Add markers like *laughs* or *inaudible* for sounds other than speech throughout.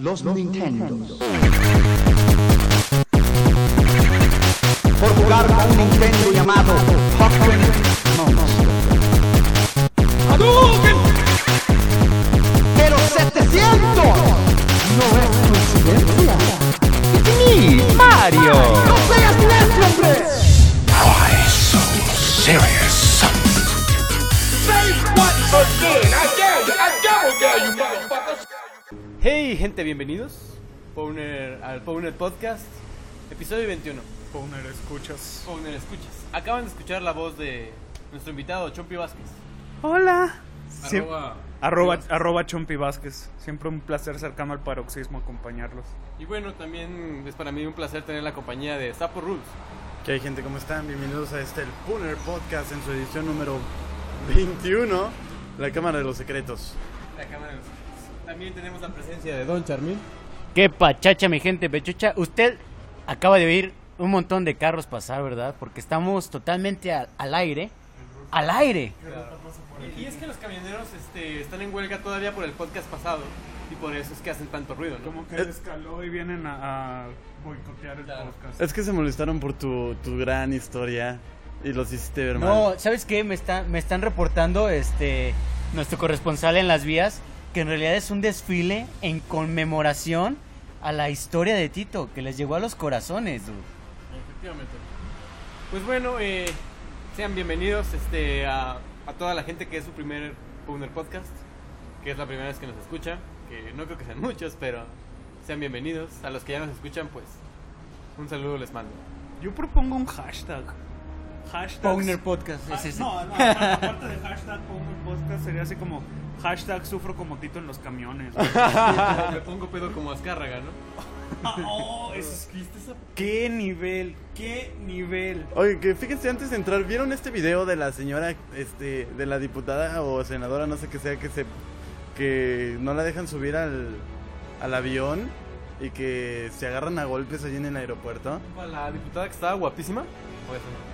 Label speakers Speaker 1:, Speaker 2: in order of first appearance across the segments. Speaker 1: los Nintendos. Por jugar con un Nintendo llamado Pokémon Monster. ¡Hadouken! ¡Pero 700! No es coincidencia.
Speaker 2: It's me, Mario.
Speaker 1: ¡No seas necio, hombre!
Speaker 3: Why so serious?
Speaker 4: Say what again? I dare you. I double dare you, motherfuckers.
Speaker 5: Hey gente, bienvenidos Powner- al Powner Podcast, episodio 21.
Speaker 6: Powner, escuchas.
Speaker 5: Powner, escuchas. Acaban de escuchar la voz de nuestro invitado, Chompi Vázquez.
Speaker 6: Hola.
Speaker 7: Arroba.
Speaker 6: Arroba, arroba Chompi Vázquez. Siempre un placer cercano al paroxismo acompañarlos.
Speaker 5: Y bueno, también es para mí un placer tener la compañía de Sapo Rules.
Speaker 7: ¿Qué hay gente? ¿Cómo están? Bienvenidos a este el Puner Podcast en su edición número 21, La Cámara de los Secretos.
Speaker 5: La cámara de los- También tenemos la presencia de Don Charmín.
Speaker 8: Qué pachacha, mi gente pechucha. Usted acaba de oír un montón de carros pasar, ¿verdad? Porque estamos totalmente al, al aire. Al aire.
Speaker 5: Y es que los camioneros este, están en huelga todavía por el podcast pasado y por eso es que hacen tanto ruido, ¿no?
Speaker 6: Como que
Speaker 7: Eh,
Speaker 6: escaló y vienen a, a boicotear el podcast.
Speaker 7: Es que se molestaron por tu, tu gran historia y los hiciste ver mal.
Speaker 8: No, ¿sabes qué? Me, está- me están reportando este nuestro corresponsal en las vías que en realidad es un desfile en conmemoración a la historia de Tito que les llegó a los corazones, dude.
Speaker 5: Efectivamente. Pues bueno, eh, sean bienvenidos este, a, a toda la gente que es su primer Pugner Podcast, que es la primera vez que nos escucha, que no creo que sean muchos, pero sean bienvenidos. A los que ya nos escuchan, pues un saludo les mando.
Speaker 6: Yo propongo un hashtag. Hashtag.
Speaker 8: Powner Podcast.
Speaker 6: Ah,
Speaker 8: es ese.
Speaker 6: no, no, aparte de hashtag Powner Podcast sería así como hashtag sufro como Tito en los
Speaker 7: *laughs*
Speaker 6: camiones.
Speaker 5: Me pongo pedo como Azcárraga, ¿no?
Speaker 6: oh, es, ¿viste esa? ¡Qué nivel! ¡Qué nivel!
Speaker 7: Oye, que fíjense antes de entrar, ¿vieron este video de la señora, este, de la diputada o senadora, no sé qué sea, que se que no la dejan subir al, al avión y que se agarran a golpes allí en el aeropuerto?
Speaker 5: La diputada que estaba guapísima. Pues, no.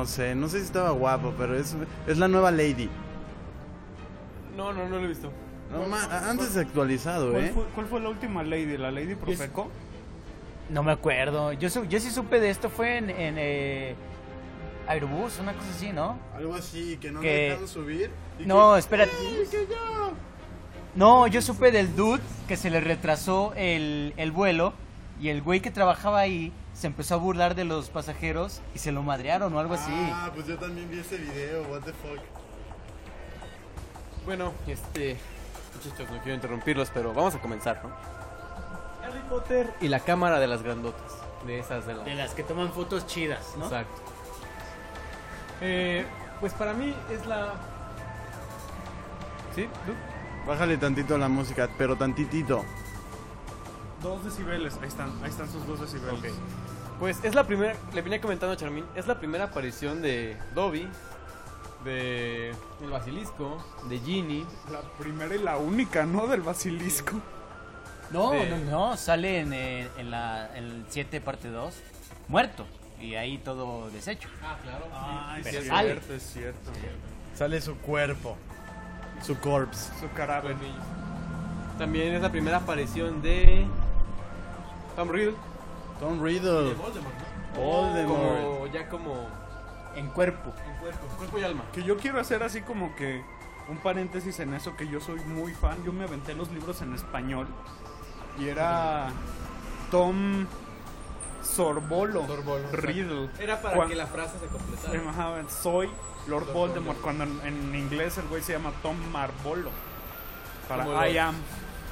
Speaker 7: No sé, no sé si estaba guapo, pero es, es la nueva Lady.
Speaker 5: no, no, no lo he visto.
Speaker 7: No, ma- antes actualizado,
Speaker 6: ¿Cuál
Speaker 7: ¿eh?
Speaker 6: fue, cuál fue la última ley de la ley de Profeco?
Speaker 8: No me acuerdo. Yo, su- yo sí supe de esto, fue en, en eh, Airbus, una cosa así, ¿no?
Speaker 7: Algo así, que no
Speaker 8: Que- dejaron
Speaker 7: subir.
Speaker 8: No, espérate. No, yo supe del dude que se le retrasó el, el vuelo y el güey que trabajaba ahí se empezó a burlar de los pasajeros y se lo madrearon o algo así.
Speaker 7: pues yo también vi ese video, what the fuck.
Speaker 5: Bueno, este. Muchachos, no quiero interrumpirlos, pero vamos a comenzar, ¿no? Harry Potter y la cámara de las grandotas. De esas de las.
Speaker 8: las que toman fotos chidas,
Speaker 5: Exacto. Eh, pues para mí es la. ¿Sí? ¿Tú?
Speaker 7: Bájale tantito la música, pero tantitito.
Speaker 6: Dos decibeles, ahí están, ahí están sus dos decibeles.
Speaker 5: Pues es la primera. Le venía comentando a Charmín. Es la primera aparición de Dobby. De. El Basilisco. De Ginny.
Speaker 6: La primera y la única, ¿no? Del basilisco.
Speaker 8: No,
Speaker 5: Sí.
Speaker 8: no, no, sale en, eh, en la, en el 7 parte 2 muerto y ahí todo deshecho.
Speaker 5: Ah, claro.
Speaker 6: Ay,
Speaker 8: Pero
Speaker 6: es
Speaker 8: sale.
Speaker 6: cierto, es cierto.
Speaker 7: Sale su cuerpo, su corpse.
Speaker 6: Su cadáver.
Speaker 5: También es la primera aparición de. Tom Riddle.
Speaker 7: Tom Riddle,
Speaker 5: Voldemort, ¿no?
Speaker 7: Voldemort.
Speaker 5: Como, ya como.
Speaker 8: En cuerpo.
Speaker 5: En cuerpo, cuerpo y alma.
Speaker 6: Que yo quiero hacer así como que un paréntesis en eso, que yo soy muy fan. Yo me aventé los libros en español y era Tom Sorbolo, Riddle.
Speaker 5: Era para
Speaker 6: Cuan-
Speaker 5: que la frase se completara.
Speaker 6: Ajá, soy Lord Voldemort, cuando en, en inglés el güey se llama Tom Marbolo. Para
Speaker 5: Como
Speaker 6: I
Speaker 5: los-
Speaker 6: am.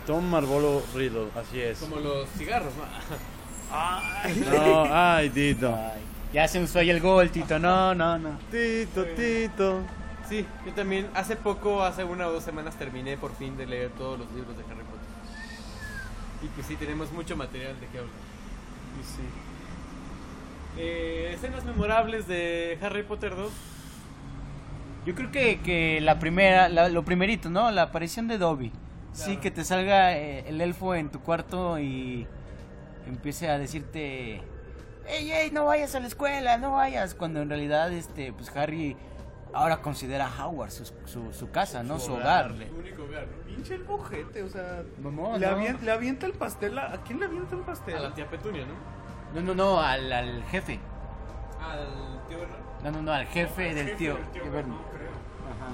Speaker 7: Tom Marvolo Riddle, así es.
Speaker 5: Como los cigarros, ¿no?
Speaker 6: Ah,
Speaker 7: No, ay, Tito.
Speaker 8: Ya se usó ahí el gol, Tito. No, no, no.
Speaker 7: Tito, Tito.
Speaker 5: *laughs* Sí, yo también hace poco, hace una o dos semanas terminé por fin de leer todos los libros de Harry Potter. Y pues sí, tenemos mucho material de qué hablar.
Speaker 6: Y sí.
Speaker 5: Eh, escenas memorables de Harry Potter 2.
Speaker 8: Yo creo que, que la primera, la- lo primerito, ¿no? La aparición de Dobby. Sí, que te salga eh, el elfo en tu cuarto y empiece a decirte, ¡Ey, ey, no vayas a la escuela, no vayas! Cuando en realidad, este, pues Harry ahora considera Howard su, su, su casa, ¿no? Su hogar.
Speaker 5: Tu único hogar, ¿no?
Speaker 6: Pinche el bojete, o sea.
Speaker 8: Mamón,
Speaker 6: le,
Speaker 8: no.
Speaker 6: avien- le avienta el pastel. ¿A, ¿a quién le avienta el pastel?
Speaker 5: A la tía Petunia, ¿no?
Speaker 8: No, no, no, al, al jefe.
Speaker 5: Al tío Bernardo.
Speaker 8: No, no, no, al jefe del tío.
Speaker 5: Bernardo, creo.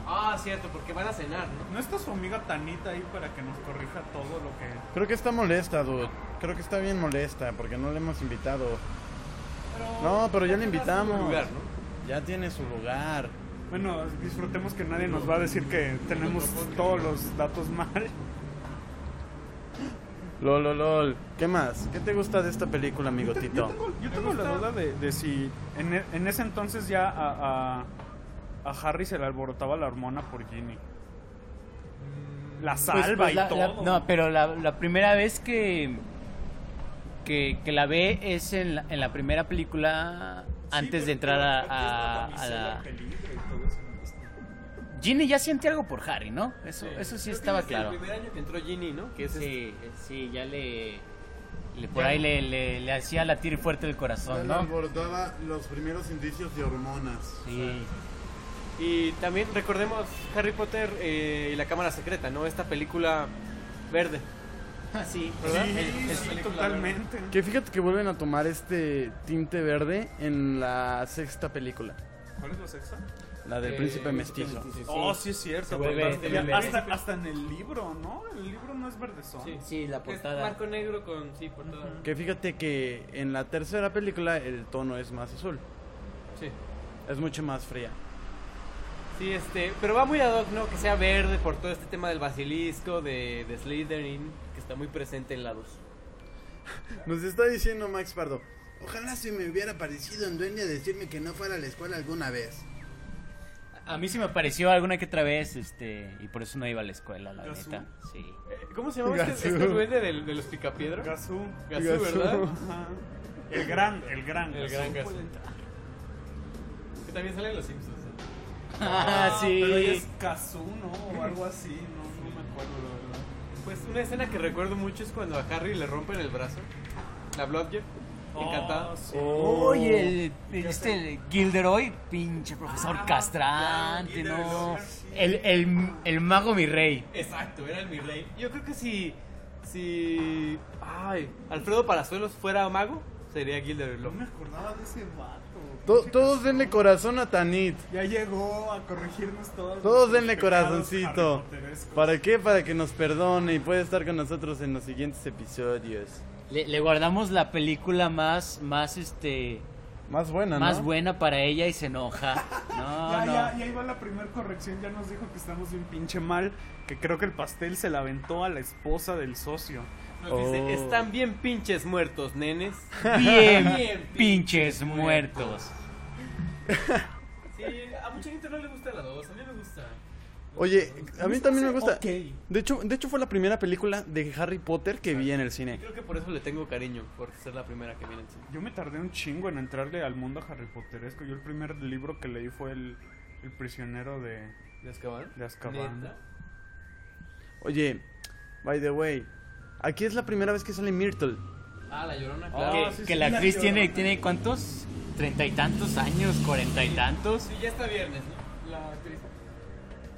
Speaker 5: Ah, cierto, porque van a cenar, ¿no?
Speaker 6: ¿No está su amiga Tanita ahí para que nos corrija todo lo que.
Speaker 7: Creo que está molesta, dude. Creo que está bien molesta porque no le hemos invitado. No, pero ya le invitamos.
Speaker 5: Lugar, ¿no?
Speaker 7: Ya tiene su lugar.
Speaker 6: Bueno, disfrutemos que nadie nos va a decir que tenemos todos los datos mal.
Speaker 7: Lol, lol, lol. ¿Qué más? ¿Qué te gusta de esta película, amigo
Speaker 6: Yo
Speaker 7: Tito?
Speaker 6: tengo, yo tengo la duda de, de si en, e- en ese entonces ya a, a, a Harry se le alborotaba la hormona por Ginny. La salva
Speaker 8: Pues, pues,
Speaker 6: y
Speaker 8: la- la-
Speaker 6: todo.
Speaker 8: no, pero la, la primera vez que, que, que la ve es en la, en la primera película antes de entrar a, a- a la... Ginny ya siente algo por Harry, ¿no? Eso, eso sí
Speaker 5: Creo que
Speaker 8: estaba
Speaker 5: desde
Speaker 8: claro.
Speaker 5: El primer año que entró Ginny, ¿no? Que es este-
Speaker 8: Sí, sí, ya le... le- por ahí le, le, le hacía latir fuerte el corazón, ¿no?
Speaker 7: abordaba los primeros indicios de hormonas.
Speaker 8: Sí.
Speaker 5: Y también recordemos Harry Potter eh, y la cámara secreta, ¿no? Esta película verde.
Speaker 8: sí,
Speaker 5: ¿verdad?
Speaker 6: Sí,
Speaker 5: El- el
Speaker 6: sí,
Speaker 5: película,
Speaker 6: totalmente.
Speaker 7: Que fíjate que vuelven a tomar este tinte verde en la sexta película,
Speaker 6: ¿Cuál es la sexta?
Speaker 7: la del Eh, príncipe mestizo.
Speaker 6: Oh, sí es cierto.
Speaker 8: Se vuelve-
Speaker 6: porque
Speaker 8: se
Speaker 6: ya-
Speaker 8: vuelve-
Speaker 6: hasta, hasta en el libro, ¿no? El libro no es verdezón.
Speaker 5: Sí.
Speaker 8: Sí, la
Speaker 5: Que es
Speaker 8: portada.
Speaker 5: marco negro con sí, portada.
Speaker 7: Que fíjate que en la tercera película el tono es más azul,
Speaker 5: Sí.
Speaker 7: es mucho más fría.
Speaker 5: Sí, este, pero va muy ad hoc, ¿no? Que sea verde por todo este tema del basilisco, de, de Slytherin, que está muy presente en la 2.
Speaker 7: Nos está diciendo Max Pardo. Ojalá se me hubiera parecido en duende decirme que no fuera a la escuela alguna vez.
Speaker 8: A mí sí me pareció alguna que otra vez, este, y por eso no iba a la escuela, la
Speaker 6: Gazú.
Speaker 8: neta. Sí.
Speaker 5: ¿Cómo se llama este,
Speaker 7: Gazú.
Speaker 5: este duende del- de los picapiedras?
Speaker 6: Gazú.
Speaker 5: Gazú,
Speaker 7: Gazú.
Speaker 5: ¿verdad?
Speaker 6: Ajá. El gran, el gran.
Speaker 5: El
Speaker 6: Gazú.
Speaker 5: gran Gazú. Que también sale en los Simpsons. ¿eh? ¿no?
Speaker 8: Ah, *laughs* sí.
Speaker 6: Pero ahí es Gazú, ¿no? O algo así, no, no me acuerdo, la verdad.
Speaker 5: Pues una escena que recuerdo mucho es cuando a Harry le rompen el brazo. La Blobjet, encantada.
Speaker 6: Oh, sí.
Speaker 8: Oye, el- este Gilderoy, pinche profesor
Speaker 6: Ah,
Speaker 8: castrante, ¿no? El, el, el mago mi rey.
Speaker 5: Exacto, era el mi rey. Yo creo que si. Si. Ay, Alfredo Parazuelos fuera mago, sería Gilderoy
Speaker 6: No me
Speaker 5: Lockhart.
Speaker 6: acordaba de ese vato.
Speaker 7: todos denle corazón a Tanit.
Speaker 6: Ya llegó a corregirnos todos.
Speaker 7: Todos
Speaker 6: nuestros
Speaker 7: denle
Speaker 6: pecados
Speaker 7: corazoncito.
Speaker 6: harrioterescos.
Speaker 7: ¿Para qué? Para que nos perdone y pueda estar con nosotros en los siguientes episodios.
Speaker 8: Le, le guardamos la película más, más, este,
Speaker 7: Más buena, ¿no?
Speaker 8: más buena para ella y se
Speaker 6: *laughs*
Speaker 8: enoja. No,
Speaker 6: Ya, ya,
Speaker 8: no.
Speaker 6: y ahí va la primera corrección, ya nos dijo que estamos bien pinche mal, que creo que el pastel se la aventó a la esposa del socio.
Speaker 5: Nos dice:
Speaker 7: Oh.
Speaker 5: Están bien pinches muertos, nenes.
Speaker 8: Bien, pinches muertos.
Speaker 5: Sí, a mucha gente no le gusta la 2, a mí me gusta.
Speaker 7: Oye, a mí también me gusta. De hecho, de hecho fue la primera película de Harry Potter que vi en el cine.
Speaker 5: Creo que por eso le tengo cariño, por ser la primera que viene en cine.
Speaker 6: Yo me tardé un chingo en entrarle al mundo Harry Potteresco. Yo el primer libro que leí fue El, el prisionero de...
Speaker 5: ¿De Azkaban?
Speaker 6: De Azkaban.
Speaker 5: ¿Neta?
Speaker 7: Oye, by the way, aquí es la primera vez que sale Myrtle.
Speaker 5: Ah, la llorona,
Speaker 8: Que,
Speaker 5: claro.
Speaker 6: sí,
Speaker 8: que
Speaker 6: sí,
Speaker 8: la
Speaker 6: la
Speaker 8: actriz
Speaker 6: llorona.
Speaker 8: tiene, tiene ¿cuántos? Treinta y tantos años, cuarenta y tantos.
Speaker 5: Sí, ya está viernes, ¿no? La actriz.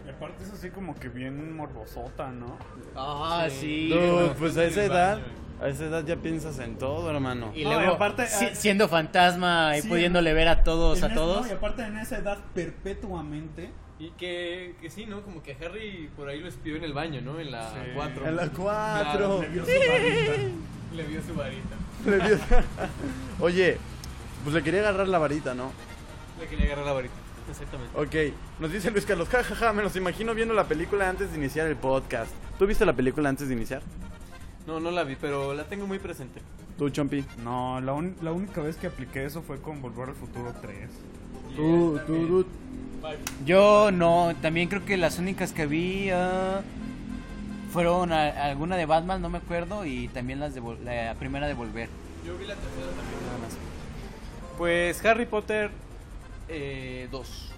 Speaker 6: Y aparte es así como que bien morbosota, ¿no?
Speaker 8: Ah, sí.
Speaker 7: Dude, pues a esa
Speaker 5: el
Speaker 7: edad,
Speaker 5: baño,
Speaker 7: a esa edad ya piensas en todo, hermano.
Speaker 8: Y
Speaker 6: No,
Speaker 8: luego,
Speaker 6: y aparte,
Speaker 8: si-
Speaker 6: ah,
Speaker 8: siendo fantasma y
Speaker 6: sí,
Speaker 8: pudiéndole ver a todos,
Speaker 6: En
Speaker 8: a
Speaker 6: esa- no,
Speaker 8: todos.
Speaker 6: y aparte en esa edad perpetuamente...
Speaker 5: Y que, que sí, ¿no? Como que Harry por ahí lo espió en el baño, ¿no? En la
Speaker 6: Sí.
Speaker 5: 4.
Speaker 7: En la 4. *laughs*
Speaker 6: le vio su varita.
Speaker 5: Le vio su varita.
Speaker 7: Oye, pues le quería agarrar la varita, ¿no?
Speaker 5: Le quería agarrar la varita. Exactamente.
Speaker 7: Ok, nos dice Luis Carlos, jajaja, me los imagino viendo la película antes de iniciar el podcast. ¿Tú viste la película antes de iniciar?
Speaker 5: No, no la vi, pero la tengo muy presente.
Speaker 7: Tú, Chompi.
Speaker 6: No, la, un- la única vez que apliqué eso fue con Volver al Futuro 3.
Speaker 7: Tú, tú, tú.
Speaker 8: Yo no, también creo que las únicas que vi ah, fueron a- alguna de Batman, no me acuerdo, y también las de Vol- la primera de Volver.
Speaker 5: Yo vi la tercera también. Nada más. Pues Harry Potter 2. Eh, dos.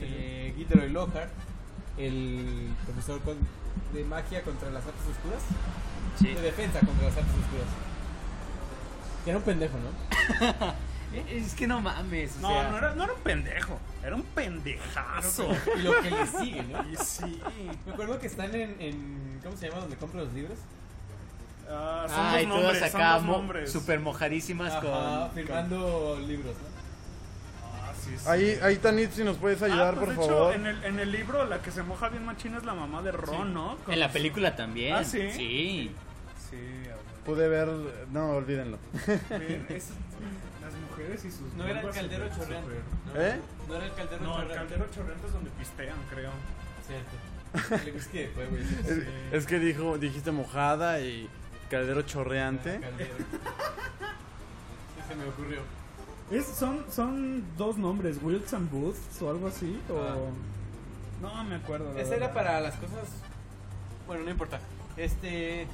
Speaker 5: eh, Gilderoy Lockhart, el profesor con- de magia contra las artes oscuras. De defensa contra las artes oscuras. Era un pendejo, ¿no?
Speaker 8: Eh,
Speaker 9: Es que no mames. O
Speaker 6: No,
Speaker 7: ah.
Speaker 9: sea,
Speaker 6: no, era, no era un pendejo, era un pendejazo.
Speaker 9: Y lo que le sigue, ¿no?
Speaker 6: Y sí.
Speaker 5: Me acuerdo que están en, en- ¿Cómo se llama? Donde compro los libros.
Speaker 6: Ah, son
Speaker 8: Ay,
Speaker 6: dos
Speaker 8: todas
Speaker 6: nombres,
Speaker 8: acá
Speaker 6: son dos
Speaker 8: mo-
Speaker 6: nombres.
Speaker 8: super mojadísimas
Speaker 5: Ajá,
Speaker 8: con.
Speaker 5: firmando libros, ¿no?
Speaker 6: Ah, sí, sí.
Speaker 7: Ahí, ahí Tanit, si nos puedes ayudar,
Speaker 6: Ah, pues,
Speaker 7: por
Speaker 6: de
Speaker 7: favor.
Speaker 6: Hecho, en, el, en el libro la que se moja bien machina es la mamá de Ron, ¿no?
Speaker 8: En la película también.
Speaker 6: Ah, ¿sí?
Speaker 8: Sí.
Speaker 6: Sí, a
Speaker 7: Pude ver. No, olvídenlo.
Speaker 6: ver, Eh, es- las mujeres y sus...
Speaker 5: No era el
Speaker 6: bombas
Speaker 5: caldero
Speaker 6: super-
Speaker 5: chorreante. ¿no?
Speaker 7: ¿Eh?
Speaker 5: No era el caldero
Speaker 6: No, el
Speaker 5: chorreante.
Speaker 6: caldero chorreante es donde pistean, creo.
Speaker 5: Cierto. Le busqué, fue, güey.
Speaker 7: Es, es que dijo, dijiste mojada y caldero chorreante.
Speaker 5: Caldero. Sí, se me ocurrió.
Speaker 6: Es, son, son dos nombres, Wilkes and Booth o algo así,
Speaker 5: o-
Speaker 6: No me acuerdo. la
Speaker 5: Esa Ah. era
Speaker 6: verdad.
Speaker 5: para las cosas. Bueno, no importa. Este.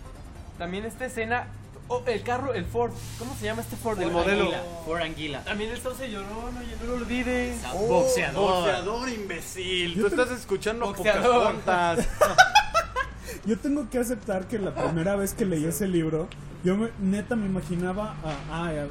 Speaker 5: También esta escena. Oh, el carro, el Ford. ¿Cómo se llama este Ford? el modelo.
Speaker 8: Anguila, Por Anguila.
Speaker 6: Ah,
Speaker 5: También el sauce lloró, no, yo no lo Oh, olvides.
Speaker 8: boxeador.
Speaker 7: Boxeador, imbécil. Tú estás escuchando
Speaker 5: Boxeador.
Speaker 7: Pocahontas.
Speaker 10: Yo tengo que aceptar que la primera vez que leí ese libro, yo me- neta me imaginaba a, a- a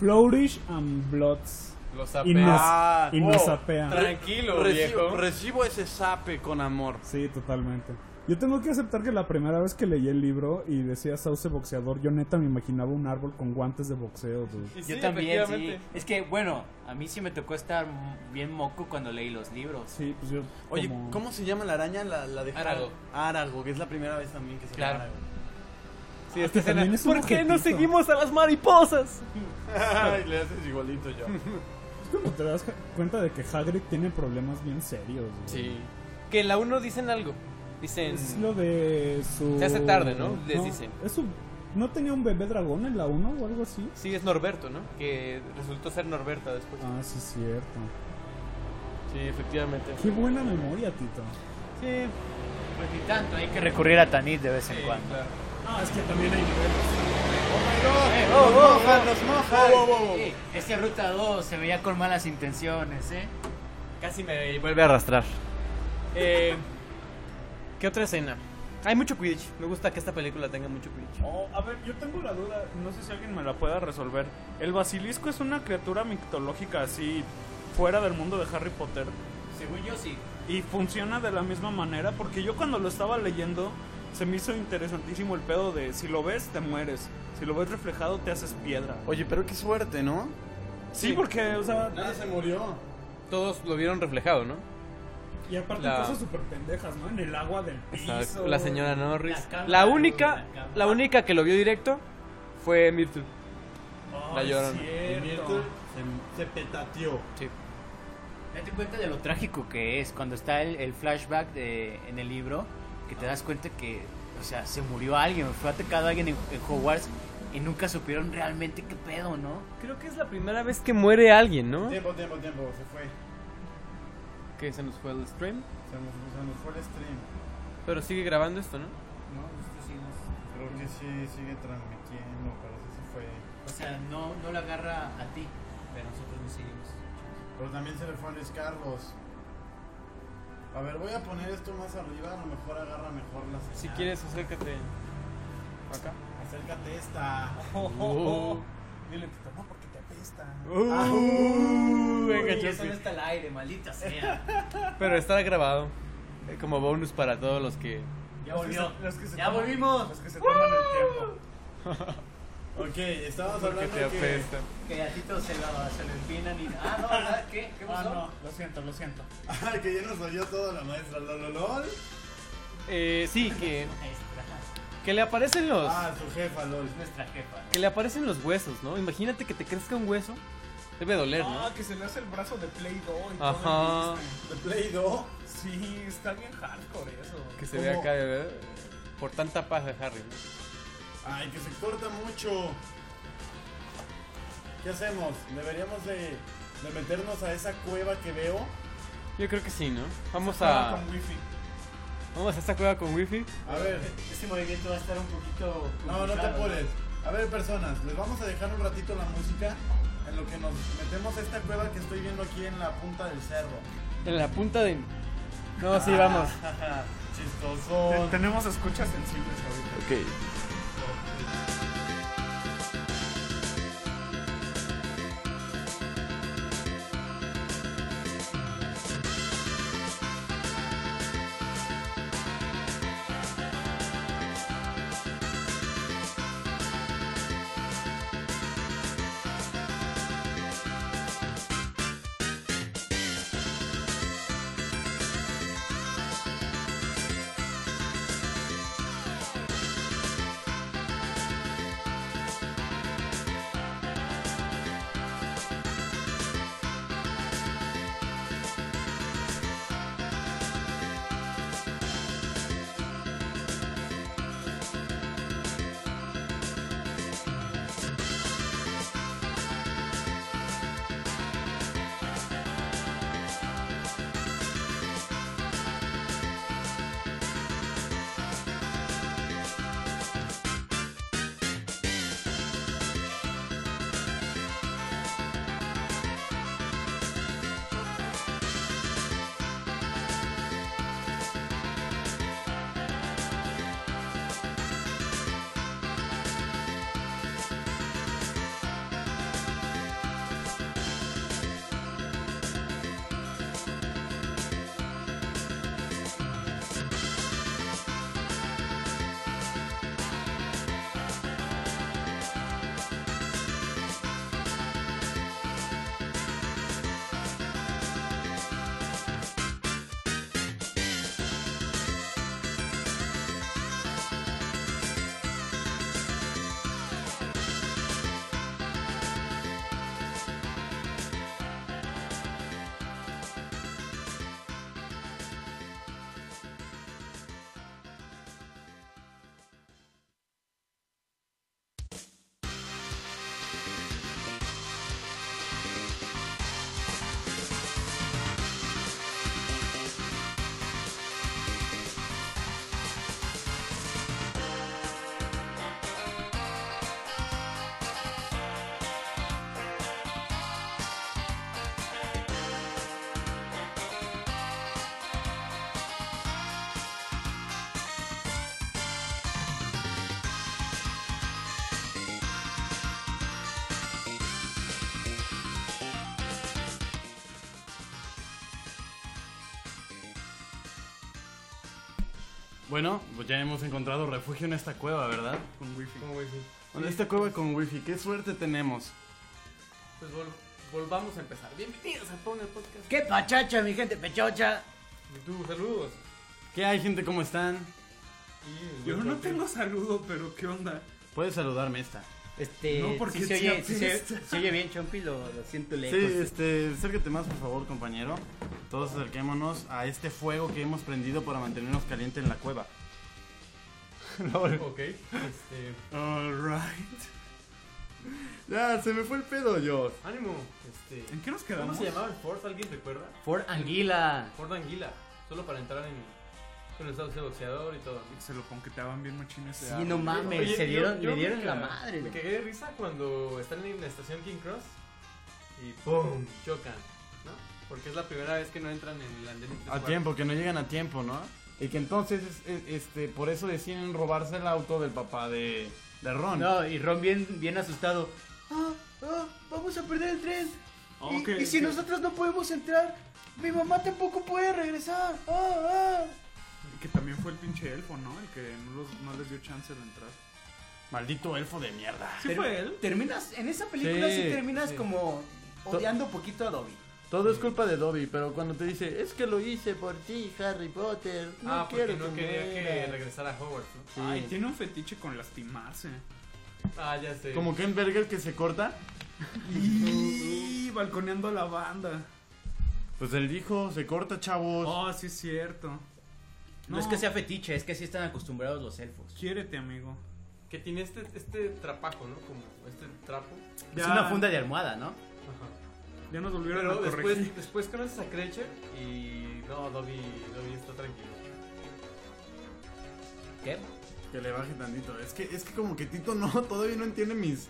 Speaker 10: Flourish and Bloods.
Speaker 5: Los
Speaker 10: *laughs* Y nos,
Speaker 7: Ah,
Speaker 10: y nos
Speaker 7: oh,
Speaker 10: apea.
Speaker 5: Tranquilo,
Speaker 7: Recibo,
Speaker 5: viejo.
Speaker 7: recibo ese sape con amor.
Speaker 10: Sí, totalmente. Yo tengo que aceptar que la primera vez que leí el libro y decía sauce boxeador, yo neta me imaginaba un árbol con guantes de boxeo, dude.
Speaker 5: Y
Speaker 8: Yo
Speaker 5: sí,
Speaker 8: también, sí.
Speaker 5: efectivamente.
Speaker 8: Es que, bueno, a mí sí me tocó estar m- bien moco cuando leí los libros.
Speaker 10: Sí, pues yo.
Speaker 7: Oye,
Speaker 10: como-
Speaker 7: ¿cómo se llama la araña? La, la de
Speaker 5: Árago.
Speaker 7: Árago, que es la primera vez también que se
Speaker 5: Claro.
Speaker 7: llama
Speaker 5: Sí, esta escena.
Speaker 10: este también es un
Speaker 5: ¿Por qué no
Speaker 10: objetito.
Speaker 5: seguimos a las mariposas?
Speaker 7: Árago. *laughs* Ay, le haces igualito yo.
Speaker 10: Es *laughs* como te das cuenta de que Hagrid tiene problemas bien serios, dude.
Speaker 5: Sí. Que en la 1 dicen algo. Dicen.
Speaker 10: Es lo de su.
Speaker 5: Se hace tarde, ¿no? Les dicen.
Speaker 10: es su- ¿No tenía un bebé dragón en la 1 o algo así?
Speaker 5: Sí, es Norberto, ¿no? Que resultó ser Norberta después.
Speaker 10: Ah, sí, cierto.
Speaker 5: Sí, efectivamente.
Speaker 10: Qué buena memoria, Tito.
Speaker 5: Sí,
Speaker 8: Pues ni tanto, hay que recurrir a Tanit de vez en cuando. Oh
Speaker 5: claro.
Speaker 10: Ah, es que también hay
Speaker 8: Eh,
Speaker 7: Nos moja, nos moja.
Speaker 8: Ey, es que Ruta 2 se veía con malas intenciones, ¿eh?
Speaker 5: Casi me vuelve a arrastrar. Eh, ¿Qué otra escena? Hay mucho Quidditch. Me gusta que esta película tenga mucho Quidditch.
Speaker 6: Oh, a ver, yo tengo la duda, no sé si alguien me la pueda resolver. ¿El basilisco es una criatura mitológica así fuera del mundo de Harry Potter?
Speaker 8: Según yo sí.
Speaker 6: Y funciona de la misma manera porque yo cuando lo estaba leyendo se me hizo interesantísimo el pedo de si lo ves te mueres, si lo ves reflejado te haces piedra.
Speaker 7: Oye, pero qué suerte, ¿no?
Speaker 6: Sí, porque, o sea,
Speaker 7: Nadie se murió.
Speaker 5: *laughs* Todos lo vieron reflejado, ¿no?
Speaker 10: Y aparte
Speaker 5: La-
Speaker 10: cosas súper pendejas, ¿no? En el agua del piso.
Speaker 5: La señora Norris.
Speaker 8: La cámara,
Speaker 5: La única,
Speaker 8: la cámara.
Speaker 5: la única que lo vio directo fue Myrtle. La llorona.
Speaker 7: *laughs* Se, se petateó.
Speaker 5: Sí.
Speaker 8: Date cuenta de lo trágico que es cuando está el, el flashback de- en el libro, que te das cuenta que, o sea, se murió alguien, fue atacado alguien en, en Hogwarts y nunca supieron realmente qué pedo, ¿no?
Speaker 5: Creo que es la primera vez que muere alguien, ¿no?
Speaker 7: Tiempo, tiempo, tiempo. Se fue.
Speaker 5: Que se nos fue el stream.
Speaker 7: Se nos, se nos fue el stream.
Speaker 5: Pero sigue grabando esto, ¿no?
Speaker 8: No, esto sí
Speaker 7: Creo que sí sigue transmitiendo, pero sí se fue.
Speaker 8: O sea, no, no la agarra a ti, pero nosotros no seguimos.
Speaker 7: Pero también se le fue a Luis Carlos. A ver, voy a poner esto más arriba, a lo mejor agarra mejor la señal.
Speaker 5: Si quieres, acércate. Acá. Uh.
Speaker 7: Acércate esta.
Speaker 6: Oh,
Speaker 5: Dile, Tito.
Speaker 7: No, porque te apesta. Ah,
Speaker 5: Uh, venga, yo
Speaker 8: eso
Speaker 5: sí.
Speaker 8: no está al aire, maldita *laughs* sea.
Speaker 5: Pero está grabado. eh, Como bonus para todos los que.
Speaker 8: Ya volvió.
Speaker 7: Los que se
Speaker 8: Ya
Speaker 7: toman-
Speaker 8: volvimos.
Speaker 7: Los que se toman el tiempo. Ok, estábamos
Speaker 5: Que
Speaker 7: hablando
Speaker 5: te
Speaker 7: de que...
Speaker 5: apesta.
Speaker 8: Que a Tito se lo, se lo empinan y... Ah, no, ¿verdad? ¿Qué? ¿Qué pasó?
Speaker 6: lo siento, lo siento.
Speaker 7: *laughs* Ay, que ya nos oyó toda la maestra, lololol.
Speaker 5: Eh, sí, que,
Speaker 8: Maestra,
Speaker 5: que le aparecen los.
Speaker 7: Ah, su jefa, lol.
Speaker 8: nuestra jefa.
Speaker 5: Que le aparecen los huesos, ¿no? Imagínate que te crezca un hueso. Debe doler, ¿no?
Speaker 6: Ah, que se le hace el brazo de Play Doh y todo
Speaker 5: Ajá.
Speaker 6: el business.
Speaker 7: The Play Doh.
Speaker 6: Sí, está bien hardcore eso.
Speaker 5: Que se vea
Speaker 7: ¿Cómo?
Speaker 5: acá, ¿verdad? Por tanta paz de Harry, ¿no?
Speaker 7: Ay, que se corta mucho. ¿Qué hacemos? Deberíamos de, de meternos a esa cueva que veo.
Speaker 5: Yo creo que sí, ¿no? Vamos a.
Speaker 6: Con wifi.
Speaker 5: Vamos a esta cueva con wifi.
Speaker 7: A ver,
Speaker 8: Ese Este movimiento va a estar un poquito.
Speaker 7: no, no te
Speaker 8: complicado,
Speaker 7: apures. A ver, personas, les vamos a dejar un ratito la música en lo que nos metemos a esta cueva que estoy viendo aquí en la punta del cerro.
Speaker 5: En la punta de. No, sí, vamos.
Speaker 7: Chistoso.
Speaker 6: Tenemos escuchas sensibles ahorita.
Speaker 7: Ay, Bueno, pues ya hemos encontrado refugio en esta cueva, ¿verdad?
Speaker 6: con wifi.
Speaker 7: En esta cueva con wifi, qué suerte tenemos.
Speaker 5: Pues vol- volvamos a empezar. Bienvenidos a Powner Podcast.
Speaker 8: ¡Qué pachacha, mi gente pechocha!
Speaker 5: Y tú, saludos.
Speaker 7: ¿Qué hay, gente? ¿Cómo están?
Speaker 6: Yo no tengo saludo, pero ¿qué onda?
Speaker 7: Puedes saludarme esta.
Speaker 8: Este,
Speaker 6: No, porque
Speaker 8: sí se oye,
Speaker 6: Chompi
Speaker 8: sí se,
Speaker 6: está-
Speaker 8: sí se oye bien, Chompi, lo, lo siento
Speaker 7: Sí,
Speaker 8: lejos.
Speaker 7: este, acércate más, por favor, compañero. Todos acerquémonos a este fuego que hemos prendido para mantenernos caliente en la *laughs* cueva.
Speaker 5: Ok. Este.
Speaker 7: Alright. Ya, se me fue el pedo, yo.
Speaker 5: Ánimo. Este.
Speaker 6: ¿En qué nos
Speaker 5: ¿Cómo
Speaker 6: quedamos?
Speaker 5: se llamaba el Ford? ¿Alguien recuerda?
Speaker 8: Ford Anguila.
Speaker 5: Ford Anguila. Solo para entrar en. Con el estado de boxeador y todo.
Speaker 6: Se lo ponqueteaban bien machines.
Speaker 8: Sí, no mames,
Speaker 5: Oye,
Speaker 8: se
Speaker 5: yo-
Speaker 8: dieron,
Speaker 5: yo
Speaker 8: le
Speaker 5: me
Speaker 8: dieron la
Speaker 5: ca-
Speaker 8: madre.
Speaker 5: Me
Speaker 8: güey.
Speaker 5: cagué de risa cuando están en la estación King Cross y ¡pum! chocan, ¿no? Porque es la primera vez que no entran en el andén.
Speaker 7: A tiempo, que no llegan a tiempo, ¿no? Y que entonces, es- es- este, por eso deciden robarse el auto del papá de, de Ron.
Speaker 8: No, y Ron bien, bien asustado. Ah, ah, vamos a perder el tren. Y-
Speaker 6: Ok,
Speaker 8: y, si
Speaker 6: ok.
Speaker 8: nosotros no podemos entrar, mi mamá tampoco puede regresar. Ah, ah.
Speaker 6: Que también fue el pinche elfo, ¿no? El que no, los- no les dio chance de entrar.
Speaker 7: Maldito elfo de mierda.
Speaker 8: Ter- Terminas, en esa película sí,
Speaker 7: Sí,
Speaker 8: terminas como odiando poquito a Dobby.
Speaker 7: Todo es culpa de Dobby, pero cuando te dice, es que lo hice por ti, Harry Potter. No
Speaker 5: Ah, porque
Speaker 7: quiero
Speaker 5: no
Speaker 7: que
Speaker 5: quería que
Speaker 7: mueras".
Speaker 5: regresara a Hogwarts, ¿no?
Speaker 6: Ay, tiene un fetiche
Speaker 8: *laughs*
Speaker 6: con lastimarse.
Speaker 5: Ah, ya sé.
Speaker 7: Como Ken Berger que se corta.
Speaker 6: Y balconeando a la banda.
Speaker 7: Pues él dijo, se corta, chavos.
Speaker 6: Oh, sí es cierto.
Speaker 8: No. es que sea fetiche, es que sí están acostumbrados los elfos.
Speaker 6: Quiérete, amigo.
Speaker 5: Que tiene este, este trapajo, ¿no? Como este trapo.
Speaker 8: Es una funda de almohada, ¿no?
Speaker 5: Ajá.
Speaker 6: Ya nos volvieron
Speaker 5: Pero
Speaker 6: a corregir.
Speaker 5: después, después conoces a Crecher y no, Dobby, Dobby está tranquilo.
Speaker 8: ¿Qué?
Speaker 7: Que le baje tantito. Es que, es que como que Tito no, *laughs* todavía no entiende mis.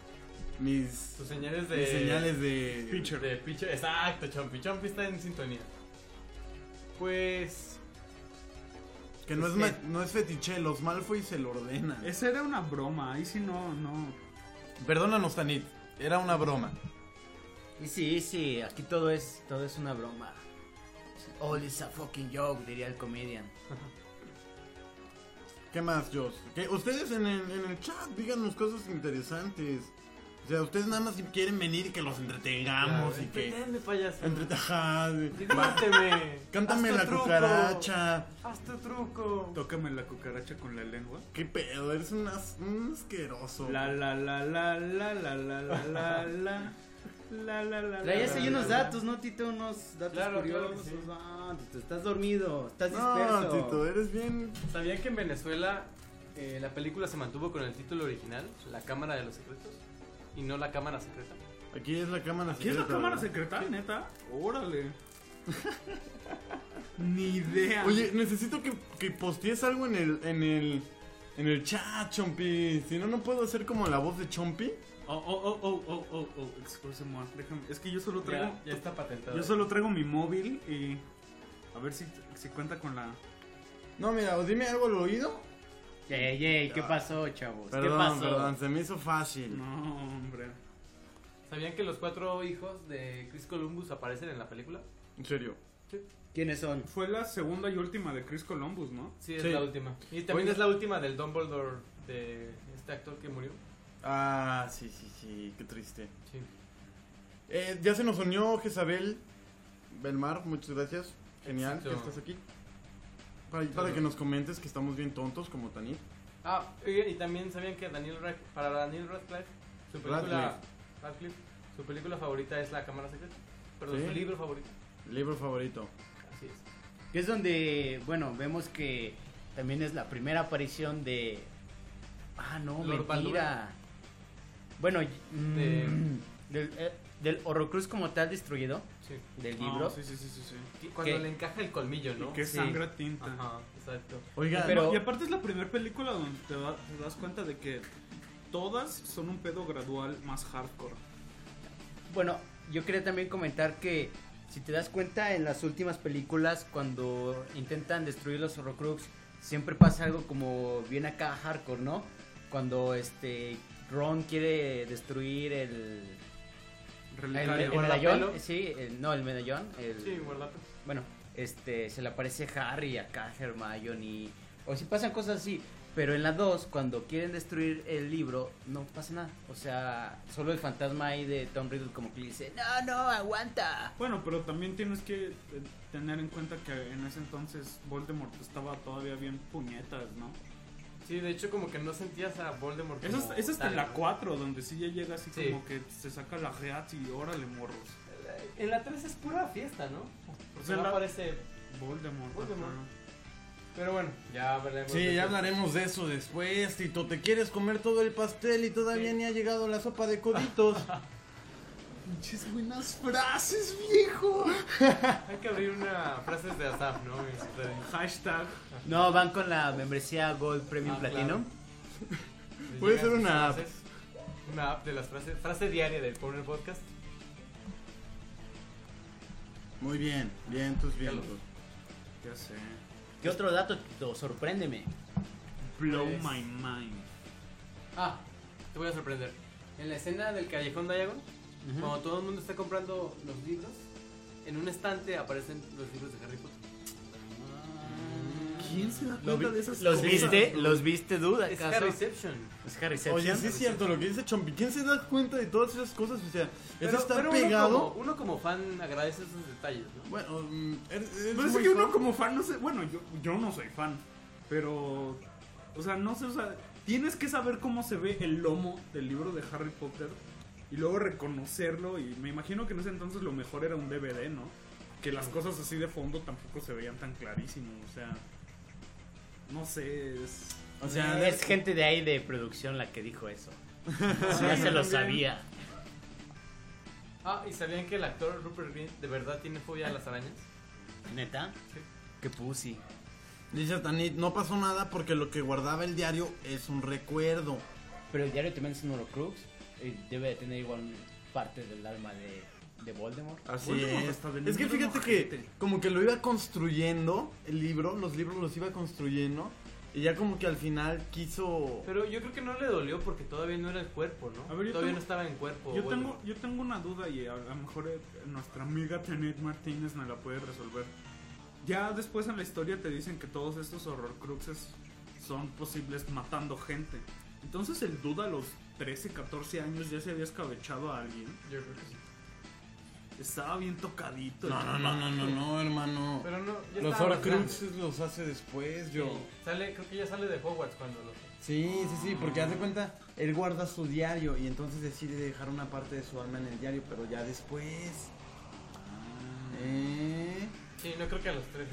Speaker 7: Mis.
Speaker 5: Sus señales de...
Speaker 7: mis señales de.
Speaker 5: De pitcher, exacto, Chompi. Chompi está en sintonía. Pues...
Speaker 7: Que no es, ma- no es fetiche, los Malfoy se lo ordena.
Speaker 6: Esa era una broma, ahí sí no, no.
Speaker 7: Perdónanos, Tanit. Era una broma.
Speaker 8: Y sí, sí, aquí todo es, todo es una broma. All is a fucking joke, diría el comedian.
Speaker 7: ¿Qué más, Joss? Que ustedes en el, en el chat díganos cosas interesantes. O sea, ustedes nada más quieren venir y que los entretengamos y que.
Speaker 5: Entretenme, payaso.
Speaker 7: *laughs* Entretajad.
Speaker 5: Diviérteme.
Speaker 7: Cántame
Speaker 5: Haz tu
Speaker 7: la
Speaker 5: truco.
Speaker 7: cucaracha.
Speaker 5: Haz tu truco.
Speaker 6: Tócame la cucaracha con la lengua.
Speaker 7: ¿Qué pedo? Eres un, as- un asqueroso.
Speaker 6: La la la la la la la la la la la la la.
Speaker 8: Traías
Speaker 6: la,
Speaker 8: ahí
Speaker 6: la,
Speaker 8: unos
Speaker 6: la, la.
Speaker 8: datos, ¿no, Tito? Unos datos
Speaker 5: Claro, claro que
Speaker 8: curiosos.
Speaker 5: sí.
Speaker 8: Ah, Tito, estás dormido, estás disperso.
Speaker 7: No, Tito, eh. eres bien.
Speaker 5: ¿Sabían que en Venezuela eh, la película se mantuvo con el título original, La Cámara de los Secretos, y no La Cámara Secreta?
Speaker 7: Aquí es la cámara
Speaker 6: ¿Qué es la cámara
Speaker 7: ¿verdad?
Speaker 6: secreta, neta? Órale. *laughs* Ni idea.
Speaker 7: Oye, necesito que, que postees algo en el, en el, en el chat, Chompi. Si no, no puedo hacer como la voz de Chompi.
Speaker 6: Oh, oh, oh, oh, oh, oh, oh, excuse me, déjame. Es que yo solo traigo.
Speaker 5: Ya, ya está patentado.
Speaker 6: Yo solo traigo mi móvil y. A ver si, si cuenta con la.
Speaker 7: No, mira, o dime algo al oído.
Speaker 8: Ey, ey, ¿qué pasó, chavos? ¿Qué
Speaker 7: Perdón,
Speaker 8: pasó?
Speaker 7: perdón, se me hizo fácil.
Speaker 6: No, hombre.
Speaker 5: ¿Sabían que los cuatro hijos de Chris Columbus aparecen en la película?
Speaker 7: En serio.
Speaker 8: ¿Quiénes son?
Speaker 6: Fue la segunda y última de Chris Columbus, ¿no?
Speaker 5: Sí, es
Speaker 7: Sí.
Speaker 5: la última. Y también
Speaker 7: Oye.
Speaker 5: es la última del Dumbledore, de este actor que murió.
Speaker 7: Ah, sí, sí, sí, qué triste.
Speaker 5: Sí.
Speaker 7: Eh, ya se nos unió Jezabel Belmar, muchas gracias. Genial
Speaker 5: Exacto.
Speaker 7: que estás aquí. Para, para que nos comentes que estamos bien tontos como Tanit.
Speaker 5: Ah, oye, y también sabían que Daniel Rad- para Daniel Radcliffe, su película, Radcliffe, su película favorita es La Cámara Secreta. Perdón,
Speaker 7: Sí.
Speaker 5: su libro favorito.
Speaker 7: Libro favorito.
Speaker 5: Así es.
Speaker 8: Que es donde, bueno, vemos que también es la primera aparición de. Ah, no,
Speaker 5: Lord
Speaker 8: mentira. Bueno, y- mm,
Speaker 5: De-
Speaker 8: del, eh, del Horrocruz como tal destruido,
Speaker 5: Sí.
Speaker 8: del libro.
Speaker 6: Ah, sí, sí, sí, sí. sí.
Speaker 5: Que- Cuando
Speaker 8: ¿Qué?
Speaker 5: le encaja el colmillo, ¿no?
Speaker 6: Que es
Speaker 8: Sí.
Speaker 6: sangra tinta.
Speaker 5: Ajá, exacto.
Speaker 7: Oiga,
Speaker 8: Pero-
Speaker 6: Y aparte es la primera película donde te, da- te das cuenta de que todas son un pedo gradual más hardcore.
Speaker 8: Bueno, yo quería también comentar que si te das cuenta en las últimas películas cuando intentan destruir los Horrocrux siempre pasa algo como bien acá hardcore, ¿no? Cuando este Ron quiere destruir el el, el
Speaker 6: Relicario.
Speaker 8: medallón,
Speaker 5: guardapelo.
Speaker 8: sí, el- no el medallón, el-
Speaker 5: Sí, guardate.
Speaker 8: bueno, este se le aparece Harry acá Hermione O si pasan cosas así. Pero en la 2, cuando quieren destruir el libro, no pasa nada. O sea, solo el fantasma ahí de Tom Riddle como que le dice, no, no, aguanta.
Speaker 6: Bueno, pero también tienes que eh, tener en cuenta que en ese entonces Voldemort estaba todavía bien puñetas, ¿no?
Speaker 5: Sí, de hecho, como que no sentías a Voldemort.
Speaker 6: Eso es,
Speaker 5: como
Speaker 6: eso es
Speaker 5: tal,
Speaker 6: en la
Speaker 5: ¿no?
Speaker 6: 4, donde sí ya llega así
Speaker 5: Sí.
Speaker 6: como que se saca la reat y órale morros.
Speaker 5: En la 3 es pura fiesta, ¿no? Porque
Speaker 6: sea,
Speaker 5: no
Speaker 6: la-
Speaker 5: aparece.
Speaker 6: Voldemort.
Speaker 5: Voldemort.
Speaker 6: ajá.
Speaker 5: Pero bueno, ya hablaremos. de
Speaker 7: Sí, ya
Speaker 5: eso.
Speaker 7: hablaremos de eso después. Tito, te quieres comer todo el pastel y todavía ni ha llegado la sopa de coditos. *laughs*
Speaker 11: Pinches buenas frases, viejo.
Speaker 5: Hay que abrir una frase de Asaf, ¿no? Este,
Speaker 6: Hashtag.
Speaker 8: No, van con la membresía Gold Premium
Speaker 5: Ah,
Speaker 8: Platino.
Speaker 7: Puede
Speaker 5: llegan
Speaker 7: ser
Speaker 5: sus
Speaker 7: una app.
Speaker 5: frases, Una app de las frases. Frase diaria del Power Podcast.
Speaker 7: Muy bien, bien, tus vientos.
Speaker 6: Ya sé.
Speaker 8: ¿Qué otro dato, Tito? Sorpréndeme.
Speaker 6: Blow
Speaker 5: Pues-
Speaker 6: my mind.
Speaker 5: Ah, te voy a sorprender. En la escena del Callejón Diagon, cuando todo el mundo está comprando los libros, en un estante aparecen los libros de Harry Potter.
Speaker 11: ¿Quién se da
Speaker 8: Lo
Speaker 11: cuenta
Speaker 8: vi-
Speaker 11: de esas
Speaker 8: ¿Los
Speaker 11: cosas?
Speaker 8: viste? ¿Los viste, duda?
Speaker 5: Es Harryception.
Speaker 8: ¿Es Harry
Speaker 7: Oye,
Speaker 8: Seption?
Speaker 7: sí es cierto lo que dice Chompi. ¿Quién se da cuenta de todas esas cosas? O sea, eso
Speaker 5: Pero-
Speaker 7: está
Speaker 5: pero uno como- Uno
Speaker 7: pegado.
Speaker 5: como, fan agradece esos detalles, ¿no?
Speaker 7: Bueno, mm, eres- eres
Speaker 6: Pero es
Speaker 7: muy
Speaker 6: que uno
Speaker 7: fan.
Speaker 6: como fan no sé, bueno, yo, yo no soy fan, pero, o sea, no sé, o sea, tienes que saber cómo se ve el lomo del libro de Harry Potter y luego reconocerlo y me imagino que en ese entonces lo mejor era un DVD, ¿no? Que las cosas así de fondo tampoco se veían tan clarísimo, o sea, no sé, es...
Speaker 8: O sea, es gente de ahí de producción la que dijo
Speaker 7: *laughs*
Speaker 8: eso. ya
Speaker 6: Sí,
Speaker 8: se lo
Speaker 6: también.
Speaker 8: sabía.
Speaker 5: Ah, ¿y sabían que el actor Rupert Grint de verdad tiene fobia a las arañas?
Speaker 8: ¿Neta?
Speaker 5: Sí.
Speaker 8: Qué pussy.
Speaker 7: Dice Tanit, no pasó nada porque lo que guardaba el diario es un recuerdo.
Speaker 8: Pero el diario también es un Horcrux. eh, Debe de tener igual parte del alma de, de Voldemort.
Speaker 7: Así
Speaker 6: Voldemort
Speaker 7: es.
Speaker 6: está del
Speaker 7: Es que
Speaker 6: libro
Speaker 7: fíjate que
Speaker 6: enojante.
Speaker 7: como que lo iba construyendo el libro, los libros los iba construyendo y ya como que al final quiso...
Speaker 5: Pero yo creo que no le dolió porque todavía no era el cuerpo, ¿no?
Speaker 6: A ver, yo
Speaker 5: todavía
Speaker 6: tengo-
Speaker 5: no estaba en cuerpo.
Speaker 6: Yo tengo,
Speaker 5: Voldemort.
Speaker 6: yo tengo una duda y a a lo mejor eh, nuestra amiga Tenet Martínez me la puede resolver. Ya después en la historia te dicen que todos estos horrorcruxes son posibles matando gente. Entonces el duda a los 13, 14 años ya se había escabechado a alguien.
Speaker 5: Yo creo que sí.
Speaker 6: Estaba bien tocadito.
Speaker 7: No, no, no, no, no, no, hermano.
Speaker 5: Pero no, ya
Speaker 7: Los
Speaker 5: estaba más
Speaker 7: Horcruxes los hace después, yo.
Speaker 5: grande. Sí, Sale, creo que ya sale de Hogwarts cuando lo...
Speaker 7: Sí, sí, sí, porque hace cuenta, él guarda su diario y entonces decide dejar una parte de su alma en el diario, pero ya después. Eh.
Speaker 5: Sí, no creo que a los 13.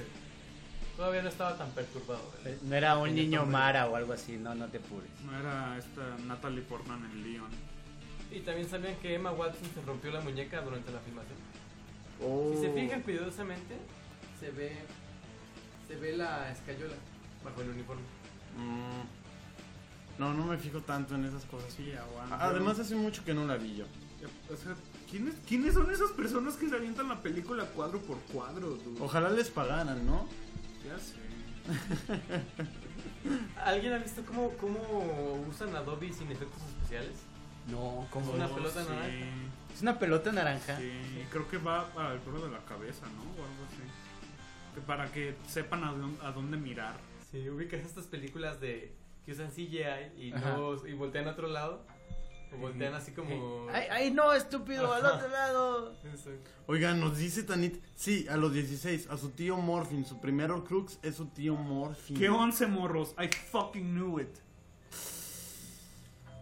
Speaker 5: Todavía no estaba tan perturbado. ¿verdad?
Speaker 8: No era un niño Mara o algo así, no, no te pures.
Speaker 6: No era esta Natalie Portman en Leon.
Speaker 5: Y también sabían que Emma Watson se rompió la muñeca durante la filmación.
Speaker 7: Oh.
Speaker 5: Si se fijan cuidadosamente, se ve se ve la escayola bajo el uniforme.
Speaker 7: Mm. No, no me fijo tanto en esas cosas.
Speaker 6: Sí, aguanta.
Speaker 7: Ah, Además, hace mucho que no la vi yo.
Speaker 6: Eh, O sea, ¿quiénes, ¿quiénes son esas personas que se avientan la película cuadro por cuadro, dude?
Speaker 7: Ojalá les pagaran, ¿no?
Speaker 6: Ya sé.
Speaker 5: ¿Alguien ha visto cómo, cómo usan Adobe sin efectos especiales?
Speaker 8: No, como.
Speaker 5: Como una pelota
Speaker 6: Oh, Sí,
Speaker 5: naranja.
Speaker 8: Es una pelota naranja.
Speaker 6: sí, creo que va al pueblo de la cabeza, ¿no? O algo así. Que para que sepan a, dón- a dónde mirar.
Speaker 5: Sí, ubicas estas películas de que usan CGI y,
Speaker 8: Ajá.
Speaker 5: no, y voltean a otro lado. O voltean así como...
Speaker 8: Eh, Ay, ay, no, estúpido, al otro lado.
Speaker 5: Eso.
Speaker 7: Oigan, nos dice Tanit. Sí, a los 16, a su tío Morphin. Su primer Horcrux es su tío Morphin.
Speaker 6: ¿Qué once morros? I fucking knew it.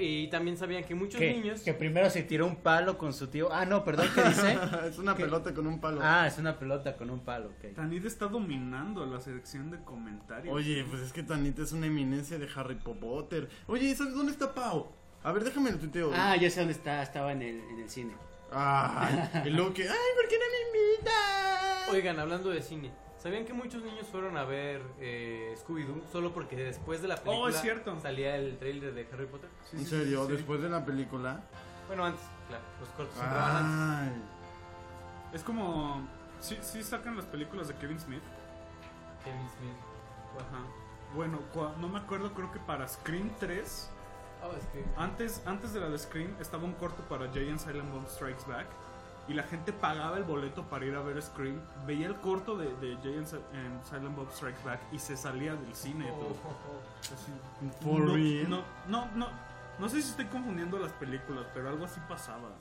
Speaker 5: Y también sabían que muchos
Speaker 8: Que,
Speaker 5: niños...
Speaker 8: que primero se tiró un palo con su tío. Ah, no, perdón, ¿qué dice?
Speaker 7: *laughs* es una
Speaker 8: ¿Qué?
Speaker 7: pelota con un palo.
Speaker 8: *laughs* Ah, es una pelota con un palo, ok.
Speaker 6: Tanid está dominando la sección de comentarios.
Speaker 7: Oye, pues es que Tanit es una eminencia de Harry Potter. Oye, ¿sabes dónde está Pau? A ver, déjame el tuiteo.
Speaker 8: Ah, ya sé dónde está, estaba en el, en el cine.
Speaker 7: Ay, y luego que, ay, ¿por qué no me invitas?
Speaker 5: Oigan, hablando de cine, ¿sabían que muchos niños fueron a ver eh, Scooby-Doo solo porque después de la película
Speaker 6: Oh, es cierto.
Speaker 5: salía el trailer de Harry Potter?
Speaker 6: Sí,
Speaker 7: ¿En
Speaker 6: sí, sí,
Speaker 7: serio?
Speaker 6: sí.
Speaker 7: ¿Después de la película?
Speaker 5: Bueno, antes, claro, los cortos
Speaker 6: Ah.
Speaker 5: siempre van antes.
Speaker 7: Ay.
Speaker 6: Es como. Sí, sí sacan las películas de Kevin Smith.
Speaker 5: Kevin Smith.
Speaker 6: Ajá. Bueno, cua- no me acuerdo, creo que para Scream 3.
Speaker 5: Oh, es que...
Speaker 6: Antes, antes de la de Scream estaba un corto para Jay and Silent Bomb Strikes Back. y la gente pagaba el boleto para ir a ver Scream, veía el corto de, de Jay and Si- and Silent Bob Strikes Back y se salía del cine.
Speaker 5: oh,
Speaker 6: tú. Así,
Speaker 7: Oh, For
Speaker 6: no,
Speaker 7: real.
Speaker 6: No, no, no, no sé si estoy confundiendo las películas, pero algo así pasaba.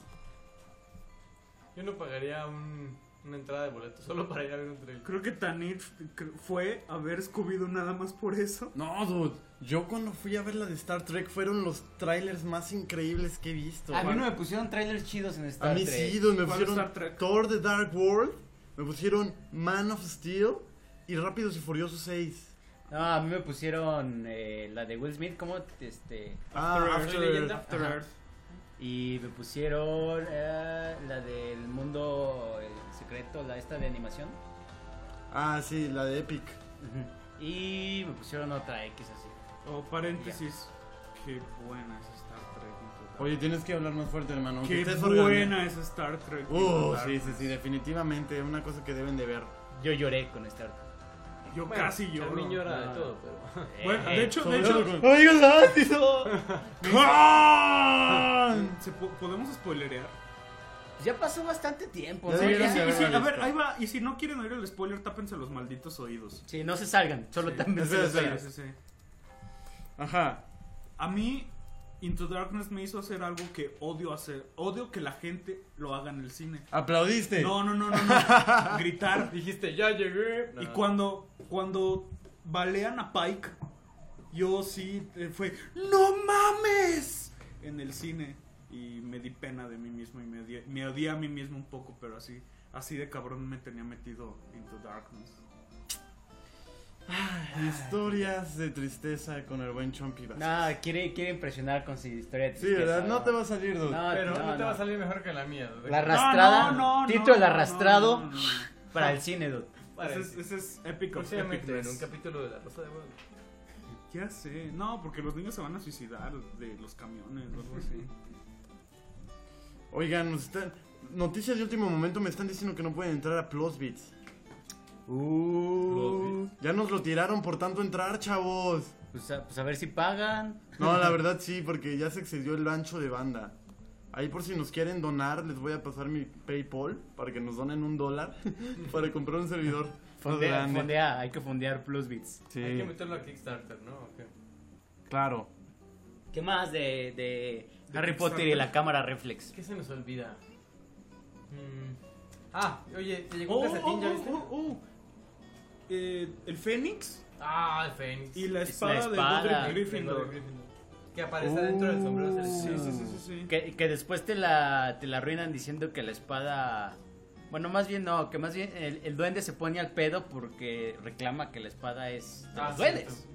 Speaker 5: Yo no pagaría un- una entrada de boleto solo para ir a ver un trailer.
Speaker 6: Creo que Tanit cre- fue a ver Scooby-Doo nada más por eso.
Speaker 7: No, dude. Yo cuando fui a ver la de Star Trek fueron los trailers más increíbles que he visto.
Speaker 8: A mí no me pusieron trailers chidos en Star
Speaker 7: A mí
Speaker 8: Trek.
Speaker 7: sí, dude, me
Speaker 6: ¿Cuál
Speaker 7: pusieron
Speaker 6: Star Trek?
Speaker 7: Thor The Dark World, me pusieron Man of Steel y Rápidos y Furiosos 6.
Speaker 8: No, a mí me pusieron eh, la de Will Smith, como este.
Speaker 7: Ah,
Speaker 5: After Earth.
Speaker 6: After
Speaker 8: Ajá.
Speaker 6: Earth.
Speaker 8: Y me pusieron eh, la del mundo eh, secreto, la esta de animación.
Speaker 7: Ah, sí, la de Epic.
Speaker 8: Y me pusieron otra X así.
Speaker 6: O Oh, paréntesis. Qué buena es Star Trek. Into Dark-
Speaker 7: Oye, tienes que hablar más fuerte, hermano. aunque
Speaker 6: Qué
Speaker 7: estés
Speaker 6: buena es Star Trek.
Speaker 7: orgánico.
Speaker 6: Into
Speaker 7: Uh,
Speaker 6: Dark.
Speaker 7: sí, sí, sí, definitivamente. Una cosa que deben de ver.
Speaker 8: Yo lloré con este Star Trek.
Speaker 6: Yo casi lloro.
Speaker 5: Charmin llora de todo, pero.
Speaker 6: Bueno,
Speaker 8: Eh,
Speaker 6: de hecho, de
Speaker 7: Sobre
Speaker 6: hecho,
Speaker 7: todo con- ¡Oigan, *laughs* látigo! ¡Con!
Speaker 6: ¿se po- ¿podemos spoilerear?
Speaker 8: Ya pasó bastante tiempo.
Speaker 7: Ya
Speaker 8: ¿no?
Speaker 7: deberías
Speaker 8: Ya-
Speaker 7: de
Speaker 6: Y si-
Speaker 7: haberla
Speaker 6: a ver,
Speaker 7: visto.
Speaker 6: ahí va. Y si no quieren oír el spoiler, tápense los malditos oídos.
Speaker 8: Sí, no se salgan, solo también
Speaker 7: espera,
Speaker 8: se los
Speaker 7: espera.
Speaker 8: oigan.
Speaker 6: Sí, sí, sí.
Speaker 7: Ajá.
Speaker 6: A mí, Into Darkness me hizo hacer algo que odio hacer. Odio que la gente lo haga en el cine.
Speaker 7: ¿Aplaudiste?
Speaker 6: No, no, no, no, *laughs* no. Gritar.
Speaker 5: Dijiste, ya llegué.
Speaker 6: Y cuando, cuando balean a Pike, yo sí eh, fue, ¡No mames! En el cine. Y me di pena de mí mismo y me, odié- me odié a mí mismo un poco, pero así, así de cabrón me tenía metido Into Darkness.
Speaker 7: Historias de tristeza con el buen Chompy Vázquez.
Speaker 8: No, quiere, quiere impresionar con su historia de
Speaker 7: Sí, ¿verdad?
Speaker 8: tristeza.
Speaker 7: No te va a salir, dude.
Speaker 8: No,
Speaker 5: Pero
Speaker 8: no,
Speaker 5: no, te va a
Speaker 8: no.
Speaker 5: salir mejor que la mía.
Speaker 8: La arrastrada. Tito el
Speaker 6: no,
Speaker 8: arrastrado
Speaker 6: no, no, no.
Speaker 8: para el cine, dude.
Speaker 6: Ese es, ese es Epic of
Speaker 5: Próximamente este, en un
Speaker 6: Epicness.
Speaker 5: capítulo de La Rosa de Guadalupe.
Speaker 6: Ya sé, no, porque los niños se van a suicidar de los camiones o algo así.
Speaker 7: Oigan, nos están... Noticias de último momento me están diciendo que no pueden entrar a Plusbits. Uh, ya nos lo tiraron por tanto entrar, chavos.
Speaker 8: Pues a, pues a ver si pagan.
Speaker 7: No, la verdad sí, porque ya se excedió el ancho de banda. Ahí por si nos quieren donar, les voy a pasar mi PayPal para que nos donen un dólar para comprar un servidor. más
Speaker 8: Fondea,
Speaker 7: grande.
Speaker 8: fondea, hay que fondear Plusbits.
Speaker 7: Sí,
Speaker 5: Hay que meterlo a Kickstarter, ¿no? ¿O qué?
Speaker 7: claro.
Speaker 8: ¿Qué más de, de
Speaker 6: De
Speaker 8: Harry Potter y la cámara reflex?
Speaker 5: ¿Qué se nos olvida? Mm. Ah, oye, te llegó un calcetín, ¿ya viste?
Speaker 6: oh, oh. Eh, el Fénix
Speaker 5: Ah, el Fénix. Ah,
Speaker 6: y la
Speaker 8: Es la
Speaker 6: espada,
Speaker 8: espada.
Speaker 6: de Godric
Speaker 5: El
Speaker 6: Gryffindor.
Speaker 5: Gryffindor. Que aparece dentro del sombrero
Speaker 6: Sí,
Speaker 5: celestial.
Speaker 6: sí, sí, sí, sí.
Speaker 8: Que, que después te la, te la arruinan diciendo que la espada... Bueno, más bien no, que más bien el, el duende se pone al pedo porque reclama que la espada es de
Speaker 5: Ah,
Speaker 8: los duendes.
Speaker 5: cierto.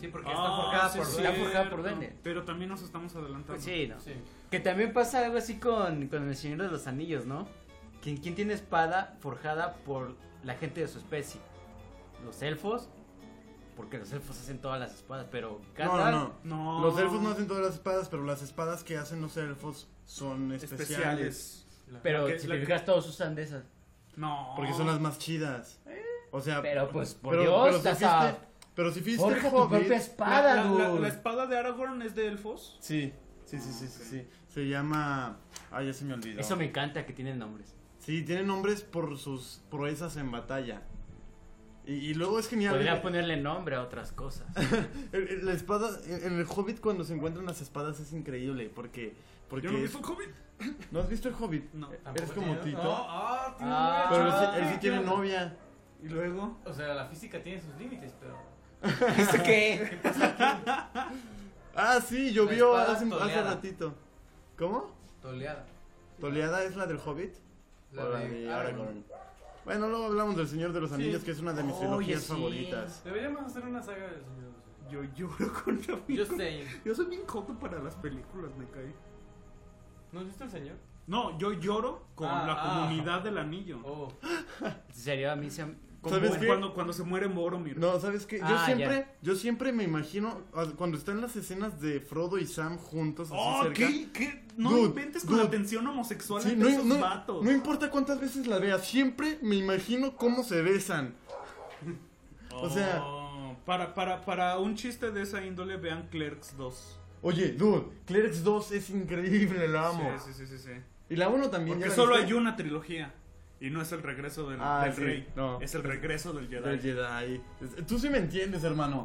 Speaker 5: Sí, porque
Speaker 6: Ah,
Speaker 5: está forjada
Speaker 6: sí,
Speaker 5: por
Speaker 6: sí,
Speaker 8: Está
Speaker 5: duendes.
Speaker 8: forjada por
Speaker 6: cierto.
Speaker 8: duende.
Speaker 6: Pero también nos estamos adelantando.
Speaker 8: Pues sí, ¿no?
Speaker 5: Sí.
Speaker 8: Que también pasa algo así con, con el Señor de los Anillos, ¿no? ¿Quién, ¿Quién tiene espada forjada por la gente de su especie? Los elfos, porque los elfos hacen todas las espadas, pero
Speaker 7: No,
Speaker 8: Gandalf,
Speaker 7: no, no.
Speaker 6: No.
Speaker 7: Los elfos no hacen todas las espadas, pero las espadas que hacen los elfos son especiales.
Speaker 6: especiales.
Speaker 8: pero
Speaker 6: La que-
Speaker 8: si
Speaker 6: la
Speaker 8: te
Speaker 6: que-
Speaker 8: fijas todos usan de esas.
Speaker 6: No.
Speaker 7: Porque son las más chidas. O sea,
Speaker 8: Pero, pues, por
Speaker 7: pero-
Speaker 8: Dios,
Speaker 7: pero si
Speaker 8: o sea,
Speaker 7: fuiste- pero si fuiste
Speaker 8: Forja tu
Speaker 7: Hobbit-
Speaker 8: propia
Speaker 6: La,
Speaker 8: espada,
Speaker 6: la- la-
Speaker 8: dude.
Speaker 6: la espada de Aragorn es de elfos.
Speaker 7: Sí, sí, sí, sí, sí, sí. Se llama. Ah, ya se me olvidó.
Speaker 8: Eso me encanta que tienen nombres.
Speaker 7: Sí, tiene nombres por sus proezas en batalla. Y, y luego es genial.
Speaker 8: Podría ponerle nombre a otras cosas.
Speaker 7: El- el- La espada. En en el Hobbit, cuando se encuentran las espadas, es increíble. Porque. porque
Speaker 6: Yo no he
Speaker 7: es-
Speaker 6: visto Hobbit.
Speaker 7: ¿No has visto el Hobbit?
Speaker 6: No.
Speaker 7: Eres como
Speaker 5: tiene-
Speaker 7: Tito.
Speaker 5: No,
Speaker 6: Ah, tiene
Speaker 8: Ah.
Speaker 6: novia.
Speaker 7: pero él, sí- él sí
Speaker 6: Ah,
Speaker 7: tiene
Speaker 6: ya.
Speaker 7: novia.
Speaker 6: Y luego.
Speaker 5: O sea, la física tiene sus límites, pero.
Speaker 8: ¿Esto qué?
Speaker 7: Ah, sí, llovió
Speaker 5: La espada
Speaker 7: hace, hace
Speaker 5: toleada.
Speaker 7: ratito. ¿Cómo?
Speaker 5: Toleada.
Speaker 7: ¿Toleada es la del Hobbit?
Speaker 5: La
Speaker 7: O la
Speaker 5: de
Speaker 7: de
Speaker 5: Aragorn.
Speaker 7: Aragorn. Bueno, luego hablamos del Señor de los Anillos, que es una
Speaker 6: Oh,
Speaker 7: de mis
Speaker 8: Oye,
Speaker 7: trilogías
Speaker 8: sí.
Speaker 7: favoritas.
Speaker 5: Deberíamos hacer una saga del señor.
Speaker 6: Yo lloro *laughs* con la
Speaker 5: Yo
Speaker 6: misma-
Speaker 5: sé.
Speaker 6: Yo soy bien coto para las películas, me cae.
Speaker 5: ¿No has visto el señor?
Speaker 6: No, yo lloro con
Speaker 5: Ah,
Speaker 6: la
Speaker 5: ah.
Speaker 6: comunidad del anillo.
Speaker 5: Oh.
Speaker 8: En serio, a mí se...
Speaker 6: Como
Speaker 7: ¿Sabes qué?
Speaker 6: cuando, cuando se muere Boromir.
Speaker 7: No, ¿sabes qué? Yo
Speaker 8: Ah,
Speaker 7: siempre, yo siempre me imagino ah, cuando están las escenas de Frodo y Sam juntos así
Speaker 6: Oh,
Speaker 7: Pues cerca.
Speaker 6: ¿qué? ¿Qué? No
Speaker 7: Dude,
Speaker 6: inventes con
Speaker 7: dude.
Speaker 6: la tensión homosexual
Speaker 7: Sí,
Speaker 6: entre
Speaker 7: no,
Speaker 6: esos
Speaker 7: no-
Speaker 6: vatos.
Speaker 7: no importa cuántas veces la veas, siempre me imagino cómo se besan. O sea,
Speaker 6: Oh, para, para, para un chiste de esa índole, vean Clerks 2.
Speaker 7: oye, dude, Clerks 2 es increíble, la amo.
Speaker 6: Sí, sí, sí, sí, sí.
Speaker 7: Y la 1 también.
Speaker 6: Porque
Speaker 7: ¿ya la
Speaker 6: solo
Speaker 7: viste?
Speaker 6: hay una trilogía. Y no es el regreso del,
Speaker 7: Ah,
Speaker 6: del
Speaker 7: sí,
Speaker 6: rey.
Speaker 7: no.
Speaker 6: Es el regreso del Jedi.
Speaker 7: Del Jedi. Es- Tú sí me entiendes, hermano.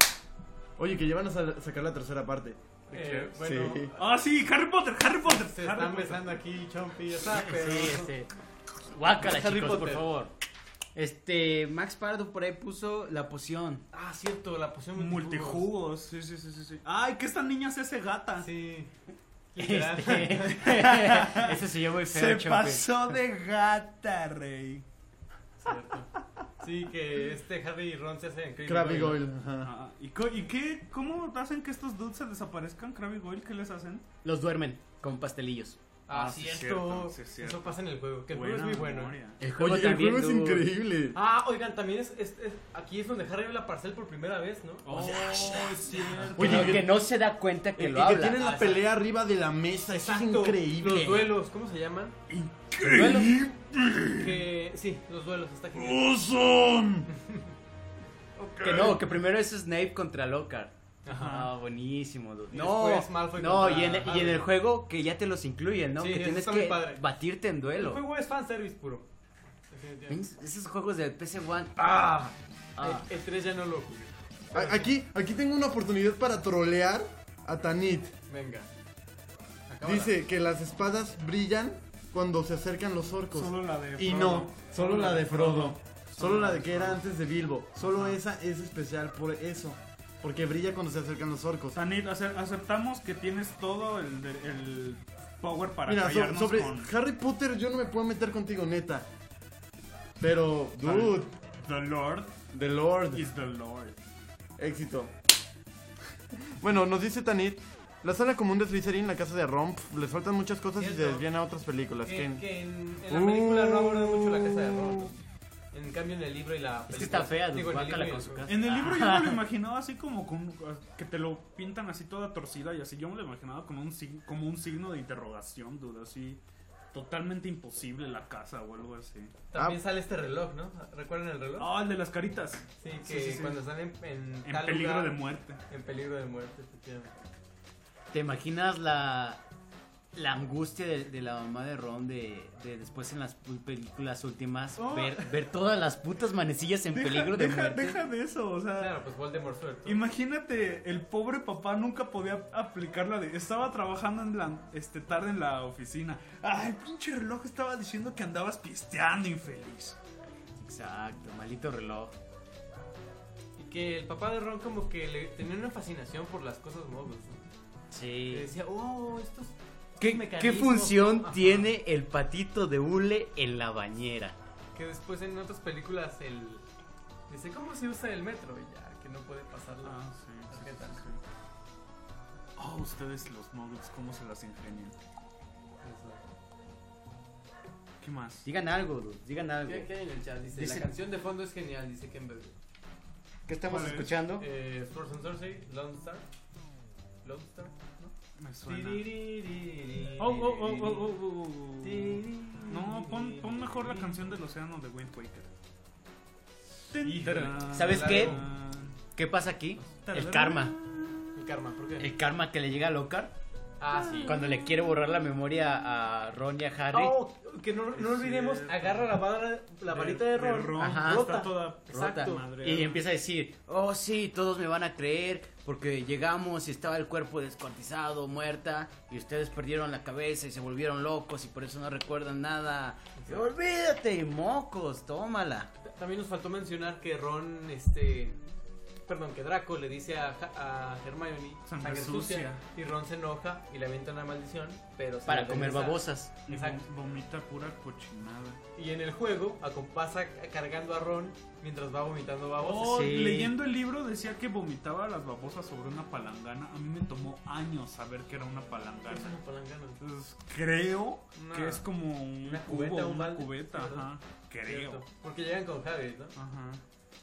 Speaker 7: Oye, que llevan a sa- sacar la tercera parte.
Speaker 6: Eh,
Speaker 7: Sí.
Speaker 6: bueno. Ah, sí, Harry Potter, Harry Potter.
Speaker 5: Se
Speaker 6: Harry
Speaker 5: están
Speaker 6: Potter.
Speaker 5: besando aquí, Chompi, ya sabes, pero-
Speaker 8: Sí, este. Guácala,
Speaker 5: Harry
Speaker 8: chicos, por
Speaker 5: Potter.
Speaker 8: favor. Este, Max Pardo por ahí puso la poción.
Speaker 5: Ah, cierto, la poción multijugos.
Speaker 6: Multijugos. Sí, sí, sí, sí, sí. Ay, que esta niña se hace gata.
Speaker 5: Sí. *laughs* Literal.
Speaker 8: Este, *laughs* eso se llevó muy feo,
Speaker 6: se
Speaker 8: Chompe.
Speaker 6: pasó de gata, rey.
Speaker 5: Sí, que este Harry y Ron se hacen Creamy
Speaker 7: Krabby
Speaker 5: Goyle.
Speaker 7: Goyle. ajá.
Speaker 6: Ah, ¿Y, co- y qué? ¿Cómo hacen que estos dudes se desaparezcan, Krabby Goyle? ¿Qué les hacen?
Speaker 8: Los duermen con pastelillos.
Speaker 5: Ah,
Speaker 6: Ah, sí,
Speaker 5: cierto.
Speaker 6: cierto, sí, cierto.
Speaker 5: Eso pasa en el juego. Que el juego es muy bueno. ¿eh?
Speaker 6: memoria.
Speaker 8: El juego
Speaker 7: Oye, el
Speaker 8: también
Speaker 7: juego es
Speaker 8: dude.
Speaker 7: increíble.
Speaker 5: Ah, oigan, también es, es- es- aquí es donde Harry ve la parcel por primera vez, ¿no?
Speaker 6: Oh, es cierto.
Speaker 7: Oye,
Speaker 8: Pero que no se da cuenta que
Speaker 7: eh, y
Speaker 8: lo habla.
Speaker 7: tienen la
Speaker 5: exacto.
Speaker 7: pelea arriba de la mesa. Eso
Speaker 5: Exacto.
Speaker 7: es increíble.
Speaker 5: Los duelos, ¿cómo se llaman?
Speaker 7: ¡Increíble!
Speaker 5: Que sí, los duelos está aquí.
Speaker 7: ¡Awesome!
Speaker 6: *laughs*
Speaker 8: Que no, que primero es Snape contra Lockhart. Ah, buenísimo, dude.
Speaker 5: Y
Speaker 8: No,
Speaker 5: después Malfoy
Speaker 8: no
Speaker 5: contra
Speaker 8: y, en, y en
Speaker 5: Harry.
Speaker 8: el juego que ya te los incluyen, ¿no?
Speaker 5: Sí,
Speaker 8: que
Speaker 5: eso
Speaker 8: tienes
Speaker 5: está muy
Speaker 8: que
Speaker 5: padre.
Speaker 8: batirte en
Speaker 5: El
Speaker 8: duelo.
Speaker 5: juego es fanservice puro. Definitivamente.
Speaker 8: ¿Ves? Esos juegos de PC1. ¡Ah! Ah.
Speaker 5: El, 3 ya no lo jugué.
Speaker 7: A- Aquí, aquí tengo una oportunidad para trolear a Tanit.
Speaker 5: Venga. Acábala.
Speaker 7: Dice que las espadas brillan cuando se acercan los orcos.
Speaker 6: Solo la de
Speaker 7: Y
Speaker 6: Frodo.
Speaker 7: no, solo la de Frodo. Solo la de que era antes de Bilbo. Solo esa es especial por eso. Porque brilla cuando se acercan los orcos.
Speaker 6: Sanit, ace- aceptamos que tienes todo el, de- el power para
Speaker 7: Mira, so-
Speaker 6: callarnos
Speaker 7: sobre
Speaker 6: con
Speaker 7: Harry Potter yo no me puedo meter contigo, neta. Pero, dude,
Speaker 6: The Lord
Speaker 7: The Lord.
Speaker 6: is the Lord.
Speaker 7: Éxito. Bueno, nos dice Tanit. La sala común de Slytherin, la casa de Romp, le faltan muchas cosas y se
Speaker 5: Cierto.
Speaker 7: desvían a otras películas.
Speaker 5: Que,
Speaker 7: Ken.
Speaker 5: que en, en la película no abordan mucho la casa de Ron. En cambio en el libro y la película.
Speaker 8: Es que está fea, dude.
Speaker 5: Digo, en el libro
Speaker 8: Guácala
Speaker 5: y
Speaker 8: con
Speaker 5: el
Speaker 8: su
Speaker 5: juego.
Speaker 8: casa.
Speaker 6: En el libro yo me lo imaginaba así como con, que te lo pintan así toda torcida y así. Yo me lo imaginaba como un, sig- como un signo de interrogación, duda, así. Totalmente imposible la casa o algo así.
Speaker 8: Ah.
Speaker 5: También sale este reloj, ¿no? ¿Recuerdan el reloj?
Speaker 6: Ah, el de las caritas.
Speaker 5: Sí, que
Speaker 6: sí, sí.
Speaker 5: cuando están en, en
Speaker 6: En
Speaker 5: tal
Speaker 6: peligro
Speaker 5: lugar-
Speaker 6: de muerte.
Speaker 5: En peligro de muerte, efectivamente.
Speaker 8: ¿Te imaginas la, la angustia de, de la mamá de Ron de, de después en las pu- películas últimas
Speaker 6: Oh.
Speaker 8: ver, ver todas las putas manecillas en peligro de
Speaker 6: deja,
Speaker 8: muerte?
Speaker 6: deja de eso, o sea.
Speaker 5: Claro, pues Voldemort suelto.
Speaker 6: Imagínate, el pobre papá nunca podía aplicar la de. Estaba trabajando en la, este, tarde en la oficina. Ay, pinche reloj estaba diciendo que andabas pisteando, infeliz.
Speaker 8: Exacto, maldito reloj.
Speaker 5: Y que el papá de Ron como que le tenía una fascinación por las cosas móviles. ¿no?
Speaker 8: Sí.
Speaker 5: Que decía, oh, estos...
Speaker 8: ¿Qué,
Speaker 5: mecanismos".
Speaker 8: qué función
Speaker 5: Ajá.
Speaker 8: tiene el patito de hule en la bañera?
Speaker 5: Que después en otras películas el... Dice, ¿cómo se usa el metro? Y ya, que no puede pasar la
Speaker 8: Ah,
Speaker 5: tarjeta.
Speaker 6: Oh, ustedes los muggles, cómo se las ingenian. ¿Qué más?
Speaker 8: Digan algo, dude, digan algo.
Speaker 5: ¿Qué, qué hay en el chat? Dice,
Speaker 8: Dice-
Speaker 5: la canción de fondo es genial, dice Kenberg.
Speaker 8: ¿Qué estamos
Speaker 6: ¿Cuál es?
Speaker 8: escuchando?
Speaker 5: Eh, Sports and Sorcery, Lone Star. Lone Star, ¿no?
Speaker 6: Me suena. Oh, oh, oh, oh, oh, oh, oh. No, pon, pon mejor la canción del océano de Wind Waker. Tin,
Speaker 8: ¿Sabes
Speaker 6: tarán,
Speaker 8: qué?
Speaker 6: tarán.
Speaker 8: ¿Qué pasa aquí? El
Speaker 6: Tararara.
Speaker 8: karma.
Speaker 6: oh.
Speaker 5: El karma, ¿por
Speaker 6: Eh,
Speaker 5: qué?
Speaker 8: El karma que le llega a Locar
Speaker 5: Ah, sí.
Speaker 8: cuando le quiere borrar la memoria a Ron y a Harry.
Speaker 5: Oh, que no, no olvidemos,
Speaker 6: cierto.
Speaker 5: agarra la, barra- la varita de Ron.
Speaker 8: Ajá.
Speaker 6: Está toda
Speaker 8: Rota.
Speaker 5: Exacto.
Speaker 6: madre.
Speaker 8: Y empieza a decir, oh sí, todos me van a creer porque llegamos y estaba el cuerpo descuartizado, muerta, y ustedes perdieron la cabeza y se volvieron locos y por eso no recuerdan nada. Olvídate, mocos, tómala.
Speaker 5: También nos faltó mencionar que Ron, este. Perdón, que Draco le dice a, Ja- a Hermione
Speaker 6: Sangre sucia.
Speaker 5: Y Ron se enoja y le avienta una maldición. pero se
Speaker 8: Para
Speaker 5: le
Speaker 8: comer
Speaker 5: regresa.
Speaker 8: babosas.
Speaker 6: Y
Speaker 5: Exacto.
Speaker 6: vom- em, Vomita pura cochinada.
Speaker 5: Y en el juego acompasa cargando a Ron mientras va vomitando babosas.
Speaker 6: Oh,
Speaker 8: sí.
Speaker 6: Leyendo el libro decía que vomitaba las babosas sobre una palangana. A mí me tomó años saber que era
Speaker 5: Es
Speaker 6: una
Speaker 5: una
Speaker 6: palangana.
Speaker 5: palangana.
Speaker 6: Entonces, creo
Speaker 5: Una-
Speaker 6: que es como un
Speaker 5: una
Speaker 6: cubo,
Speaker 5: cubeta, un
Speaker 6: una
Speaker 5: balde.
Speaker 6: cubeta, ajá. Creo.
Speaker 5: Cierto, Porque llegan con Hagrid, ¿no?
Speaker 6: Ajá.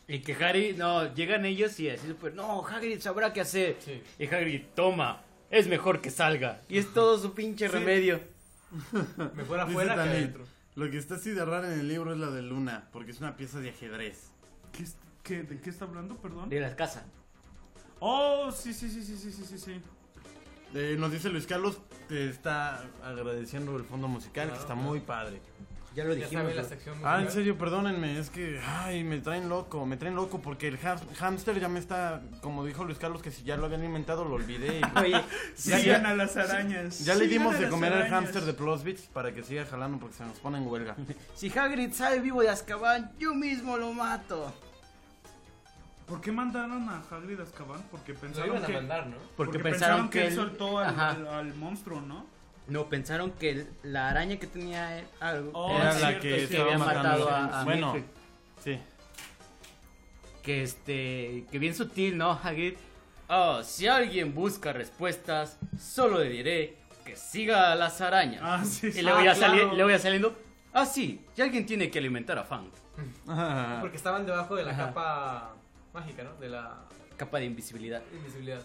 Speaker 8: Y que Harry, no, llegan ellos y así, pues, no, Hagrid sabrá qué hacer.
Speaker 5: Sí.
Speaker 8: Y Hagrid, toma, es mejor que salga. Y es todo su pinche remedio.
Speaker 5: Mejor
Speaker 7: Dice
Speaker 5: afuera que
Speaker 7: Tanit,
Speaker 5: adentro.
Speaker 7: Lo que está así de raro en el libro es la de Luna, porque es una pieza de ajedrez.
Speaker 6: ¿Qué es- qué- ¿De qué está hablando? Perdón.
Speaker 8: De la casa.
Speaker 6: Oh, sí, sí, sí, sí, sí, sí, sí, sí.
Speaker 7: Eh, nos dice Luis Carlos que está agradeciendo el fondo musical, que está muy padre.
Speaker 8: Ya lo Ya dijimos, sabe la ¿no? sección
Speaker 7: Ah,
Speaker 8: musical.
Speaker 7: en serio, perdónenme, es que ay, me traen loco, me traen loco porque el ham- hamster ya me está, como dijo Luis Carlos, que si ya lo habían inventado lo olvidé. y-
Speaker 6: Oye,
Speaker 8: *laughs*
Speaker 7: Ya-
Speaker 6: sigan
Speaker 7: ya-
Speaker 6: a las arañas.
Speaker 7: Ya le
Speaker 6: Sigan
Speaker 7: dimos
Speaker 6: a
Speaker 7: de
Speaker 6: las
Speaker 7: comer al
Speaker 6: arañas.
Speaker 7: hámster de Plosbits para que siga jalando porque se nos pone en huelga.
Speaker 8: Si Hagrid sale vivo de Azkaban, yo mismo lo mato.
Speaker 6: ¿Por qué mandaron a Hagrid a Azkaban? Porque pensaron
Speaker 8: iban a
Speaker 6: que,
Speaker 8: mandar, ¿no?
Speaker 6: Porque,
Speaker 8: Porque pensaron
Speaker 6: pensaron, que,
Speaker 8: que
Speaker 6: él
Speaker 8: él-
Speaker 6: soltó al,
Speaker 8: Ajá.
Speaker 6: al- al monstruo, ¿no?
Speaker 8: No, pensaron que el- la araña que tenía eh, algo
Speaker 6: Oh,
Speaker 7: Era la que estaba
Speaker 8: había
Speaker 7: matando
Speaker 8: matado
Speaker 7: a-
Speaker 8: a, a
Speaker 7: bueno,
Speaker 8: Mildred.
Speaker 7: sí.
Speaker 8: Que este, que bien sutil, ¿no, Hagrid? Oh, si alguien busca respuestas, solo le diré que siga a las arañas.
Speaker 6: sí.
Speaker 8: Y luego
Speaker 6: Ah,
Speaker 8: ya
Speaker 6: claro.
Speaker 8: sali- luego ya saliendo, ah, sí, y alguien tiene que alimentar a Fang.
Speaker 7: Ah.
Speaker 5: Porque estaban debajo de la
Speaker 8: Ajá.
Speaker 5: capa mágica, ¿no? De la
Speaker 8: Capa de invisibilidad.
Speaker 5: invisibilidad.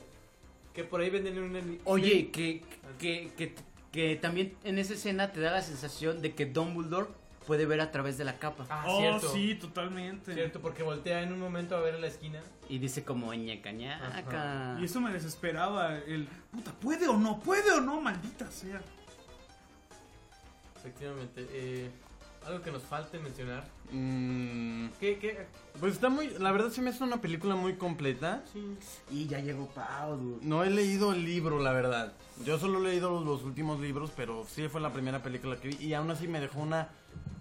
Speaker 5: Que por ahí venden un...
Speaker 8: Oye, que, que, que, que también en esa escena te da la sensación de que Dumbledore puede ver a través de la capa.
Speaker 5: Ah, cierto.
Speaker 6: oh, totalmente.
Speaker 5: Cierto, porque voltea en un momento a ver la esquina.
Speaker 8: Y dice como ñaca ñaca.
Speaker 6: Y eso me desesperaba. El puta, ¿puede o no? ¿Puede o no? Maldita sea.
Speaker 5: Efectivamente. eh, algo que nos falte mencionar.
Speaker 7: Mm,
Speaker 5: ¿Qué, qué?
Speaker 7: Pues está muy, la verdad se me hace una película muy completa.
Speaker 8: Y ya llegó Pau, dude.
Speaker 7: No he leído el libro, la verdad. Yo solo he leído los, los últimos libros, pero sí fue la primera película que vi y aún así me dejó una,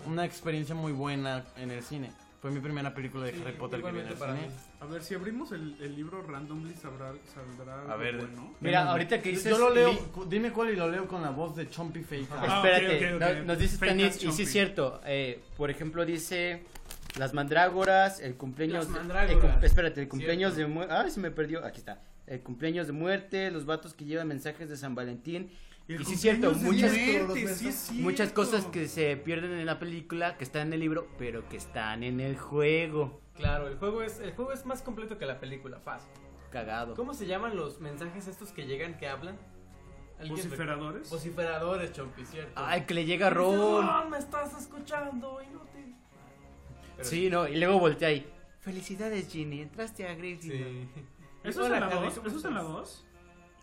Speaker 7: una experiencia muy buena en el cine. Fue mi primera película de
Speaker 6: Sí,
Speaker 7: Harry Potter que vi en el
Speaker 6: igualmente para
Speaker 7: cine.
Speaker 6: mí. A ver, si abrimos el, el libro randomly sabrá, saldrá.
Speaker 7: A
Speaker 6: algo
Speaker 7: ver,
Speaker 6: bueno.
Speaker 7: dime- Yo lo leo, cu- dime cuál y lo leo con la voz de Chompy Fake.
Speaker 8: Ah,
Speaker 7: Este,
Speaker 8: Espérate, no- nos dice Stanley, y sí es cierto, eh, por ejemplo dice las mandrágoras, el cumpleaños,
Speaker 5: Las
Speaker 8: de-
Speaker 5: mandrágoras.
Speaker 8: el cum- espérate, el cumpleaños de muerte, ay se me perdió, aquí está, el cumpleaños de muerte, los vatos que llevan mensajes de San Valentín, y sí es cierto, muchas,
Speaker 6: cumpleaños de muerte, sí es cierto.
Speaker 8: muchas cosas que se pierden en la película, que están en el libro, pero que están en el juego,
Speaker 5: Claro, el juego es el juego es más completo que la película, fácil.
Speaker 8: cagado.
Speaker 5: ¿Cómo se llaman los mensajes estos que llegan que hablan? ¿Alguien recuerda?
Speaker 6: ¿Vociferadores?
Speaker 5: Vociferadores, Chompi, cierto.
Speaker 8: Ay, que le llega
Speaker 5: Dice,
Speaker 8: Ron.
Speaker 5: Ron, me estás escuchando, inútil.
Speaker 8: sí, no, y luego voltea ahí. Felicidades Ginny, entraste a Gryffindor.
Speaker 6: ¿Eso es
Speaker 5: Hola,
Speaker 6: en la
Speaker 5: Harry,
Speaker 6: voz?
Speaker 5: ¿cómo
Speaker 6: ¿Eso es en la
Speaker 5: estás?
Speaker 6: voz?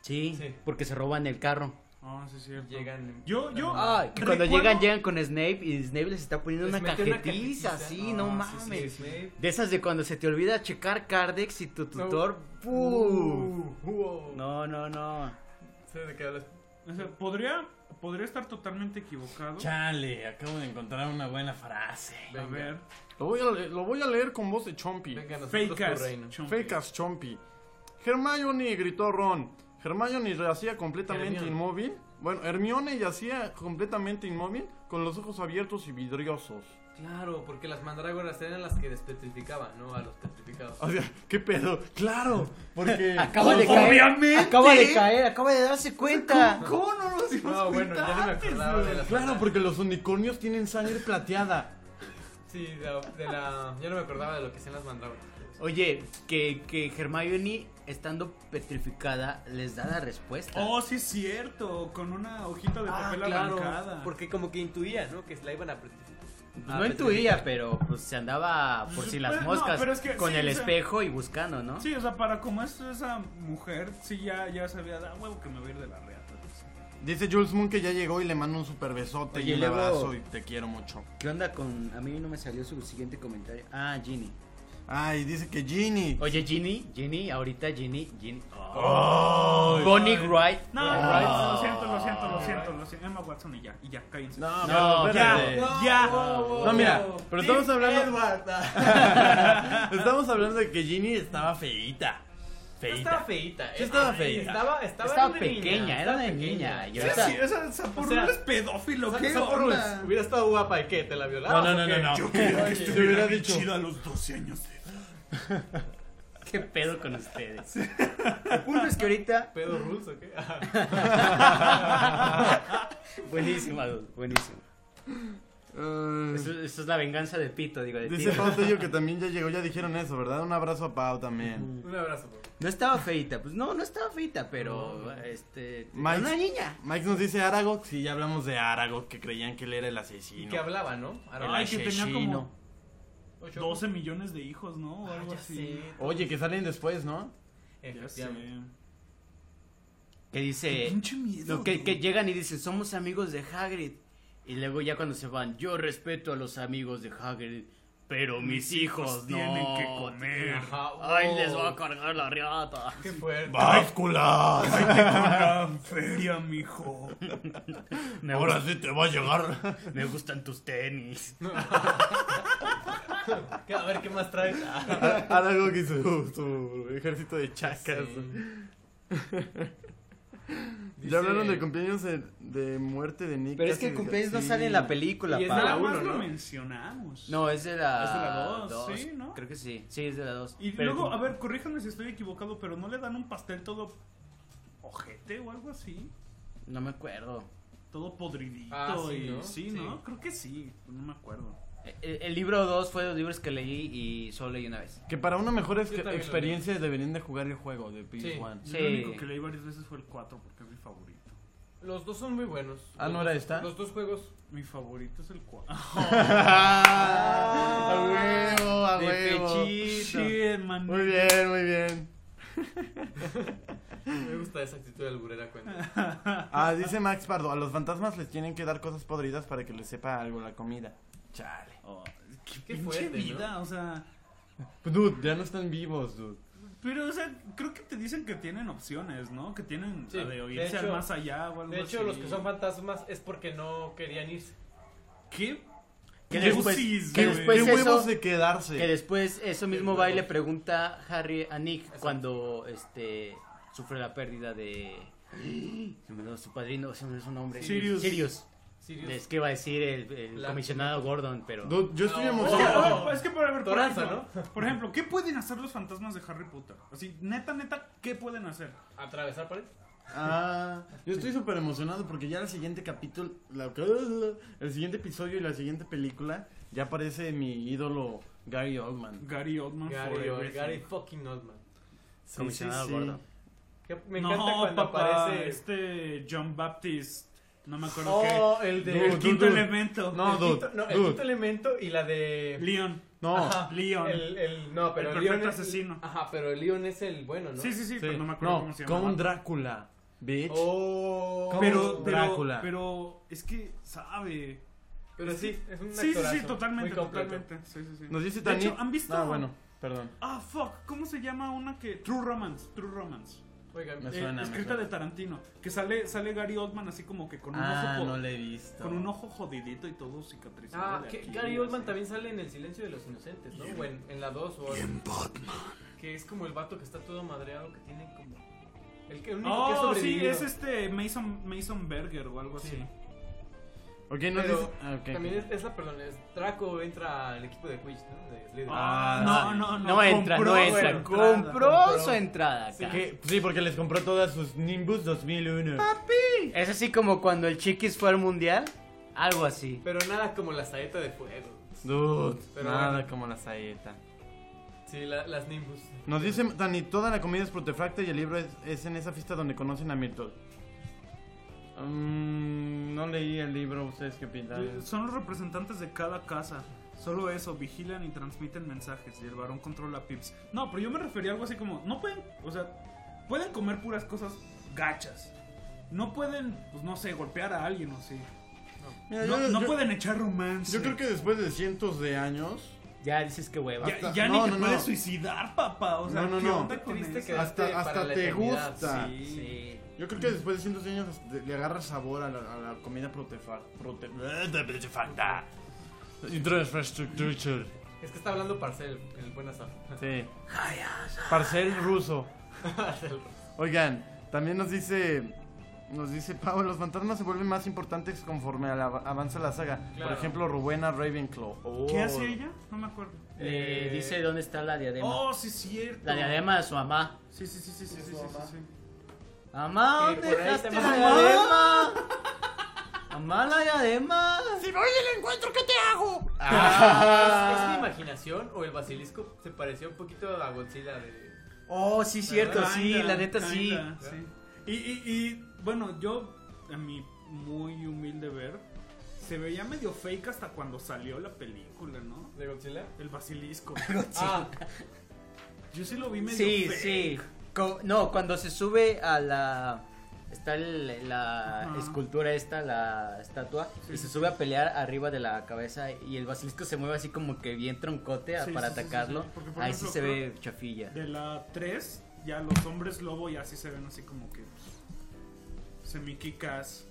Speaker 8: Sí, porque se roban el carro.
Speaker 6: Ah, sí, es cierto.
Speaker 5: Llegan.
Speaker 6: Yo, yo.
Speaker 8: Ay, que cuando
Speaker 6: recuerdo-
Speaker 8: llegan, llegan con Snape y Snape les está poniendo
Speaker 5: Les
Speaker 8: una
Speaker 5: mete una
Speaker 8: cajetiza,
Speaker 5: cajetiza.
Speaker 8: así,
Speaker 5: Ah,
Speaker 8: no
Speaker 5: sí, sí,
Speaker 8: mames.
Speaker 5: Snape.
Speaker 8: De esas de cuando se te olvida checar Cardex y tu tutor. ¡pum! No, no, no.
Speaker 6: O sea, podría, podría estar totalmente equivocado.
Speaker 7: Chale, acabo de encontrar una buena frase.
Speaker 6: A ver.
Speaker 7: Lo voy a, le- lo voy a leer con voz de Chompy.
Speaker 6: Venga, nosotros Fakeas, tu reino. Chompy.
Speaker 7: Fakeas, Chompy. Hermione, gritó Ron. Hermione yacía completamente
Speaker 6: Hermione.
Speaker 7: inmóvil. Bueno, Hermione yacía completamente inmóvil con los ojos abiertos y vidriosos.
Speaker 5: Claro, porque las mandrágoras eran las que despetrificaban, ¿no? A los petrificados.
Speaker 7: O sea, ¿qué pedo? Claro, porque...
Speaker 8: *laughs* Acaba de caer. Acaba de caer, acaba de darse cuenta.
Speaker 7: ¿Cómo no nos dimos
Speaker 5: No, bueno, ya no me acordaba de las
Speaker 7: Claro, porque los unicornios tienen sangre plateada.
Speaker 5: Sí, de, de la. Yo no me acordaba de lo que hacían las mandrágoras.
Speaker 8: Oye, que, que Hermione, estando petrificada, les da la respuesta.
Speaker 6: Oh, sí es cierto. Con una hojita de papel arrancada.
Speaker 5: Porque como que intuía, ¿no? Que la iban a petrificar. ah,
Speaker 8: Pues no intuía, pero pues se andaba por si las
Speaker 6: Pero, no,
Speaker 8: moscas
Speaker 6: pero es que
Speaker 8: con
Speaker 6: sí,
Speaker 8: el
Speaker 6: o sea-
Speaker 8: espejo y buscando, ¿no?
Speaker 6: Sí, o sea, para como es esa mujer, sí ya, ya sabía, ah, huevo que me voy a ir de la reata.
Speaker 7: Dice Jules Moon que ya llegó y le mando un super besote
Speaker 8: Oye,
Speaker 7: y un
Speaker 8: luego-
Speaker 7: abrazo y te quiero mucho.
Speaker 8: ¿Qué onda con.? A mí no me salió su siguiente comentario. Ah, Ginny.
Speaker 7: Ay, dice que Ginny.
Speaker 8: Oye, Ginny, Ginny, ahorita Ginny, Ginny.
Speaker 7: Oh. Ay.
Speaker 8: Bonnie Wright.
Speaker 6: No,
Speaker 8: Bonnie Wright.
Speaker 6: no, lo siento, lo siento, lo siento, lo siento. Emma Watson y ya, y ya, cállense.
Speaker 7: No,
Speaker 6: ya,
Speaker 7: pero espérate.
Speaker 6: ya, ya.
Speaker 7: No, mira, pero estamos hablando. *laughs* estamos hablando de que Ginny estaba feíta. Feíta.
Speaker 5: Estaba feita.
Speaker 7: Sí, estaba feíta.
Speaker 5: Estaba, estaba,
Speaker 8: Estaba
Speaker 5: de niña,
Speaker 8: pequeña, era
Speaker 5: estaba
Speaker 8: de
Speaker 5: pequeña.
Speaker 8: niña.
Speaker 6: Sí,
Speaker 8: Y ahorita-
Speaker 6: sí, esa Sapurul es pedófilo,
Speaker 5: Sa-
Speaker 6: ¿qué
Speaker 5: Saporul,
Speaker 6: onda?
Speaker 5: Hubiera estado guapa y qué, te la
Speaker 7: No,
Speaker 5: violaba.
Speaker 7: no, no, no, no.
Speaker 6: Yo quería que
Speaker 7: Te
Speaker 6: estuviera
Speaker 7: hubiera
Speaker 6: bien
Speaker 7: dicho.
Speaker 6: chida a los 12 años de edad.
Speaker 8: ¿Qué pedo con ustedes? El punto es que ahorita.
Speaker 5: *laughs* ¿Pedo ruso o qué?
Speaker 8: buenísima, dude, buenísima. Eso, eso es la venganza de Pito, digo, de
Speaker 7: Dice
Speaker 8: ti.
Speaker 7: Pau Tello que también ya llegó, ya dijeron eso, ¿verdad? Un abrazo a Pau también.
Speaker 5: Un abrazo. por favor.
Speaker 8: No estaba feita, pues no, no estaba feita, pero este. era
Speaker 7: Mike-
Speaker 8: una niña.
Speaker 7: Mike nos dice Aragog, sí, ya hablamos de Aragog, que creían que él era el asesino.
Speaker 5: Y que hablaba, ¿no? Ahora-
Speaker 6: Ay, que tenía como
Speaker 7: asesino.
Speaker 6: 12 millones de hijos, ¿no? O algo así.
Speaker 5: Sí.
Speaker 7: Oye, que salen después, ¿no?
Speaker 6: Ya sé.
Speaker 5: Efectivamente.
Speaker 8: que dice
Speaker 12: Pinche miedo,
Speaker 8: no, Eh, que,
Speaker 12: dude.
Speaker 8: que
Speaker 6: *laughs*
Speaker 8: llegan y dicen somos amigos de Hagrid y luego ya cuando se van yo respeto a los amigos de Hagrid pero mis hijos no
Speaker 13: tienen que comer.
Speaker 8: Ajá, ay les voy a cargar la riata *laughs* qué fuerte
Speaker 13: ¡Báscula! ¡Ay, qué
Speaker 6: Ah,
Speaker 13: gran feria, mijo! Ahora sí te va a llegar.
Speaker 8: me gustan tus tenis
Speaker 5: ¿Qué- A ver, ¿qué más traes?
Speaker 14: Ah, Aragog y su, su ejército de chacas.
Speaker 6: *laughs*
Speaker 7: Dice-
Speaker 14: Ya hablaron del cumpleaños de, de muerte de Nick.
Speaker 8: Pero es que el
Speaker 14: Cassidy.
Speaker 8: cumpleaños no sale en la película,
Speaker 14: Y es
Speaker 8: pa.
Speaker 14: de la
Speaker 8: Nada más
Speaker 14: uno,
Speaker 8: lo
Speaker 14: ¿no?
Speaker 6: mencionamos.
Speaker 8: no es de la
Speaker 6: Es de la dos, sí,
Speaker 8: ¿no? creo que sí sí es de la 2
Speaker 6: Y luego, a ver, corríjanme si estoy equivocado, pero ¿no le dan un pastel todo ojete o algo así?
Speaker 8: no me acuerdo
Speaker 6: Todo podridito
Speaker 8: Ah, sí,
Speaker 6: y-
Speaker 8: ¿no?
Speaker 6: Sí,
Speaker 8: Sí.
Speaker 6: ¿no? Creo que sí, no me acuerdo.
Speaker 8: el, E, el libro 2 fue de los libros que leí y solo leí una vez
Speaker 7: Que para una mejor ex-
Speaker 8: Yo también lo
Speaker 7: experiencia deberían de jugar el juego de PS1.
Speaker 8: Sí.
Speaker 6: Lo único que leí varias veces fue el 4 porque es mi favorito.
Speaker 5: Los dos son muy buenos.
Speaker 7: Ah, ¿no era esta?
Speaker 5: Los dos juegos.
Speaker 6: Mi favorito es el 4.
Speaker 7: *laughs* Ah, a huevo, a
Speaker 6: *laughs* De
Speaker 7: huevo.
Speaker 6: pechito. Sí, man.
Speaker 7: Muy
Speaker 6: *laughs*
Speaker 7: bien, muy bien.
Speaker 5: Me gusta esa actitud de alburera cuenta.
Speaker 14: Ah,
Speaker 7: dice Max Pardo, a los fantasmas les tienen que dar cosas podridas para que les sepa algo la comida. Chale.
Speaker 6: Oh, Qué fuerte, vida, o sea...
Speaker 7: Pues, Dude, ya no están vivos, dude.
Speaker 6: Pero, o sea, creo que te dicen que tienen opciones, ¿no? Que tienen
Speaker 5: Sí,
Speaker 6: la de oírse al
Speaker 5: hecho-
Speaker 6: más allá o algo
Speaker 5: De hecho,
Speaker 6: así.
Speaker 5: los que son fantasmas es porque no querían irse.
Speaker 6: ¿Qué?
Speaker 8: Que después, que
Speaker 7: Pues
Speaker 8: después eso- Que después eso mismo va y le pregunta Harry a Nick cuando este sufre la pérdida de se me olvidó su padrino, se me olvidó su nombre.
Speaker 7: Sirius.
Speaker 8: Sirius.
Speaker 7: Sirius.
Speaker 8: Es que va a decir el, el
Speaker 7: La-
Speaker 8: comisionado Gordon, pero.
Speaker 7: Dude, yo estoy No.
Speaker 5: Pues,
Speaker 6: Es que, a ver, es que por, a ver, por
Speaker 8: Toranza,
Speaker 6: ejemplo, por ejemplo, ¿qué pueden hacer los fantasmas de Harry Potter? Así, neta, neta, ¿qué pueden hacer?
Speaker 5: ¿Atravesar paredes?
Speaker 7: Ah,
Speaker 14: Yo estoy súper emocionado porque ya el siguiente capítulo, la- el siguiente episodio y la siguiente película, ya aparece mi ídolo Gary Oldman.
Speaker 6: Gary Oldman
Speaker 5: Gary, Old- Gary fucking Oldman.
Speaker 14: Sí, Comisionado sí, sí. gordo.
Speaker 5: Que me
Speaker 6: no,
Speaker 5: encanta cuando
Speaker 6: papá,
Speaker 5: aparece.
Speaker 6: este John Baptist, no me acuerdo qué.
Speaker 5: Oh, el de.
Speaker 6: El quinto elemento.
Speaker 5: No,
Speaker 6: El quinto-
Speaker 5: no, el quinto elemento y la de.
Speaker 6: Leon.
Speaker 5: No,
Speaker 6: Ajá, Leon.
Speaker 5: El, el- no, pero
Speaker 6: El
Speaker 5: Leon
Speaker 6: perfecto
Speaker 5: es-
Speaker 6: asesino.
Speaker 5: Ajá, pero el Leon es el bueno, ¿no?
Speaker 6: Sí, sí, sí, pero no me acuerdo cómo se llama.
Speaker 7: Con Drácula, bitch.
Speaker 5: Oh.
Speaker 7: Count
Speaker 6: Pero, pero,
Speaker 7: Drácula.
Speaker 6: pero es que sabe.
Speaker 5: Pero
Speaker 6: Es
Speaker 5: sí,
Speaker 6: que-
Speaker 5: es un
Speaker 6: Sí, sí, sí,
Speaker 5: actorazo,
Speaker 6: totalmente,
Speaker 5: muy completo.
Speaker 6: totalmente. Sí, sí, sí.
Speaker 7: Nos dice
Speaker 6: De
Speaker 7: Tani-
Speaker 6: hecho, ¿han visto?
Speaker 7: Ah, bueno, perdón.
Speaker 6: Ah, fuck, ¿cómo se llama una que True Romance, True Romance?
Speaker 5: Oigan, eh,
Speaker 7: Me suena, me
Speaker 6: Eh, escrita
Speaker 7: suena.
Speaker 6: de Tarantino, que sale sale Gary Oldman así como que con un
Speaker 7: Ah,
Speaker 6: ojo
Speaker 7: no la he visto.
Speaker 6: con un ojo jodidito y todo cicatrizado.
Speaker 5: Ah,
Speaker 6: de
Speaker 5: que
Speaker 6: aquí,
Speaker 5: Gary
Speaker 6: así.
Speaker 5: Oldman también sale en El Silencio de los Inocentes, ¿no? O en, en la 2 o en Batman. Que es como el vato que está todo madreado, que tiene como. El que el único que ha
Speaker 6: Oh, sí,
Speaker 5: sobrevivido.
Speaker 6: es este Mason Mason Berger o algo así.
Speaker 7: Ok, no
Speaker 5: Pero
Speaker 7: dice- ah, ok.
Speaker 5: también es, es la, perdón, es Draco entra al equipo de Quidditch, ¿no? De Slytherin.
Speaker 7: Ah, sí.
Speaker 8: No entra, no entra. Compró su entrada
Speaker 7: Sí,
Speaker 8: acá.
Speaker 7: que- sí, porque les compró todas sus Nimbus 2001.
Speaker 8: Es así como cuando el Chiquis fue al mundial. Algo así.
Speaker 5: Pero nada como la saeta de fuego.
Speaker 7: Dude,
Speaker 5: Pero
Speaker 7: nada
Speaker 5: bueno,
Speaker 7: como la saeta.
Speaker 5: sí, la- las Nimbus.
Speaker 7: Nos dice Dani, toda la comida es protefracta y el libro es, es en esa fiesta donde conocen a Myrtle. Mm, no leí el libro, ¿ustedes qué
Speaker 6: Eh,
Speaker 7: opinan?
Speaker 6: Son los representantes de cada casa. Solo eso, vigilan y transmiten mensajes. Y el varón controla pips. No, pero yo me refería a algo así como: no pueden, o sea, pueden comer puras cosas gachas. No pueden, pues no sé, golpear a alguien o sí.
Speaker 7: Mira,
Speaker 6: no
Speaker 7: yo-
Speaker 6: no
Speaker 7: yo-
Speaker 6: pueden echar romance.
Speaker 7: Yo creo que después de cientos de años...
Speaker 8: Ya dices que hueva.
Speaker 6: Ya, ya ni te puedes suicidar, papá. O sea,
Speaker 7: no, no,
Speaker 6: ¿qué
Speaker 7: no.
Speaker 6: onda con eso?
Speaker 5: este
Speaker 7: hasta hasta te gusta.
Speaker 6: Sí.
Speaker 7: Yo creo que después de cientos de años te- le agarras sabor a la, a la comida protefa- prote- eh, protefracta. Infrastructure.
Speaker 5: Es que está hablando Parcel, el buen azar.
Speaker 7: Sí. Parcel
Speaker 6: *laughs*
Speaker 7: ruso.
Speaker 5: Parcel.
Speaker 7: Oigan, también nos dice. Nos dice Pablo, los fantasmas se vuelven más importantes conforme a la- avanza la saga.
Speaker 5: Claro.
Speaker 7: Por ejemplo, Rowena Ravenclaw. Oh.
Speaker 6: ¿Qué hace ella? No me acuerdo. Eh,
Speaker 7: Eh.
Speaker 8: Le dice dónde está la diadema.
Speaker 6: Oh, sí, es cierto.
Speaker 8: Eh, La diadema Pues de su mamá.
Speaker 6: Sí, sí, sí, sí, sí, sí, sí, sí.
Speaker 8: Mamá,
Speaker 6: Que
Speaker 8: ¿dónde
Speaker 6: por ahí
Speaker 8: dejaste
Speaker 6: te
Speaker 8: la
Speaker 6: manda-
Speaker 8: diadema? Mamá, la diadema.
Speaker 13: Si voy y la encuentro, ¿qué te hago?
Speaker 5: ¿Es,
Speaker 6: Ah.
Speaker 5: es mi imaginación o el basilisco se pareció un poquito a Godzilla de...
Speaker 8: Oh, sí, cierto,
Speaker 5: ¿Verdad?
Speaker 8: sí, la neta sí.
Speaker 6: Kinda, sí. Y, y, y, bueno, yo, a mi muy humilde ver, se veía medio fake hasta cuando salió la película, ¿no?
Speaker 5: ¿De Godzilla?
Speaker 6: El
Speaker 8: *laughs*
Speaker 6: basilisco.
Speaker 5: Ah.
Speaker 6: Yo sí lo vi medio
Speaker 8: Sí,
Speaker 6: fake.
Speaker 8: sí. Co- no, cuando se sube a la está el- la
Speaker 5: Ajá.
Speaker 8: escultura esta, la estatua, y se sube a pelear arriba de la cabeza y el basilisco se mueve así como que bien troncote a-
Speaker 6: Sí,
Speaker 8: para
Speaker 6: sí, sí, sí,
Speaker 8: atacarlo.
Speaker 6: sí, porque, por
Speaker 8: Ahí
Speaker 6: ejemplo,
Speaker 8: sí se
Speaker 6: creo-
Speaker 8: ve chafilla.
Speaker 6: De la 3, ya los hombres lobo ya sí se ven así como que pues, semiquicas.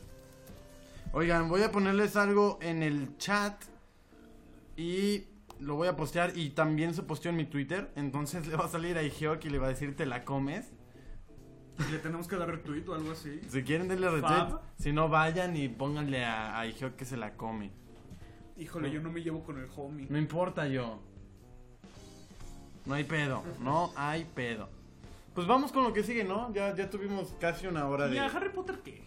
Speaker 7: Oigan, voy a ponerles algo en el chat y lo voy a postear y también se posteó en mi Twitter. Entonces *laughs* le va a salir a Igeok y le va a decir te la comes.
Speaker 6: Y Le tenemos que dar retweet o algo así.
Speaker 7: Si quieren denle retweet,
Speaker 6: Fab.
Speaker 7: si no vayan y pónganle a, a Igeok que se la come.
Speaker 6: Híjole, yo no me llevo con el homie.
Speaker 7: No importa yo. No hay pedo, no hay pedo. Pues vamos con lo que sigue, ¿no? Ya, ya tuvimos casi una hora de...
Speaker 6: Mira, Harry Potter
Speaker 7: *laughs*
Speaker 6: qué?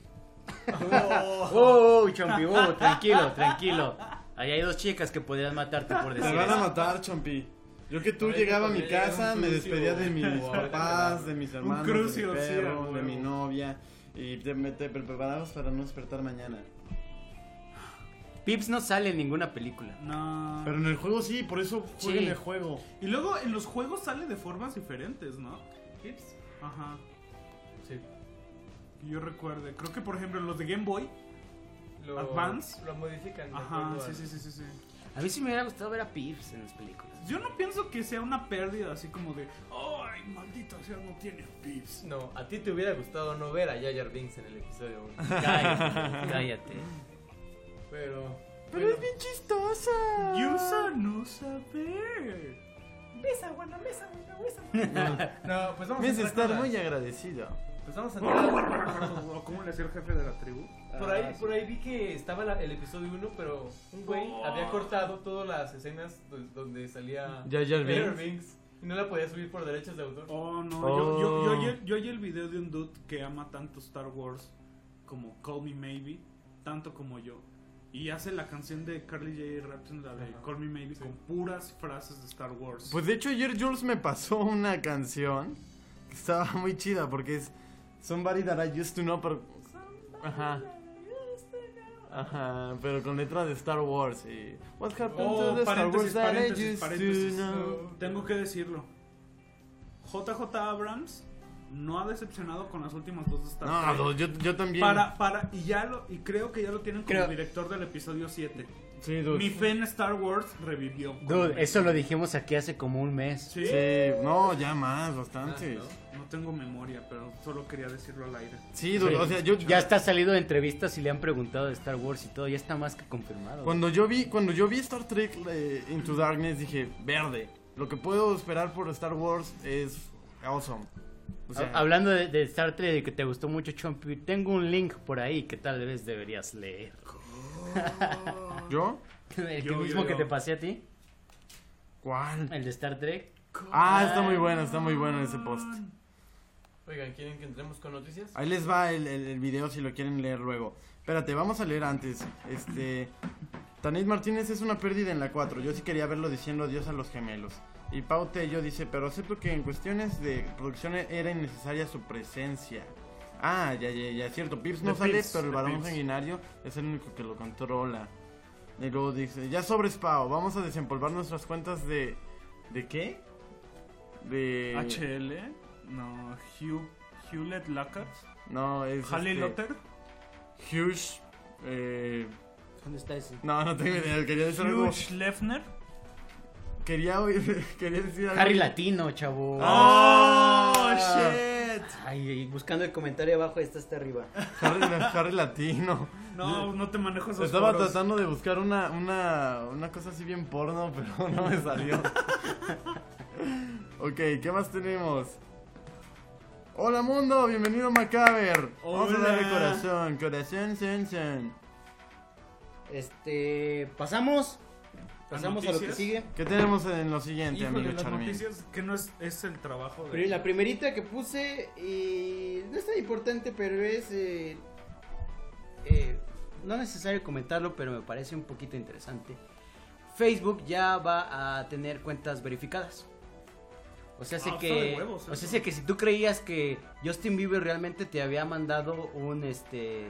Speaker 8: Oh, oh, oh, Chompi, oh, tranquilo, tranquilo. Ahí hay dos chicas que podrían matarte por
Speaker 7: Te
Speaker 8: decir
Speaker 7: van a
Speaker 8: eso.
Speaker 7: matar, Chompi. Yo que tú
Speaker 8: Oye,
Speaker 7: llegaba a mi
Speaker 8: porque llega
Speaker 7: casa,
Speaker 8: un
Speaker 7: me
Speaker 8: crucio.
Speaker 7: despedía de *laughs* mis
Speaker 8: Wow.
Speaker 7: papás, de mis
Speaker 8: Un
Speaker 7: hermanos,
Speaker 8: crucio,
Speaker 7: de, mi
Speaker 8: sí,
Speaker 7: perro,
Speaker 8: a
Speaker 7: de
Speaker 8: huevo.
Speaker 7: mi novia. Y te, me- te preparabas para no despertar mañana.
Speaker 8: Pips no sale en ninguna película.
Speaker 6: No.
Speaker 7: Pero en el juego sí, por eso jueguen
Speaker 8: Sí.
Speaker 7: el juego.
Speaker 6: Y luego en los juegos sale de formas diferentes, ¿no? Tips. Ajá.
Speaker 5: Sí.
Speaker 6: Que yo recuerde. Creo que por ejemplo en los de Game Boy.
Speaker 5: Lo,
Speaker 6: Advance.
Speaker 5: Lo modifican. de
Speaker 6: Ajá,
Speaker 5: acuerdo
Speaker 6: sí,
Speaker 5: al-
Speaker 6: sí, sí, sí, sí.
Speaker 8: A mí sí me hubiera gustado ver a Pips en las películas.
Speaker 6: Yo no pienso que sea una pérdida así como de, ay, maldito sea, no tiene pips.
Speaker 5: No, a ti te hubiera gustado no ver a Jar Jar Binks en el episodio 1.
Speaker 8: Cállate, cállate.
Speaker 5: Pero.
Speaker 6: Pero es bien chistosa. Yusa no saber.
Speaker 15: Besa, guana, besa, guana, besa.
Speaker 5: No, pues vamos
Speaker 7: Me
Speaker 5: a
Speaker 7: hace
Speaker 5: entrar
Speaker 7: estar
Speaker 5: con la-
Speaker 7: muy agradecido.
Speaker 5: Pues vamos a entrar.
Speaker 6: ¿O *laughs* cómo le hacía el jefe de la tribu?
Speaker 5: Por ahí, por ahí vi que estaba la- el episodio 1, pero un güey
Speaker 6: Oh.
Speaker 5: había cortado todas las escenas do- donde salía
Speaker 7: Jar Jar Binks.
Speaker 5: y no la podía subir por derechos de autor.
Speaker 6: Oh, no,
Speaker 7: Oh.
Speaker 6: Yo, yo, yo, oí el- yo oí el video de un dude que ama tanto Star Wars como Call Me Maybe, tanto como yo. Y hace la canción de Carly J. Repton, la de Call Me Maybe, con puras frases de Star Wars.
Speaker 7: Pues de hecho ayer Jules me pasó una canción que estaba *laughs* muy chida porque es Somebody That I Used to Know, pero... Ajá. Ajá, pero con letra de Star Wars y... What happened
Speaker 6: Oh,
Speaker 7: to the Star
Speaker 6: paréntesis,
Speaker 7: Wars that I
Speaker 6: paréntesis,
Speaker 7: used
Speaker 6: paréntesis.
Speaker 7: to know?
Speaker 6: Tengo que decirlo. JJ Abrams no ha decepcionado con las últimas dos de Star
Speaker 7: No,
Speaker 6: Trek.
Speaker 7: no, yo- yo también.
Speaker 6: Para, para, y ya lo, y creo que ya lo tienen como
Speaker 8: Creo-
Speaker 6: director del episodio 7.
Speaker 7: Sí, dude.
Speaker 6: Mi fe en Star Wars revivió.
Speaker 8: Dude, eso lo dijimos aquí hace como un mes.
Speaker 6: Sí. Ah,
Speaker 7: no, ya más, bastantes.
Speaker 6: No tengo memoria, pero solo quería decirlo al aire.
Speaker 8: Sí. Ya está salido de entrevistas y le han preguntado de Star Wars y todo, ya está más que confirmado.
Speaker 7: Cuando yo vi, cuando yo vi Star Trek eh, Into Darkness dije, verde. Lo que puedo esperar por Star Wars es awesome. O sea,
Speaker 8: Ha- Hablando de, de Star Trek y que te gustó mucho, Chompi, tengo un link por ahí que tal vez deberías *laughs* leer.
Speaker 7: ¿Yo?
Speaker 8: El
Speaker 7: Yo,
Speaker 8: mismo
Speaker 7: yo,
Speaker 8: que
Speaker 7: yo.
Speaker 8: te pasé a ti.
Speaker 7: ¿Cuál?
Speaker 8: El de Star Trek.
Speaker 7: Ah, está muy bueno, está muy bueno ese post.
Speaker 5: Oigan, ¿quieren que entremos con noticias?
Speaker 7: Ahí les va el, el- el video si lo quieren leer luego. Espérate, vamos a leer antes. Este. Tanit Martínez es una pérdida en la 4. Yo sí quería verlo diciendo adiós a los gemelos. Y Pau Tello dice, pero acepto que en cuestiones de producción era innecesaria su presencia. Ah, ya, ya, ya, es cierto. Pips no
Speaker 16: De
Speaker 7: sale,
Speaker 16: Pips,
Speaker 7: pero el
Speaker 16: de
Speaker 7: varón
Speaker 16: Pips.
Speaker 7: sanguinario es el único que lo controla. Y luego dice, ya sobres Pau, vamos a desempolvar nuestras cuentas de... ¿De qué?
Speaker 8: Eh,
Speaker 7: De...
Speaker 6: HL, no, Hugh, Hewlett Lacard,
Speaker 7: No, es.
Speaker 6: Halley
Speaker 7: este,
Speaker 6: Lotter.
Speaker 7: Hughes. eh,
Speaker 8: ¿Dónde está ese?
Speaker 7: no, no tengo idea. Quería decir algo.
Speaker 6: Hugh Lefner.
Speaker 7: Quería, oír- *laughs* quería decir algo.
Speaker 8: Harry Latino, chavo. Ah.
Speaker 7: ¡Oh, shit!
Speaker 8: Ay, y buscando el comentario abajo, esta está arriba.
Speaker 7: Harry, Harry Latino.
Speaker 6: No, no te manejo esos
Speaker 7: Estaba
Speaker 6: foros.
Speaker 7: tratando de buscar una, una, una cosa así bien porno, *laughs* pero no me salió. *laughs* ok, ¿qué más tenemos? Hola mundo, bienvenido Macaber. Vamos a darle
Speaker 8: Hola.
Speaker 7: corazón, corazón, sen, sen.
Speaker 8: Este. Pasamos. Pasamos a lo que
Speaker 6: noticias?
Speaker 8: sigue.
Speaker 7: ¿Qué tenemos en lo siguiente,
Speaker 6: Híjole,
Speaker 7: amigo
Speaker 6: las
Speaker 7: Charmin?
Speaker 6: noticias que no es, es el trabajo de...
Speaker 8: Pero la primerita que puse eh, no es tan importante, pero es eh, eh, no necesario comentarlo, pero me parece un poquito interesante. Facebook ya va a tener cuentas verificadas. O sea, sé
Speaker 5: Ah, está
Speaker 8: que,
Speaker 5: de huevos
Speaker 8: o sea,
Speaker 5: eso.
Speaker 8: sé que si tú creías que Justin Bieber realmente te había mandado un este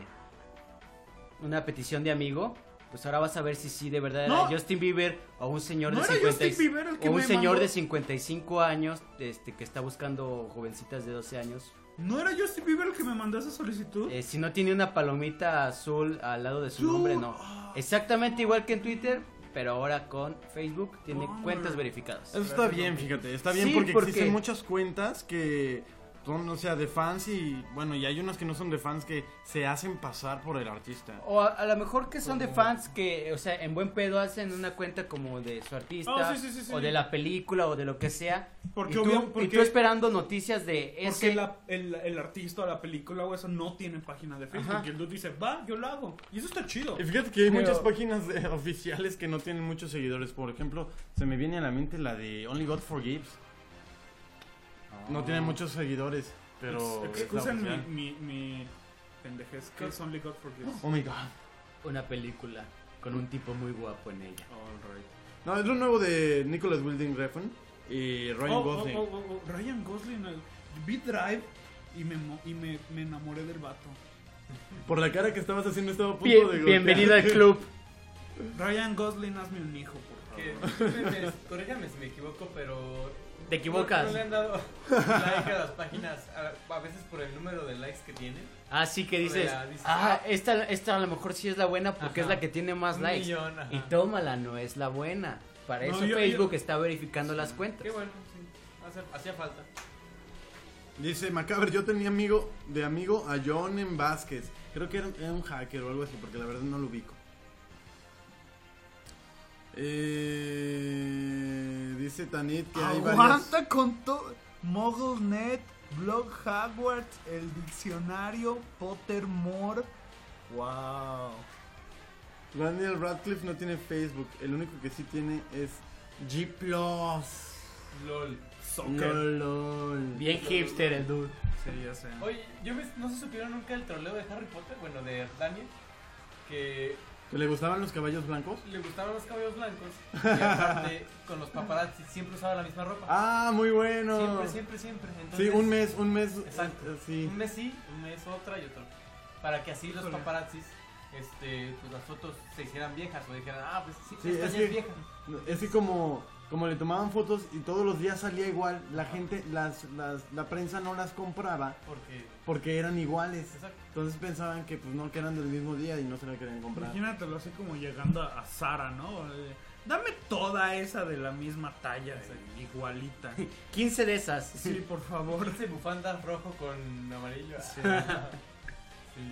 Speaker 8: una petición de amigo, pues ahora vas a ver si sí de verdad era
Speaker 5: No.
Speaker 8: Justin Bieber o un señor
Speaker 5: ¿No
Speaker 8: de
Speaker 5: era
Speaker 8: 50 y-
Speaker 5: Justin Bieber el que
Speaker 8: o un
Speaker 5: me
Speaker 8: señor
Speaker 5: mandó?
Speaker 8: de 55 años este que está buscando jovencitas de 12 años
Speaker 6: ¿No era Justin Bieber el que me mandó esa solicitud?
Speaker 8: Eh, si no tiene una palomita azul al lado de su nombre, no. Exactamente igual que en Twitter, pero ahora con Facebook tiene cuentas verificadas.
Speaker 7: Eso está bien, fíjate, está bien
Speaker 8: Sí,
Speaker 7: porque, existen muchas cuentas que son, o sea, de fans y bueno, y hay unas que no son de fans que se hacen pasar por el artista.
Speaker 8: O a, a lo mejor que son de fans que, o sea, en buen pedo hacen una cuenta como de su artista,
Speaker 6: Ah, sí, sí, sí, sí.
Speaker 8: o de la película, o de lo que sea.
Speaker 6: Porque
Speaker 8: y, tú,
Speaker 6: obvio-
Speaker 8: y
Speaker 6: porque-
Speaker 8: tú esperando noticias de
Speaker 6: Porque
Speaker 8: ese.
Speaker 6: la- el, el artista o la película o eso no tiene página de Facebook.
Speaker 7: Ajá.
Speaker 6: Y el dude dice, va, yo lo hago. Y eso está chido.
Speaker 7: Y fíjate que hay muchas páginas eh, *laughs* oficiales que no tienen muchos seguidores. Por ejemplo, se me viene a la mente la de Only God Forgives. No tiene muchos seguidores, pero.
Speaker 6: Ex-
Speaker 7: es la
Speaker 6: Excusen mi,
Speaker 7: oficial.
Speaker 6: mi, mi pendejez. Que es Only God Forgives.
Speaker 7: Oh my god.
Speaker 8: Una película con un tipo muy guapo en ella.
Speaker 7: No, es lo nuevo de Nicholas Wilding Refn y Ryan
Speaker 6: Oh, oh,
Speaker 7: Gosling.
Speaker 6: oh, oh, oh, Ryan Gosling. el- Vi Drive y, me, mo- y me, me enamoré del vato.
Speaker 7: Por la cara que estabas haciendo estaba a punto
Speaker 8: Bien-
Speaker 7: de golpear.
Speaker 8: bienvenido al club.
Speaker 6: Ryan Gosling, hazme un hijo, por
Speaker 5: Que,
Speaker 6: favor.
Speaker 5: me- corrígame si me equivoco, pero.
Speaker 8: Te equivocas.
Speaker 5: No, no le han dado like a las páginas, a, a veces por el número de likes que tienen.
Speaker 8: Así Ah, que dices,
Speaker 5: O sea, dices,
Speaker 8: ah, esta, esta a lo mejor sí es la buena porque es
Speaker 5: Ajá.
Speaker 8: la que tiene más
Speaker 5: Un
Speaker 8: likes.
Speaker 5: millón, ajá.
Speaker 8: y tómala, no es la buena. Para
Speaker 5: No,
Speaker 8: eso
Speaker 5: yo-
Speaker 8: Facebook
Speaker 5: yo-
Speaker 8: está verificando las cuentas.
Speaker 5: Qué bueno, sí. Hace- Hacía falta.
Speaker 7: Dice Macabre, yo tenía amigo de amigo a John en Vázquez. Creo que era, era un hacker o algo así, porque la verdad no lo ubico. Eh, dice Tanit que hay varias...
Speaker 15: Aguanta con todo. MoguleNet, Blog Howard, el diccionario, Pottermore.
Speaker 7: Wow. Daniel Radcliffe no tiene Facebook. El único que sí tiene es G
Speaker 5: LOL.
Speaker 7: LOL, LOL.
Speaker 8: Bien hipster el dude.
Speaker 6: Sí, ya sé.
Speaker 5: Oye, yo me- no se supieron nunca el troleo de Harry Potter, bueno, de Daniel, que
Speaker 7: ¿Que le gustaban los caballos blancos?
Speaker 5: le gustaban los cabellos blancos y aparte con los paparazzi siempre usaba la misma ropa.
Speaker 7: Ah, muy bueno.
Speaker 5: Siempre, siempre, siempre.
Speaker 7: sí,
Speaker 5: Entonces,
Speaker 7: un mes, un mes.
Speaker 5: Exacto.
Speaker 7: eh, sí.
Speaker 5: Un mes sí, un mes otra y otro. Para que así los paparazzis, este, pues las fotos se hicieran viejas o dijeran, ah, pues sí,
Speaker 7: Sí,
Speaker 5: esta
Speaker 7: es
Speaker 5: ya es
Speaker 7: que,
Speaker 5: vieja.
Speaker 7: es que como, como le tomaban fotos y todos los días salía igual, la gente, las, las- la prensa no las compraba
Speaker 5: Porque-
Speaker 7: porque eran iguales.
Speaker 5: Exacto.
Speaker 7: Entonces pensaban que pues no que eran del mismo día y no se la querían comprar.
Speaker 6: Imagínatelo así como llegando a, a Sara, ¿no? Eh, Dame toda esa de la misma talla, eh,
Speaker 8: *laughs*
Speaker 6: igualita.
Speaker 8: 15 de esas.
Speaker 6: Sí, por favor.
Speaker 5: Ese bufanda rojo con amarillo. *laughs* Sí.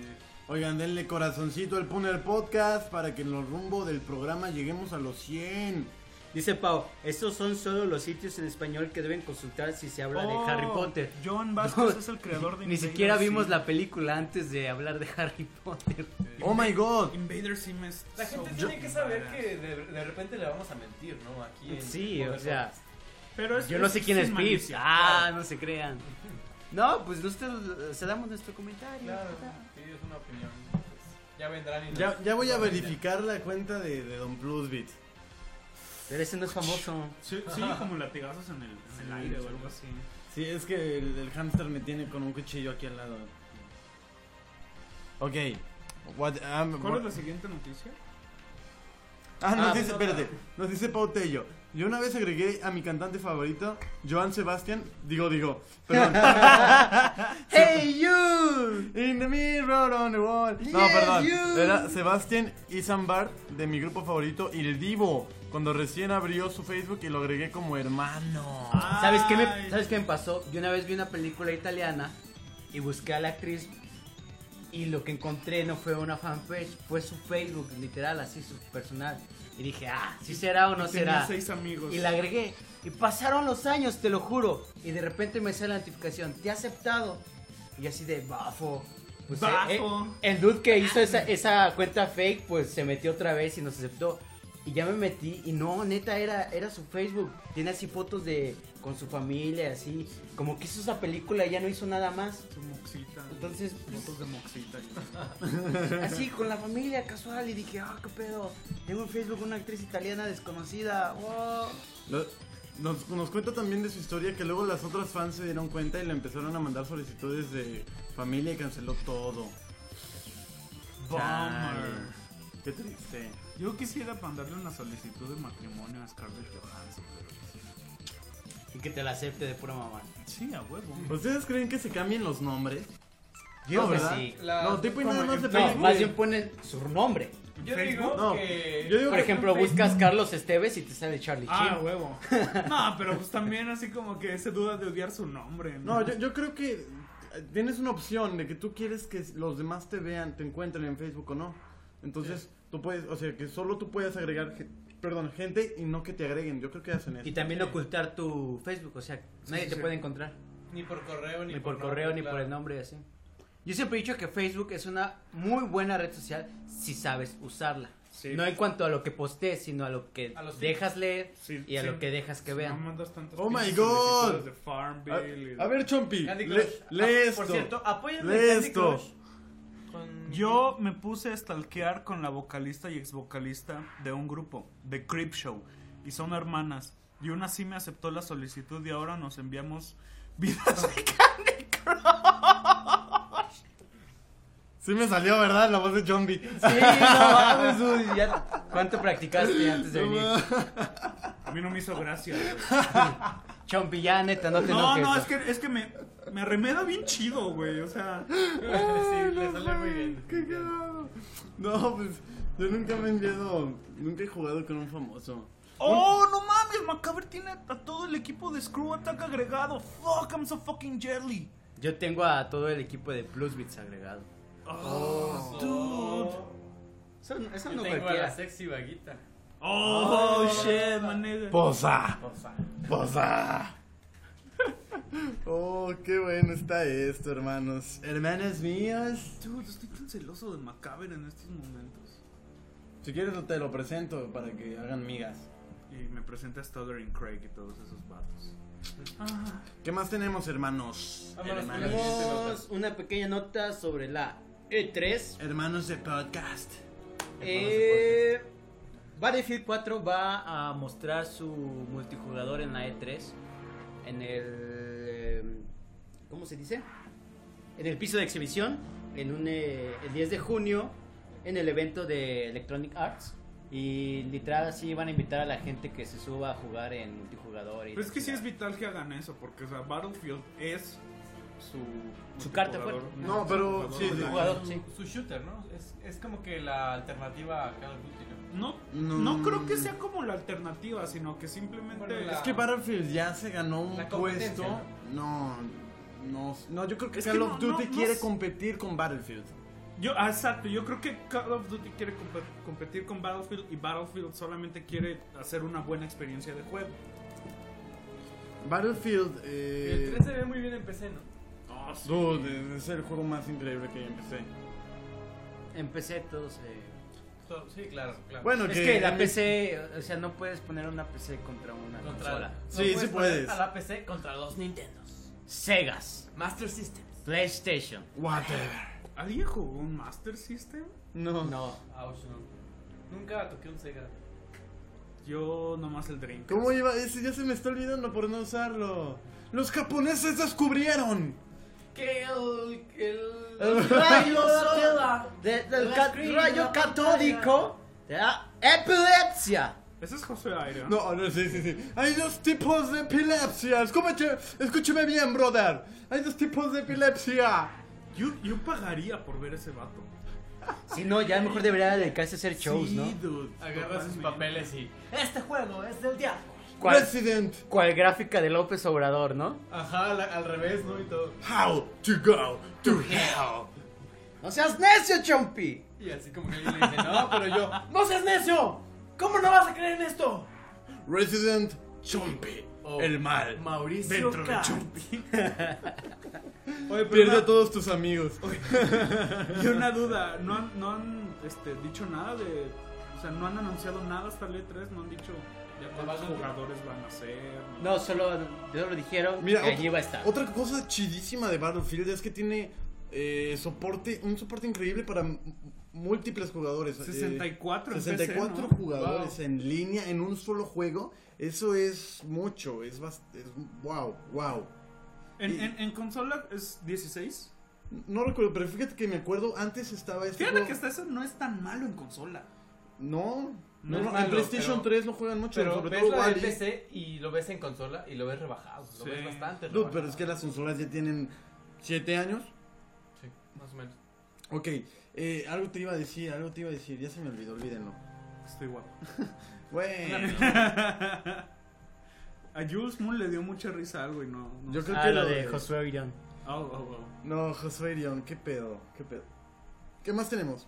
Speaker 7: Oigan, denle corazoncito al Puner Podcast para que en los rumbo del programa lleguemos a los 100.
Speaker 8: Dice Pau, estos son solo los sitios en español que deben consultar si se habla
Speaker 6: Oh,
Speaker 8: de Harry Potter.
Speaker 6: John Vázquez es el creador de
Speaker 8: Ni
Speaker 6: Invader
Speaker 8: siquiera vimos
Speaker 6: Sim.
Speaker 8: la película antes de hablar de Harry *laughs* Potter.
Speaker 7: Oh
Speaker 6: Invader Sim es.
Speaker 5: La gente
Speaker 6: so
Speaker 5: tiene que saber que de, de repente le vamos a mentir, ¿no? Aquí. en-
Speaker 8: Sí, o
Speaker 5: Poder
Speaker 8: sea.
Speaker 5: Podcast.
Speaker 6: Pero
Speaker 8: yo no sé quién es Pips. Ah, no se crean. No, pues nosotros eh, se damos nuestro comentario.
Speaker 5: Claro, sí, es una opinión. pues, ya vendrán y nos-
Speaker 7: Ya, ya voy a
Speaker 5: nos dirán.
Speaker 7: verificar la cuenta de, de Don Plusbit.
Speaker 8: Pero ese no es famoso.
Speaker 6: Sí,
Speaker 8: *laughs*
Speaker 6: sí, como latigazos en el, en el aire o algo así.
Speaker 7: Sí, es que el, el hámster me tiene con un cuchillo aquí al lado. Ok. What, um,
Speaker 6: ¿Cuál
Speaker 7: what-
Speaker 6: es la siguiente noticia?
Speaker 7: Ah, nos
Speaker 6: Ah,
Speaker 7: dice,
Speaker 6: pues otra.
Speaker 7: espérate, nos dice Pau Tello. Yo una vez agregué a mi cantante favorito, Joan Sebastián. Digo, digo,
Speaker 8: *laughs*
Speaker 7: perdón.
Speaker 8: hey, you!
Speaker 7: In the mirror on the wall. No,
Speaker 8: Yes,
Speaker 7: perdón.
Speaker 8: you.
Speaker 7: Era Sebastián Isambard de mi grupo favorito, El Divo. Cuando recién abrió su Facebook y lo agregué como hermano.
Speaker 8: ¿Sabes qué, me, ¿Sabes qué me pasó? Yo una vez vi una película italiana y busqué a la actriz y lo que encontré no fue una fanpage, fue su Facebook, literal, así su personal. Y dije, ah, si será o no
Speaker 6: Y tenía
Speaker 8: será.
Speaker 6: seis amigos.
Speaker 8: Y la agregué. Y pasaron los años, te lo juro. Y de repente me sale la notificación, te ha aceptado. Y así de bafo. Pues, eh,
Speaker 6: Bafo.
Speaker 8: eh, el dude que hizo esa, esa cuenta fake, pues se metió otra vez y nos aceptó. Y ya me metí y no, neta, era, era su Facebook. Tiene así fotos de con su familia, así. Como que hizo esa película y ya no hizo nada más.
Speaker 6: Su moxita.
Speaker 8: Entonces, pues,
Speaker 6: Fotos de moxita.
Speaker 8: *laughs* Así, con la familia casual. Y dije, ah, qué pedo. Tengo en Facebook una actriz italiana desconocida. Oh. wow".
Speaker 7: Lo- Nos, nos cuenta también de su historia que luego las otras fans se dieron cuenta y le empezaron a mandar solicitudes de familia y canceló todo.
Speaker 6: Bummer.
Speaker 7: Qué triste.
Speaker 6: Yo quisiera mandarle una solicitud de matrimonio a Scarlett Johansson, pero
Speaker 8: Y que te la acepte de pura mamá.
Speaker 6: Sí, a huevo.
Speaker 7: ¿Ustedes creen que se cambien los nombres?
Speaker 8: Yo
Speaker 7: no,
Speaker 8: creo que
Speaker 7: ¿verdad?
Speaker 8: sí.
Speaker 7: No, tipo y nada
Speaker 8: ¿Cómo?
Speaker 7: más de
Speaker 8: No, más bien ponen su nombre.
Speaker 7: Yo digo
Speaker 8: No,
Speaker 7: que-
Speaker 6: yo digo
Speaker 8: Por
Speaker 6: que
Speaker 8: ejemplo,
Speaker 6: en Facebook.
Speaker 8: buscas Carlos Esteves y te sale Charlie
Speaker 6: Ah,
Speaker 8: Chin.
Speaker 6: huevo. No, pero pues también así como que se duda de odiar su nombre.
Speaker 7: No, yo, yo creo que eh, tienes una opción de que tú quieres que los demás te vean, te encuentren en Facebook o no. Entonces, tú puedes, o sea, que solo tú puedes agregar, ge- perdón, gente y no que te agreguen. Yo creo que hacen eso.
Speaker 8: Y también ocultar tu Facebook, o sea, nadie
Speaker 7: sí,
Speaker 8: te
Speaker 7: sí.
Speaker 8: puede encontrar.
Speaker 5: Ni por correo, ni,
Speaker 8: Ni por
Speaker 5: nombre,
Speaker 8: correo, ni
Speaker 5: claro.
Speaker 8: por el nombre, así. Yo siempre he dicho que Facebook es una muy buena red social si sabes usarla. No en cuanto a lo que postees, sino a lo que
Speaker 6: A los
Speaker 8: dejas
Speaker 6: filtros.
Speaker 8: leer y a
Speaker 6: sí.
Speaker 8: lo que dejas que
Speaker 6: Si
Speaker 8: vean.
Speaker 6: no mandas tantas
Speaker 7: Oh my
Speaker 6: pinches
Speaker 7: god.
Speaker 6: solicitudes de Farmville y de-
Speaker 7: A, a ver, Chompi,
Speaker 6: Candy
Speaker 7: le,
Speaker 6: Crush.
Speaker 7: lee
Speaker 6: Ah,
Speaker 7: esto.
Speaker 6: Por cierto, apóyame
Speaker 7: Lee
Speaker 6: Candy
Speaker 7: esto.
Speaker 6: Crush. Yo me puse a stalkear con la vocalista y ex vocalista de un grupo, The Creep Show, y son hermanas. Y una sí me aceptó la solicitud y ahora nos enviamos vidas de Candy Crush.
Speaker 7: Sí me salió, ¿verdad? La voz de Chompi. Sí,
Speaker 8: ¿Cuánto practicaste antes de venir?
Speaker 6: A mí no me hizo gracia.
Speaker 8: *laughs* Chompi, ya neta, no te
Speaker 6: No,
Speaker 8: enojes.
Speaker 6: no, es que, es que me, me arremeda bien chido, güey. O sea,
Speaker 7: Oh, Sí, le
Speaker 6: sale muy bien.
Speaker 7: Qué cagado. No, pues yo nunca me he enviado, nunca he jugado con un famoso.
Speaker 6: ¡Oh, no mames! Macabre tiene a todo el equipo de Screw Attack agregado. ¡Fuck, I'm so fucking jelly!
Speaker 8: Yo tengo a todo el equipo de Plusbits agregado.
Speaker 6: Oh, dude.
Speaker 8: Eso, eso
Speaker 5: Yo
Speaker 8: no
Speaker 5: tengo a
Speaker 8: cualquiera.
Speaker 5: la sexy vaguita.
Speaker 6: Oh, shit, my nigga.
Speaker 7: Posa.
Speaker 5: Posa.
Speaker 7: Posa. *laughs* Oh, qué bueno está esto, hermanos. Hermanas mías.
Speaker 6: Dude, estoy tan celoso de Macabre en estos momentos.
Speaker 7: Si quieres te lo presento para que hagan migas.
Speaker 6: Y me presenta Stuttering Craig y todos esos vatos. Ah.
Speaker 7: ¿Qué más tenemos, hermanos?
Speaker 8: Vámonos con la
Speaker 7: Hermanos.
Speaker 8: siguiente nota. una pequeña nota sobre la E E3.
Speaker 7: Hermanos de podcast.
Speaker 8: Eh, Battlefield 4 va a mostrar su multijugador en la E3. En el. em, ¿Cómo se dice? En el piso de exhibición. En un, eh, el 10 de junio. En el evento de Electronic Arts. Y literal, así van a invitar a la gente que se suba a jugar en multijugador. Y
Speaker 6: Pero es que sí es vital que hagan eso, porque o sea, Battlefield es su.
Speaker 8: Su carta
Speaker 6: multijugador.
Speaker 8: fuerte.
Speaker 6: Ujú,
Speaker 8: No, pero
Speaker 6: multijugador.
Speaker 8: sí,
Speaker 6: Multijugador.
Speaker 8: jugador, sí.
Speaker 5: Su shooter, ¿no? Es, es como que la alternativa a Call of Duty, ¿no?
Speaker 6: No,
Speaker 7: No.
Speaker 6: no, creo
Speaker 8: Mm.
Speaker 6: que sea como la alternativa, sino que simplemente.
Speaker 5: Bueno, la-
Speaker 7: Es que Battlefield ya se ganó un
Speaker 6: La competencia,
Speaker 7: puesto. No, no, no, yo creo que
Speaker 6: Es que
Speaker 7: Call of
Speaker 6: no,
Speaker 7: Duty
Speaker 6: no, no
Speaker 7: quiere
Speaker 6: sé.
Speaker 7: competir con Battlefield.
Speaker 6: Yo, ah, exacto, yo creo que Call of Duty quiere comp- competir con Battlefield y Battlefield solamente quiere hacer una buena experiencia de juego.
Speaker 7: Battlefield,
Speaker 5: Y el
Speaker 7: eh.
Speaker 5: 3 se ve muy bien en PC, ¿no?
Speaker 7: Ah, Dude, es el juego más increíble que yo empecé.
Speaker 8: Empecé todos. eh,
Speaker 5: To- Sí, claro, claro.
Speaker 7: Bueno,
Speaker 8: es
Speaker 7: que-
Speaker 8: que, la PC, o sea, no puedes poner una PC contra una
Speaker 5: Contra-
Speaker 8: consola.
Speaker 5: no puedes poner A la PC contra dos Nintendos.
Speaker 8: Segas,
Speaker 5: Master Systems.
Speaker 8: PlayStation.
Speaker 7: Whatever.
Speaker 6: ¿Alguien jugó un Master System?
Speaker 7: No.
Speaker 8: No.
Speaker 5: Ouch, Ah, no. Nunca toqué un Sega.
Speaker 6: Yo nomás el Dreamcast.
Speaker 7: ¿Cómo iba? Ese ya se me está olvidando por no usarlo. Los japoneses descubrieron.
Speaker 5: Que el. el.
Speaker 7: El
Speaker 8: rayo
Speaker 5: sola
Speaker 8: de- del
Speaker 5: La
Speaker 8: ca-
Speaker 5: screen,
Speaker 8: rayo
Speaker 5: la
Speaker 8: catódico te da epilepsia.
Speaker 6: Ese es José Aire.
Speaker 7: No, ah, no, sí, sí, sí. Hay dos tipos de epilepsia. Escúchame, escúchame bien, brother. Hay dos tipos de epilepsia.
Speaker 6: Yo, yo pagaría por ver ese vato.
Speaker 8: Si no, ya mejor debería dedicarse a hacer shows,
Speaker 6: Sí,
Speaker 8: ¿no?
Speaker 6: dude,
Speaker 5: Agarra sus
Speaker 6: totalmente.
Speaker 5: papeles y. Este juego es del diablo.
Speaker 8: ¿Cuál,
Speaker 7: Resident.
Speaker 8: ¿Cuál gráfica de López Obrador, no?
Speaker 5: Ajá, la- al revés, ¿no? Y todo.
Speaker 7: How to go to hell.
Speaker 8: ¡No seas necio, Chompi!
Speaker 5: Y así como que alguien le dice, no, pero *laughs* yo. ¡No seas necio! ¿Cómo no vas a creer en esto?
Speaker 7: Resident Chompy. el mal.
Speaker 5: Mauricio
Speaker 7: Dentro de
Speaker 5: Katz.
Speaker 7: Chompy.
Speaker 6: Oye,
Speaker 7: Pierde
Speaker 6: pero
Speaker 7: a todos tus amigos.
Speaker 6: una, y una duda, ¿no han, no han este, dicho nada de... O sea, no han anunciado nada hasta el E3, no han dicho ya cuántos jugadores van a ser.
Speaker 7: Eh,
Speaker 8: No, solo, solo dijeron
Speaker 7: Mira,
Speaker 8: que
Speaker 7: otra,
Speaker 8: allí va a estar.
Speaker 7: otra cosa chidísima de Battlefield es que tiene eh, soporte, un soporte increíble para m- múltiples jugadores. eh,
Speaker 6: 64 en PC,
Speaker 7: 64
Speaker 6: ¿no?
Speaker 7: jugadores en línea en un solo juego. Eso es mucho, es, bast- es wow, wow.
Speaker 6: ¿En, en, en consola es 16?
Speaker 7: No recuerdo, pero fíjate que me acuerdo, antes estaba este
Speaker 6: Fíjate
Speaker 7: juego-
Speaker 6: que hasta eso no es tan malo en consola.
Speaker 7: No, No, no, en PlayStation 3 no juegan mucho,
Speaker 5: pero
Speaker 7: sobre
Speaker 5: ves
Speaker 7: todo
Speaker 5: la de
Speaker 7: Wall-E.
Speaker 5: PC y lo ves en consola y lo ves rebajado, lo ves bastante
Speaker 7: Dude,
Speaker 5: rebajado.
Speaker 7: pero es que las consolas ya tienen 7 años.
Speaker 5: Sí, más o menos.
Speaker 7: Ok, eh, algo te iba a decir, algo te iba a decir, ya se me olvidó, olvídenlo.
Speaker 6: Estoy guapo.
Speaker 7: Güey.
Speaker 5: *laughs*
Speaker 6: A Jules Moon le dio mucha risa algo y no. no
Speaker 7: Yo
Speaker 6: sé.
Speaker 8: Ah,
Speaker 5: Ah,
Speaker 7: creo que lo de-
Speaker 8: Irán.
Speaker 6: Oh, oh, oh.
Speaker 7: No, Josué Irión, qué pedo, qué pedo. ¿Qué más tenemos?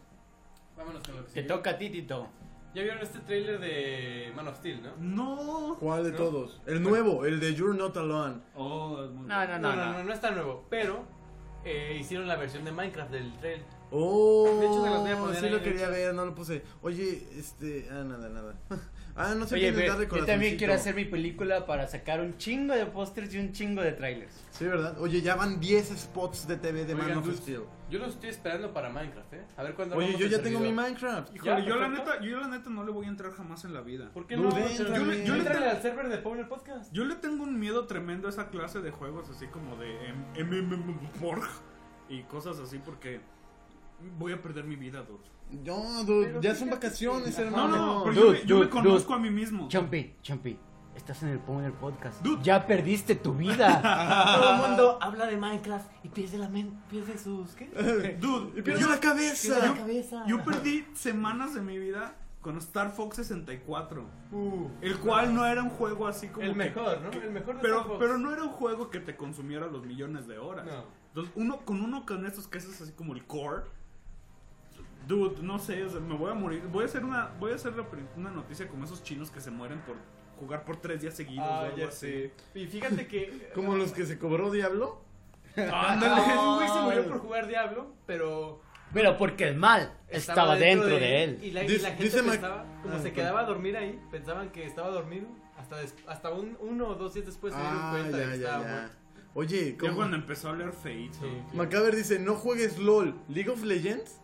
Speaker 5: Vámonos con lo que
Speaker 8: Te
Speaker 5: sigue.
Speaker 8: toca a ti, Tito.
Speaker 5: Ya vieron este tráiler de Man of Steel, ¿no?
Speaker 6: No.
Speaker 7: ¿Cuál de
Speaker 5: No.
Speaker 7: todos? El nuevo, el de You're Not Alone.
Speaker 6: Oh,
Speaker 5: No, no, no, no, no, está nuevo, pero eh, hicieron la versión de Minecraft del trailer.
Speaker 7: Oh,
Speaker 5: De hecho, se los voy a poner
Speaker 7: sí
Speaker 5: ahí,
Speaker 7: lo
Speaker 5: de
Speaker 7: quería
Speaker 5: hecho.
Speaker 7: ver, no lo puse. Oye, este, ah, nada, nada. *laughs* Ah, no sé
Speaker 17: Oye,
Speaker 7: quién
Speaker 17: ve,
Speaker 7: está de
Speaker 17: yo también
Speaker 7: corazoncito.
Speaker 17: quiero hacer mi película para sacar un chingo de pósters y un chingo de trailers.
Speaker 7: Sí, ¿verdad? Oye, ya van 10 spots de TV de Man
Speaker 5: Oigan,
Speaker 7: of
Speaker 5: dudes,
Speaker 7: Steel.
Speaker 5: Yo los estoy esperando para Minecraft, ¿eh? A ver cuándo
Speaker 7: Oye,
Speaker 5: armamos
Speaker 7: yo
Speaker 5: el
Speaker 7: ya tengo mi
Speaker 5: servidor.
Speaker 7: Minecraft.
Speaker 6: Híjole,
Speaker 5: Ya,
Speaker 6: yo la,
Speaker 5: perfecto.
Speaker 6: neta, yo la neta no le voy a entrar jamás en la vida.
Speaker 5: ¿Por qué no?
Speaker 6: yo, le, yo le
Speaker 5: Entrale
Speaker 6: tengo-
Speaker 5: al server de Power Podcast.
Speaker 6: yo le tengo un miedo tremendo a esa clase de juegos así como de em- MMORPG y cosas así porque voy a perder mi vida, dude.
Speaker 7: No, dude, ya son vacaciones, hermano.
Speaker 6: No, no, porque yo me- yo me conozco a mí mismo.
Speaker 17: Champi, Champi, estás en el Power Podcast. Ya perdiste tu vida. Todo el mundo
Speaker 5: habla de Minecraft y pierde la mente, pierde sus ¿qué?
Speaker 7: *laughs*
Speaker 6: Dude, yo- yo- Yo perdí semanas de mi vida con Star Fox 64. el cual no era un juego así como.
Speaker 5: El
Speaker 6: que-
Speaker 5: mejor, ¿no?
Speaker 6: que-
Speaker 5: El mejor de
Speaker 6: pero,
Speaker 5: Star Fox.
Speaker 6: pero no era un juego que te consumiera los millones de horas.
Speaker 5: No.
Speaker 6: Entonces, uno con uno con estos que es así como el core. Dude, no sé, o sea, me voy a morir. Voy a hacer una, voy a hacer la pri- una noticia como esos chinos que se mueren por jugar por tres días seguidos. o
Speaker 5: Ah,
Speaker 6: algo
Speaker 5: ya
Speaker 6: así.
Speaker 5: sé. Y fíjate que
Speaker 7: *laughs* Como los que se cobró Diablo.
Speaker 6: Ándale,
Speaker 5: es *laughs* un güey se murió *laughs*
Speaker 7: Ah.
Speaker 5: por jugar Diablo, pero
Speaker 8: Pero porque el mal estaba, dentro, de él.
Speaker 5: Y la, y la gente pensaba, como
Speaker 8: Ah,
Speaker 5: se
Speaker 8: perdón.
Speaker 5: quedaba a dormir ahí, pensaban que estaba dormido. Hasta, des- hasta un, uno o dos días después se dieron
Speaker 7: Ah,
Speaker 5: cuenta de
Speaker 7: ya,
Speaker 5: que
Speaker 7: ya,
Speaker 5: estaba
Speaker 7: ya.
Speaker 5: muerto.
Speaker 7: Oye,
Speaker 6: Ya
Speaker 7: ¿cómo?
Speaker 6: cuando em- empezó a leer feito.
Speaker 7: Macaber dice, no juegues LOL, League of Legends.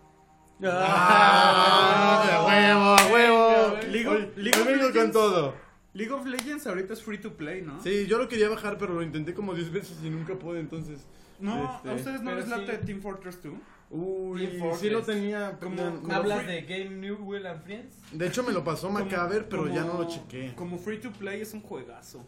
Speaker 6: Ah,
Speaker 7: ¡Ah! ¡Huevo, huevo!
Speaker 6: League of-
Speaker 7: Hoy-
Speaker 6: League
Speaker 7: hoy
Speaker 6: of
Speaker 7: vengo con
Speaker 6: Legends.
Speaker 7: todo.
Speaker 6: League of Legends ahorita es free to play, ¿no?
Speaker 7: Sí, yo lo quería bajar, pero lo intenté como 10 veces y nunca pude, entonces...
Speaker 6: No,
Speaker 7: este-
Speaker 6: ¿a ustedes no
Speaker 5: Pero
Speaker 6: les late
Speaker 5: sí.
Speaker 6: Team Fortress 2?
Speaker 7: Uy, sí lo tenía como... como
Speaker 5: ¿Hablas
Speaker 7: free-
Speaker 5: de Game New Will and Friends?
Speaker 7: De hecho, me lo pasó Macaber, pero ya no lo chequé.
Speaker 6: Como free to play es un juegazo.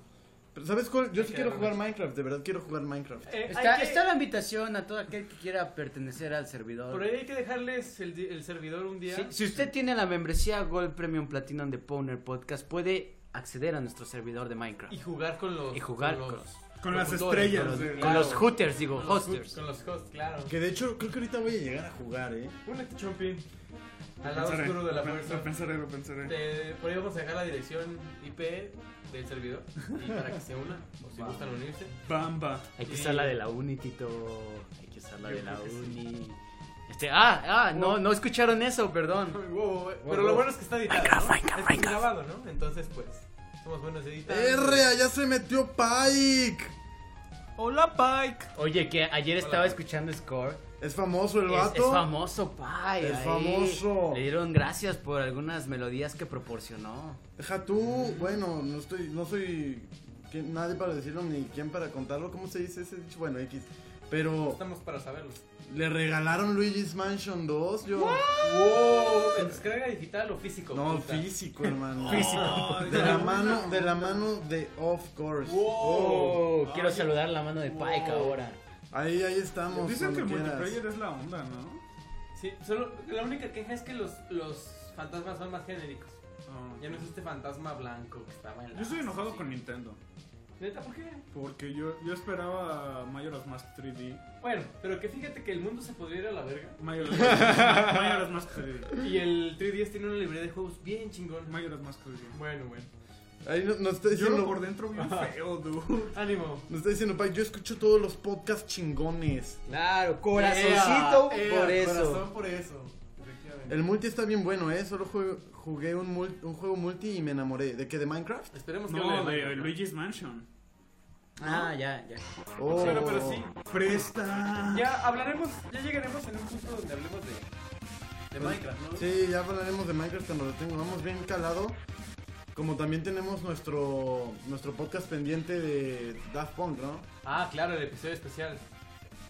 Speaker 7: Pero ¿sabes cuál? Yo sí
Speaker 6: que
Speaker 7: quiero
Speaker 6: darle
Speaker 7: jugar Minecraft, de verdad quiero jugar Minecraft.
Speaker 17: Está, está la invitación a todo aquel que quiera pertenecer al servidor.
Speaker 5: Por ahí hay que dejarles el, di- el servidor un día.
Speaker 17: Si, si usted tiene la membresía Gold Premium Platinum de Powner Podcast, puede acceder a nuestro servidor de Minecraft.
Speaker 5: Y jugar con los.
Speaker 17: Y jugar
Speaker 5: con,
Speaker 17: con-
Speaker 5: los-
Speaker 17: con las
Speaker 5: locutores,
Speaker 17: estrellas, eh,
Speaker 5: Con los,
Speaker 17: con los hooters, digo,
Speaker 5: Con los hoot-
Speaker 17: hosters.
Speaker 5: Con los hosts, claro.
Speaker 7: Que de hecho, creo que ahorita voy a llegar a jugar, eh.
Speaker 5: Únete, Chompin. Al lado
Speaker 7: Pensaré,
Speaker 5: oscuro de la
Speaker 7: lo
Speaker 5: fuerza.
Speaker 7: pensaré, lo pensaré.
Speaker 5: Te- por ahí vamos a dejar la dirección IP del servidor. Y para que se una, o si
Speaker 8: Va.
Speaker 5: gustan unirse.
Speaker 6: Bamba.
Speaker 8: Hay que
Speaker 5: Y-
Speaker 8: usar la de la uni, Tito. Hay que usar la
Speaker 5: Yo
Speaker 8: de la
Speaker 5: creo que sí.
Speaker 8: uni. Este, ah, ah, no,
Speaker 5: Wow.
Speaker 8: no escucharon eso, perdón.
Speaker 5: Pero lo bueno es que está editado. ¿no? Está grabado, ¿no? Entonces, pues, somos buenos
Speaker 6: Ah,
Speaker 5: editando.
Speaker 7: R, allá se metió Pike.
Speaker 6: Hola, Pike.
Speaker 8: Oye, que ayer estaba escuchando Score.
Speaker 7: Es famoso el
Speaker 8: Es-
Speaker 7: vato.
Speaker 8: es famoso, Pai.
Speaker 7: Es
Speaker 8: ahí.
Speaker 7: famoso.
Speaker 8: Le dieron gracias por algunas melodías que proporcionó.
Speaker 7: Deja tú, bueno, no estoy, no soy que- nadie para decirlo ni quién para contarlo, ¿cómo se dice ese dicho? Bueno, X. Pero
Speaker 5: Estamos para saberlo.
Speaker 7: le regalaron Luigi's Mansion 2, yo.
Speaker 5: ¡Wow! ¿En descarga digital o físico?
Speaker 7: No,
Speaker 5: puta?
Speaker 7: físico, hermano.
Speaker 5: Físico.
Speaker 7: De la mano, de la mano de Of Course.
Speaker 8: Oh, quiero saludar la mano de Pike ahora.
Speaker 7: Ahí, ahí estamos.
Speaker 6: Dicen que el
Speaker 7: cuando quieras.
Speaker 6: multiplayer es la onda, ¿no?
Speaker 5: Sí, solo la única queja es que los, los fantasmas son más genéricos. Ya no es este fantasma blanco que estaba en la.
Speaker 6: Ah, Yo estoy enojado con Nintendo.
Speaker 5: ¿Neta por qué?
Speaker 6: Porque yo, yo esperaba Majora's Mask 3D.
Speaker 5: Bueno, pero que fíjate que el mundo se podría ir a la verga.
Speaker 7: *laughs*
Speaker 6: Majora's Mask, Majora's Mask
Speaker 7: Mm.
Speaker 6: 3D.
Speaker 5: Y el 3DS tiene una librería de juegos bien chingón.
Speaker 6: Majora's Mask 3D.
Speaker 5: Bueno, bueno.
Speaker 7: Ahí no, no está
Speaker 6: Yo
Speaker 7: diciendo.
Speaker 6: por dentro bien feo, dude.
Speaker 5: Ánimo.
Speaker 7: Nos está diciendo, Pike, yo escucho todos los podcasts chingones.
Speaker 8: Claro,
Speaker 7: corazoncito por eso.
Speaker 5: Corazón por eso. Efectivamente.
Speaker 7: El multi está bien bueno, ¿eh? Solo jugué, jugué un, mul- un juego multi y me enamoré. ¿De qué? ¿De Minecraft?
Speaker 5: Esperemos que
Speaker 6: No,
Speaker 5: hable
Speaker 6: de
Speaker 5: Minecraft.
Speaker 6: Luigi's Mansion.
Speaker 8: Ah, ya, ya.
Speaker 7: Oh.
Speaker 5: Pero, pero sí.
Speaker 6: Presta.
Speaker 5: Ya hablaremos, ya llegaremos en un punto donde hablemos de, de Minecraft, ¿no?
Speaker 7: Sí, ya hablaremos de Minecraft cuando lo tengo. Vamos bien calado. Como también tenemos nuestro nuestro podcast pendiente de Daft Punk, ¿no?
Speaker 5: Ah, claro, el episodio especial.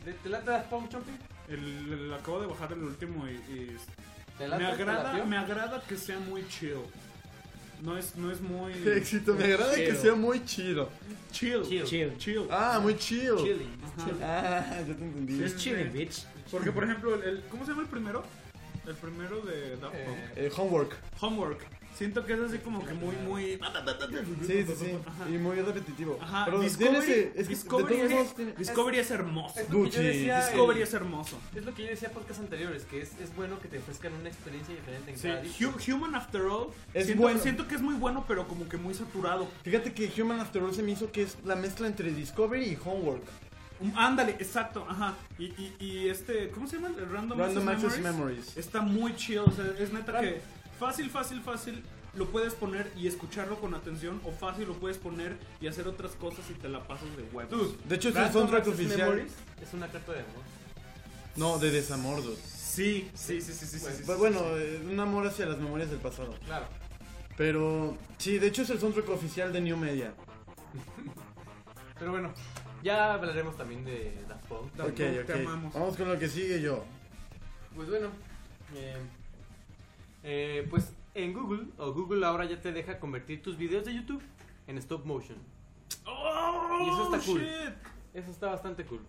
Speaker 5: ¿Te, te late Daft Punk, Chompi?
Speaker 6: El, el- acabo de bajar el último y. y-
Speaker 5: ¿Te
Speaker 6: me,
Speaker 5: late? Eh, ¿Te
Speaker 6: agrada,
Speaker 5: latió?
Speaker 6: me agrada que sea muy chill. No es, no es
Speaker 7: *laughs*
Speaker 6: muy.
Speaker 7: Éxito, me agrada que
Speaker 6: Pero-
Speaker 7: sea muy chido.
Speaker 6: Chill. Chill. Chill.
Speaker 7: Ah, muy chill.
Speaker 6: Chilling.
Speaker 7: Ajá. Ah, ya te entendí.
Speaker 6: Sí, sí. Porque, por ejemplo, el, el- ¿cómo se llama el primero? El primero de Daft Punk.
Speaker 7: Eh, homework.
Speaker 6: Homework. Siento que es así como que muy, muy.
Speaker 7: Sí, sí, sí.
Speaker 6: Ajá.
Speaker 7: Y muy repetitivo.
Speaker 6: Ajá,
Speaker 7: Pero
Speaker 6: Discovery,
Speaker 7: tiene ese- es que de
Speaker 6: Discovery,
Speaker 7: todos modos tiene-
Speaker 6: es, Discovery es hermoso.
Speaker 5: Es lo que yo decía,
Speaker 6: Discovery
Speaker 5: el-
Speaker 6: es hermoso.
Speaker 5: Es lo que yo decía en podcasts anteriores, que es, es bueno que te ofrezcan una experiencia diferente en
Speaker 6: Sí,
Speaker 5: cada disco.
Speaker 6: Hu- Human After All.
Speaker 7: Es
Speaker 6: siento,
Speaker 7: bueno.
Speaker 6: siento que es muy bueno, pero como que muy saturado.
Speaker 7: Fíjate que Human After All se me hizo que es la mezcla entre Discovery y Homework.
Speaker 6: Um, ándale, exacto, ajá. Y, y, y este, ¿cómo se llama? El Random,
Speaker 7: Random
Speaker 6: Access
Speaker 7: Access Memories.
Speaker 6: Está muy chido, o sea, es neta que fácil, fácil, fácil. Lo puedes poner y escucharlo con atención, o fácil lo puedes poner y hacer otras cosas y te la pasas de huevos.
Speaker 7: Dude, de hecho, es el Random soundtrack Access oficial. Memories
Speaker 5: es una carta de amor.
Speaker 7: No, de desamor, dude.
Speaker 6: Sí, sí, sí, sí, sí. sí, sí,
Speaker 7: Pero bueno, eh, un amor hacia las memorias del pasado.
Speaker 5: Claro.
Speaker 7: Pero sí, de hecho es el soundtrack oficial de New Media.
Speaker 5: Pero bueno, ya hablaremos también de Daft Punk.
Speaker 7: Ok, ok. Vamos con lo que sigue yo.
Speaker 5: Pues bueno, eh, eh, pues en Google, o Google ahora ya te deja convertir tus videos de YouTube en stop motion.
Speaker 6: Oh,
Speaker 5: y eso está cool. Eso está bastante cool.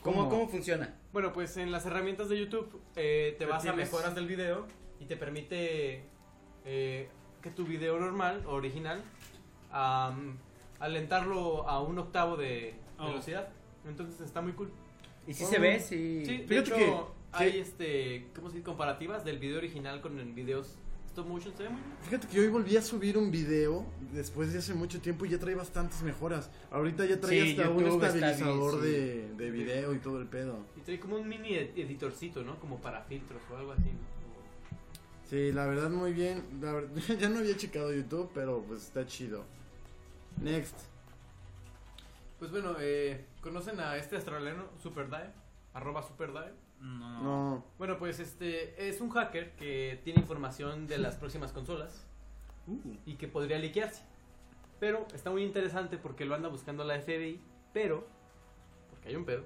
Speaker 8: ¿Cómo- ¿Cómo? cómo funciona?
Speaker 5: Bueno, pues en las herramientas de YouTube eh, te
Speaker 8: Pero
Speaker 5: vas a
Speaker 8: tienes-
Speaker 5: mejoras del video y te permite eh, que tu video normal, o original, am, alentarlo a un octavo de
Speaker 8: Oh.
Speaker 5: velocidad. Entonces está muy cool.
Speaker 8: ¿Y si se ve? Sí.
Speaker 5: Sí, de
Speaker 8: Fíjate
Speaker 5: hecho,
Speaker 8: que-
Speaker 5: hay
Speaker 8: que-
Speaker 5: este, ¿cómo se dice? Comparativas del video original con en videos stop motion, se ve muy bien.
Speaker 7: Fíjate que hoy volví a subir un video después de hace mucho tiempo y ya trae bastantes mejoras. Ahorita ya trae
Speaker 5: Sí,
Speaker 7: hasta un
Speaker 5: YouTube está bien,
Speaker 7: estabilizador
Speaker 5: sí.
Speaker 7: de, de video y todo el pedo.
Speaker 5: Y trae como un mini ed- editorcito, ¿no? Como para filtros o algo así. ¿no?
Speaker 7: Sí, la verdad muy bien. La ver- *laughs* ya no había checado YouTube, pero pues está chido. Next.
Speaker 5: Pues bueno, eh, ¿conocen a este australiano, Superdive? Arroba Superdive.
Speaker 6: No.
Speaker 7: No.
Speaker 5: Bueno, pues este es un hacker que tiene información de las próximas consolas y que podría liquearse. Pero está muy interesante porque lo anda buscando la FBI, pero, porque hay un pedo,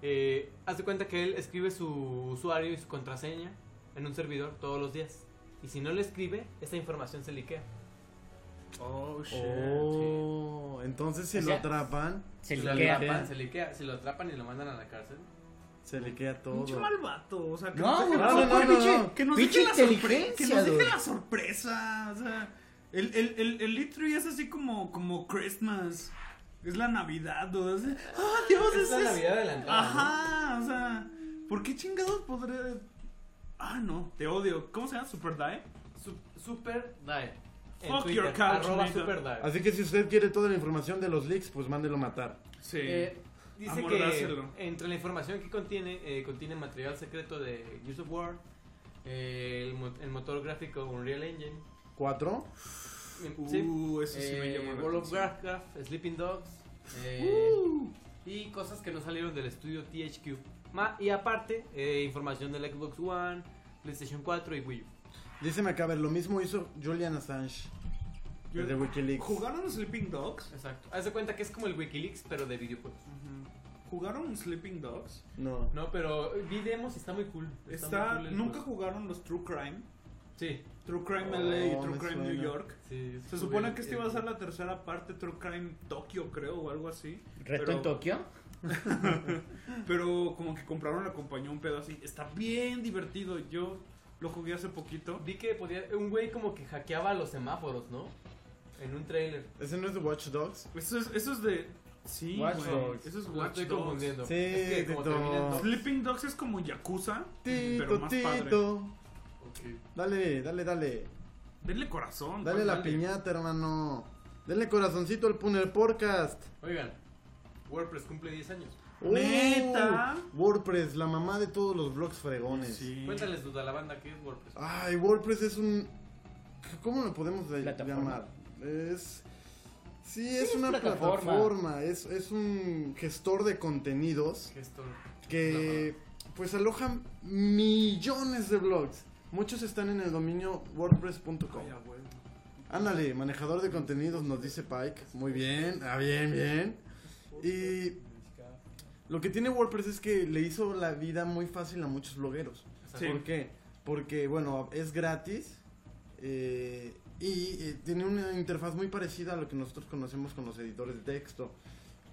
Speaker 5: eh, haz de cuenta que él escribe su usuario y su contraseña en un servidor todos los días. Y si no le escribe, esa información se liquea.
Speaker 6: Oh,
Speaker 5: shit.
Speaker 7: Oh, entonces si
Speaker 5: O
Speaker 7: lo
Speaker 5: sea,
Speaker 7: atrapan.
Speaker 5: Si lo atrapan, se liquea. Si lo atrapan y lo mandan a la cárcel.
Speaker 7: Se le queda todo.
Speaker 6: Pinche mal vato, o sea, que
Speaker 7: No,
Speaker 6: nos deje,
Speaker 7: no, no,
Speaker 6: sorpre-
Speaker 7: no,
Speaker 6: pinche-
Speaker 7: no.
Speaker 6: que nos
Speaker 7: Pinche
Speaker 6: deje la sorpresa, que
Speaker 7: inteligencia,
Speaker 6: nos deje
Speaker 7: dude.
Speaker 6: la sorpresa, o sea, el, el, el, el E3 es así como, como Christmas, es la Navidad, dude, o sea, ah, Dios,
Speaker 5: Es
Speaker 6: es
Speaker 5: la
Speaker 6: es-
Speaker 5: Navidad de la entrada,
Speaker 6: Ajá, o sea, ¿por qué chingados podré...? Ah, no, te odio, ¿cómo se llama? ¿Super Die?
Speaker 5: super Die. En
Speaker 6: Fuck
Speaker 5: Twitter,
Speaker 6: your couch,
Speaker 5: arroba
Speaker 6: neta.
Speaker 5: superdive.
Speaker 7: Así que si usted quiere toda la información de los leaks, pues mándelo matar.
Speaker 6: Sí.
Speaker 5: Eh, dice
Speaker 7: Amordácelo.
Speaker 5: que entre la información que contiene, eh, contiene material secreto de Gears of War, eh, el, mo- el motor gráfico Unreal Engine,
Speaker 7: ¿Cuatro?
Speaker 5: eh,
Speaker 6: Uh, ese sí me llama la
Speaker 5: World of Warcraft, Sleeping Dogs, eh, y cosas que no salieron del estudio THQ. Ma- y aparte, eh, información del Xbox One, PlayStation 4 y Wii U.
Speaker 7: Dice Macaber, lo mismo hizo Julian Assange. el de Wikileaks.
Speaker 6: ¿Jugaron Sleeping Dogs?
Speaker 5: Exacto. Haz de cuenta que es como el Wikileaks, pero de videojuegos.
Speaker 6: ¿Jugaron Sleeping Dogs?
Speaker 7: No.
Speaker 5: No, pero vi demos y está muy cool.
Speaker 6: Está,
Speaker 5: muy cool el
Speaker 6: ¿Nunca
Speaker 5: juego.
Speaker 6: jugaron los True Crime?
Speaker 5: Sí.
Speaker 6: True Crime
Speaker 5: Oh,
Speaker 6: LA y
Speaker 5: me
Speaker 6: True Crime
Speaker 5: suena.
Speaker 6: New York.
Speaker 5: Sí, yo
Speaker 6: Se
Speaker 5: estuve
Speaker 6: supone que este
Speaker 5: en-
Speaker 6: iba a ser la tercera parte, True Crime Tokio, creo, o algo así.
Speaker 8: ¿Reto en Tokio?
Speaker 6: pero como que compraron la compañía un pedo así. Está bien divertido. Yo lo jugué hace poquito.
Speaker 5: Vi que podía. Un güey como que hackeaba los semáforos, ¿no? En un trailer.
Speaker 7: ¿Ese no es de Watch Dogs?
Speaker 6: Eso es, eso es de. Sí,
Speaker 7: Watch
Speaker 6: güey,
Speaker 7: Dogs.
Speaker 6: Eso es
Speaker 5: Lo
Speaker 6: Watch
Speaker 5: estoy
Speaker 6: Dogs.
Speaker 5: confundiendo.
Speaker 7: Sí, Es que como Tito. termina en Dogs.
Speaker 6: Sleeping Dogs es como Yakuza, pero
Speaker 7: Tito,
Speaker 6: más
Speaker 7: Tito.
Speaker 6: padre.
Speaker 7: Dale, dale, dale.
Speaker 6: Denle corazón.
Speaker 7: Dale
Speaker 6: pues,
Speaker 7: la piñata, hermano. Denle corazoncito al Puner Podcast.
Speaker 5: Oigan, WordPress cumple 10 años.
Speaker 6: ¿Neta?
Speaker 7: Uh, WordPress, la mamá de todos los blogs fregones.
Speaker 5: Cuéntales, duda, la banda, ¿qué es WordPress?
Speaker 7: Ay, WordPress es un. ¿Cómo lo podemos de- llamar? Es. Sí, es una plataforma.
Speaker 8: plataforma.
Speaker 7: Es, es un gestor de contenidos
Speaker 5: Gestor.
Speaker 7: que pues aloja millones de blogs. Muchos están en el dominio wordpress.com. Ándale, manejador de contenidos, nos dice Pike. Muy bien, ah, bien, bien. Y lo que tiene WordPress es que le hizo la vida muy fácil a muchos blogueros.
Speaker 6: Sí.
Speaker 7: ¿Por qué? Porque, bueno, es gratis eh, Y eh, tiene una interfaz muy parecida a lo que nosotros conocemos con los editores de texto.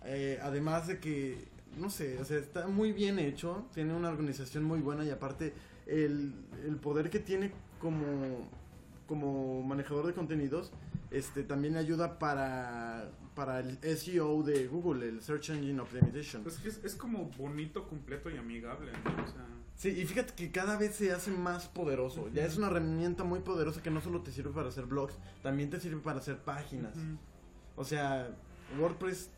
Speaker 7: Eh, además de que, no sé, o sea, está muy bien hecho, tiene una organización muy buena y aparte el, el poder que tiene como, como manejador de contenidos este, también ayuda para, para el SEO de Google, el Search Engine Optimization.
Speaker 6: Pues que es, es como bonito, completo y amigable. ¿no? O sea,
Speaker 7: Sí, y fíjate que cada vez se hace más poderoso. Ya es una herramienta muy poderosa que no solo te sirve para hacer blogs, también te sirve para hacer páginas.
Speaker 6: Ujú.
Speaker 7: O sea, WordPress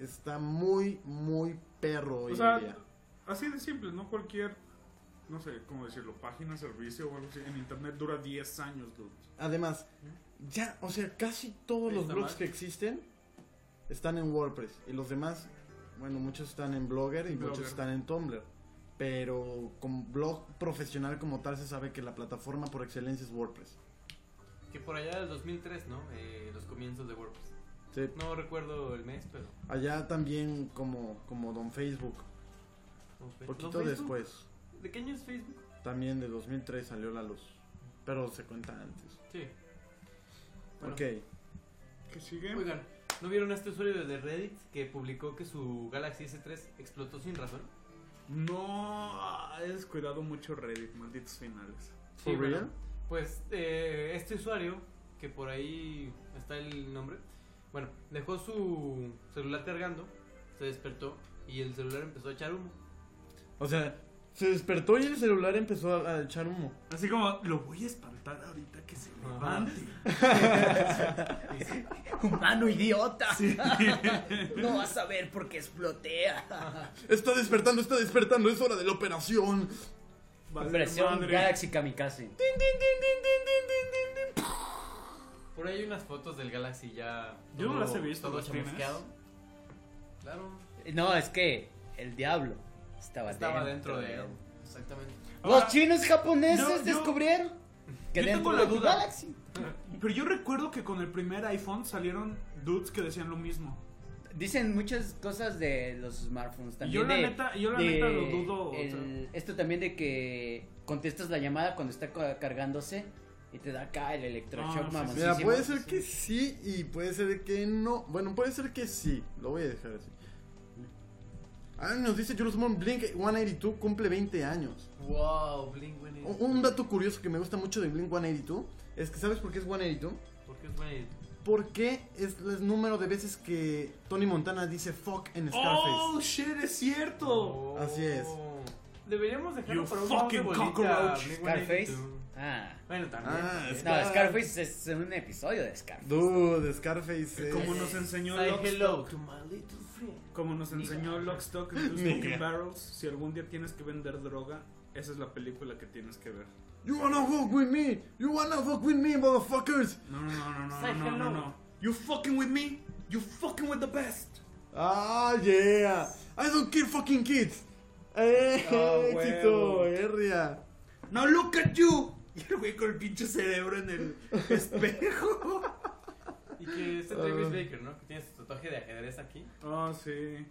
Speaker 7: está muy, muy perro hoy
Speaker 6: o
Speaker 7: en
Speaker 6: sea,
Speaker 7: día.
Speaker 6: así de simple, no cualquier, no sé cómo decirlo, página, servicio o algo así. En internet dura 10 años, dude.
Speaker 7: Además, ya, o sea, casi todos los
Speaker 6: Está
Speaker 7: blogs
Speaker 6: mal.
Speaker 7: que existen están en WordPress. Y los demás, bueno, muchos están en Blogger y
Speaker 6: Blogger.
Speaker 7: muchos están en Tumblr. Pero con blog profesional como tal se sabe que la plataforma por excelencia es WordPress.
Speaker 5: Que por allá del 2003, ¿no? Eh, los comienzos de WordPress.
Speaker 7: Sí.
Speaker 5: No recuerdo el mes, pero.
Speaker 7: Allá también como, como Don Facebook.
Speaker 5: Don Fe-
Speaker 7: Poquito
Speaker 5: Don Facebook.
Speaker 7: después.
Speaker 5: ¿De qué año es Facebook?
Speaker 7: También de 2003 salió la luz. Pero se cuenta antes.
Speaker 5: Sí.
Speaker 7: Ok.
Speaker 6: ¿Qué sigue?
Speaker 5: Oigan, ¿no vieron a este usuario de Reddit que publicó que su Galaxy S3 explotó sin razón?
Speaker 6: No ha descuidado mucho Reddit, malditos finales.
Speaker 5: Sí, bueno, Pues eh, este usuario, que por ahí está el nombre, bueno, dejó su celular cargando, se despertó y el celular empezó a echar humo.
Speaker 7: O sea, se despertó y el celular empezó a, a echar humo.
Speaker 6: Así como, lo voy a espantar ahorita que se
Speaker 7: levante.
Speaker 18: Humano idiota.
Speaker 7: Sí.
Speaker 18: *laughs* No vas a ver por qué explotea.
Speaker 7: Está despertando, está despertando, es hora de la operación.
Speaker 18: Operación
Speaker 7: madre.
Speaker 18: Galaxy Kamikaze.
Speaker 5: Por ahí hay unas fotos del Galaxy ya.
Speaker 6: Yo no
Speaker 5: todo-
Speaker 6: las he visto,
Speaker 5: Todo
Speaker 6: ¿las tienes?
Speaker 5: chamusqueado. Claro.
Speaker 18: No, es que el diablo estaba,
Speaker 5: Estaba
Speaker 18: dentro,
Speaker 5: dentro
Speaker 18: de
Speaker 5: de
Speaker 18: él.
Speaker 5: Exactamente.
Speaker 6: Ah,
Speaker 18: Los chinos japoneses descubrieron que
Speaker 6: yo
Speaker 18: dentro
Speaker 6: tengo la
Speaker 18: de tu
Speaker 6: duda.
Speaker 18: Galaxy.
Speaker 6: Pero yo recuerdo que con el primer iPhone salieron dudes que decían lo mismo.
Speaker 18: Dicen muchas cosas de los smartphones también.
Speaker 6: Yo la
Speaker 18: de-
Speaker 6: neta- yo la
Speaker 18: de
Speaker 6: neta lo dudo, o
Speaker 18: el-
Speaker 6: sea.
Speaker 18: Esto también de que contestas la llamada cuando está ca- cargándose y te da acá el
Speaker 6: Ah,
Speaker 18: electroshock mamoncísimo.
Speaker 7: Mira, puede ser que sí y puede ser que no. Bueno, puede ser que sí. Lo voy a dejar así. Ah, nos dice Julesmon Blink 182 cumple 20 años.
Speaker 5: Wow, Blink One
Speaker 7: Un- Un dato curioso que me gusta mucho de Blink 182 es que ¿sabes por qué es 182?
Speaker 5: ¿Por qué es Blink?
Speaker 7: ¿Por qué es el número de veces que Tony Montana dice fuck en Scarface?
Speaker 6: ¡Oh, shit! ¡Es cierto!
Speaker 7: Así es.
Speaker 5: Oh. Deberíamos dejarlo
Speaker 18: You
Speaker 5: para un fucking
Speaker 18: fucking
Speaker 5: bolita,
Speaker 18: cockroach.
Speaker 5: Blink
Speaker 18: Scarface.
Speaker 5: 182.
Speaker 18: Ah.
Speaker 5: Bueno, también. Eh,
Speaker 7: Ah,
Speaker 5: también.
Speaker 18: No, Scarface es un episodio de Scarface.
Speaker 7: Dude, Scarface.
Speaker 6: Como nos enseñó
Speaker 5: Say hello
Speaker 6: Lockstock.
Speaker 5: to my little friend.
Speaker 6: Como nos enseñó Lockstock
Speaker 18: *laughs*
Speaker 6: en Two
Speaker 7: Nigga.
Speaker 6: Smoking Barrels, si algún día tienes que vender droga, esa es la película que tienes que ver.
Speaker 7: You wanna fuck with me? You wanna fuck with me, motherfuckers?
Speaker 6: No, no, no, no, no,
Speaker 7: Say
Speaker 6: no, no,
Speaker 7: hello.
Speaker 6: no. You fucking with me, you fucking with the best.
Speaker 7: Ah, yeah. I don't kill fucking kids. Eh, éxito,
Speaker 6: huevo.
Speaker 7: herria.
Speaker 6: Now look at you. *laughs* Y el güey con el pinche cerebro en
Speaker 18: *laughs*
Speaker 6: el espejo.
Speaker 5: Y que este
Speaker 6: Ah.
Speaker 5: Travis Baker, ¿no? Que tiene su tatuaje de ajedrez aquí.
Speaker 6: Ah, sí.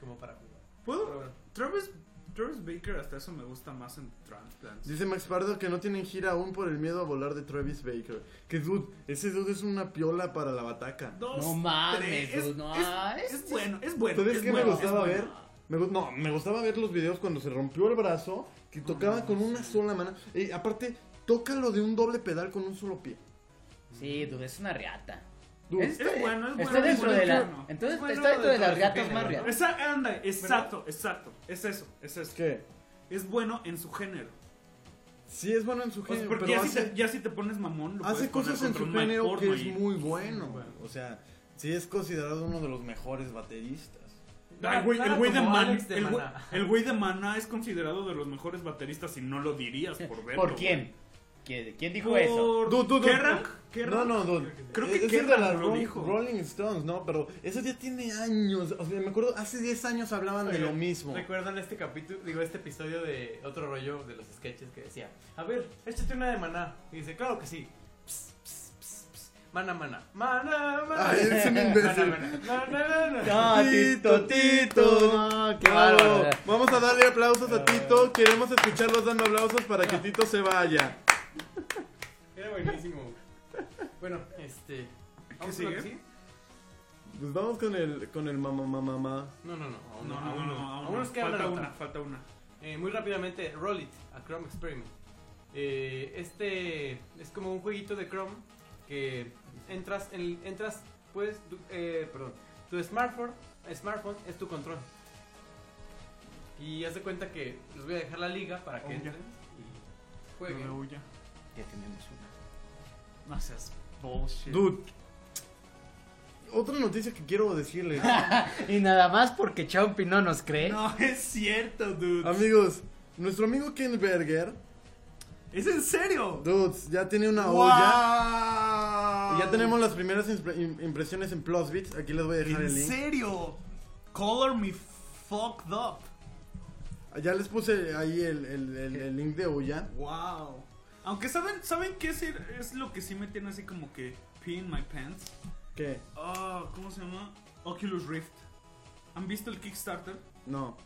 Speaker 5: Como para jugar.
Speaker 6: ¿Puedo? Travis, Travis Baker hasta eso me gusta más en Transplants.
Speaker 7: Dice Max Pardo que no tienen gira aún por el miedo a volar de Travis Baker. Que dude, ese dude es una piola para la bataca.
Speaker 6: Dos,
Speaker 18: No mames,
Speaker 6: tres.
Speaker 18: dude, no,
Speaker 6: es, es bueno, es bueno.
Speaker 7: ¿Sabes
Speaker 6: es
Speaker 7: qué
Speaker 6: bueno,
Speaker 7: me
Speaker 6: es
Speaker 7: gustaba
Speaker 6: bueno.
Speaker 7: ver? Me gu- no, me gustaba ver los videos cuando se rompió el brazo, que tocaba con una sola mano. Y aparte, tócalo de un doble pedal con un solo pie.
Speaker 18: Sí, dude, es una riata.
Speaker 7: Dude,
Speaker 18: Este-
Speaker 7: es bueno, es
Speaker 18: está
Speaker 7: bueno,
Speaker 18: dentro
Speaker 7: es
Speaker 18: de la.
Speaker 7: bueno.
Speaker 18: Entonces
Speaker 6: Bueno,
Speaker 18: está dentro de las
Speaker 6: todo su
Speaker 18: riatas
Speaker 6: género,
Speaker 18: más
Speaker 6: ¿no?
Speaker 18: riatas.
Speaker 6: Esa- anda, exacto, exacto. Es eso, es eso.
Speaker 7: ¿Qué?
Speaker 6: Es bueno en su género.
Speaker 7: Sí, es bueno en su
Speaker 6: O sea,
Speaker 7: género,
Speaker 6: porque ya,
Speaker 7: pero
Speaker 6: si
Speaker 7: hace-
Speaker 6: te, ya si te pones mamón, lo
Speaker 7: Hace
Speaker 6: puedes poner
Speaker 7: cosas en
Speaker 6: contra
Speaker 7: su
Speaker 6: un Mike
Speaker 7: género que es
Speaker 6: Portnoy.
Speaker 7: muy bueno. O sea, sí es considerado uno de los mejores bateristas.
Speaker 18: Ah,
Speaker 6: Ay, güey, el güey de,
Speaker 7: Como
Speaker 6: Man-
Speaker 7: Alex de
Speaker 6: el güey-
Speaker 7: Maná.
Speaker 6: el güey de Maná es considerado de los mejores bateristas y no lo dirías por verlo.
Speaker 18: ¿Por quién? ¿Quién, quién dijo
Speaker 7: Oh,
Speaker 18: eso?
Speaker 7: Dude, dude, dude.
Speaker 6: ¿Kerrang?
Speaker 7: No, no, dude.
Speaker 6: Creo que
Speaker 7: es el de
Speaker 6: Kerrang
Speaker 7: las
Speaker 6: lo
Speaker 7: Rolling,
Speaker 6: dijo.
Speaker 7: Rolling Stones, ¿no? Pero eso ya tiene años. O sea, me acuerdo, hace 10 años hablaban de lo
Speaker 5: Oigan,
Speaker 7: mismo.
Speaker 5: ¿Recuerdan este capítulo, digo, este episodio de otro rollo de los sketches que decía, a ver, échate una de maná? Y dice, claro que sí. Ps, ps, ps, ps. Mana, mana. Mana, mana.
Speaker 7: Ay, eres un imbécil.
Speaker 5: Mana, mana. Mana,
Speaker 7: Ah,
Speaker 5: mana.
Speaker 7: Tito, Tito. Ah, qué
Speaker 5: Bárbaro.
Speaker 7: bárbaro. Ah. Vamos a darle aplausos a Tito. Queremos escucharlos dando aplausos para que Tito se vaya.
Speaker 5: Era buenísimo. Bueno, este. ¿vamos con lo
Speaker 6: sigue?
Speaker 5: que sigue?
Speaker 16: Pues vamos con el, con el mamá, mamá, mamá.
Speaker 5: No, no, no. Aún
Speaker 6: No, no,
Speaker 5: aún
Speaker 6: no, aún
Speaker 5: Aún
Speaker 6: no.
Speaker 5: nos queda
Speaker 6: Falta
Speaker 5: otra.
Speaker 6: una, falta una.
Speaker 5: Eh, muy rápidamente, Roll It, a Chrome Experiment. Eh, este es como un jueguito de Chrome que entras, en, entras pues, tu- eh, perdón, tu smartphone, smartphone es tu control. Y haz de cuenta que les voy a dejar la liga para
Speaker 7: Oh,
Speaker 5: que
Speaker 6: Huya.
Speaker 5: entren y jueguen.
Speaker 6: No le huya.
Speaker 18: Ya tenemos una.
Speaker 6: No seas bullshit.
Speaker 7: Dude. Otra noticia que quiero *laughs* decirles.
Speaker 8: y nada más porque Chompi no nos cree.
Speaker 7: *laughs* No, es cierto, dude. Amigos, nuestro amigo Ken Berger. ¿Es en serio? Dudes, ya tiene una
Speaker 3: ¡Wow!
Speaker 7: olla. Y ya tenemos las primeras impre- im- impresiones en Plusbits. Aquí les voy a dejar
Speaker 15: ¿En
Speaker 7: el link.
Speaker 15: serio? Color me fucked up.
Speaker 7: Ya les puse ahí el, el- el- el link de olla.
Speaker 6: Wow. Aunque saben, ¿saben qué es, es lo que sí me tiene así como que pee in my pants?
Speaker 7: ¿Qué?
Speaker 6: Ah, ¿cómo se llama? Oculus Rift. ¿Han visto el Kickstarter?
Speaker 7: No.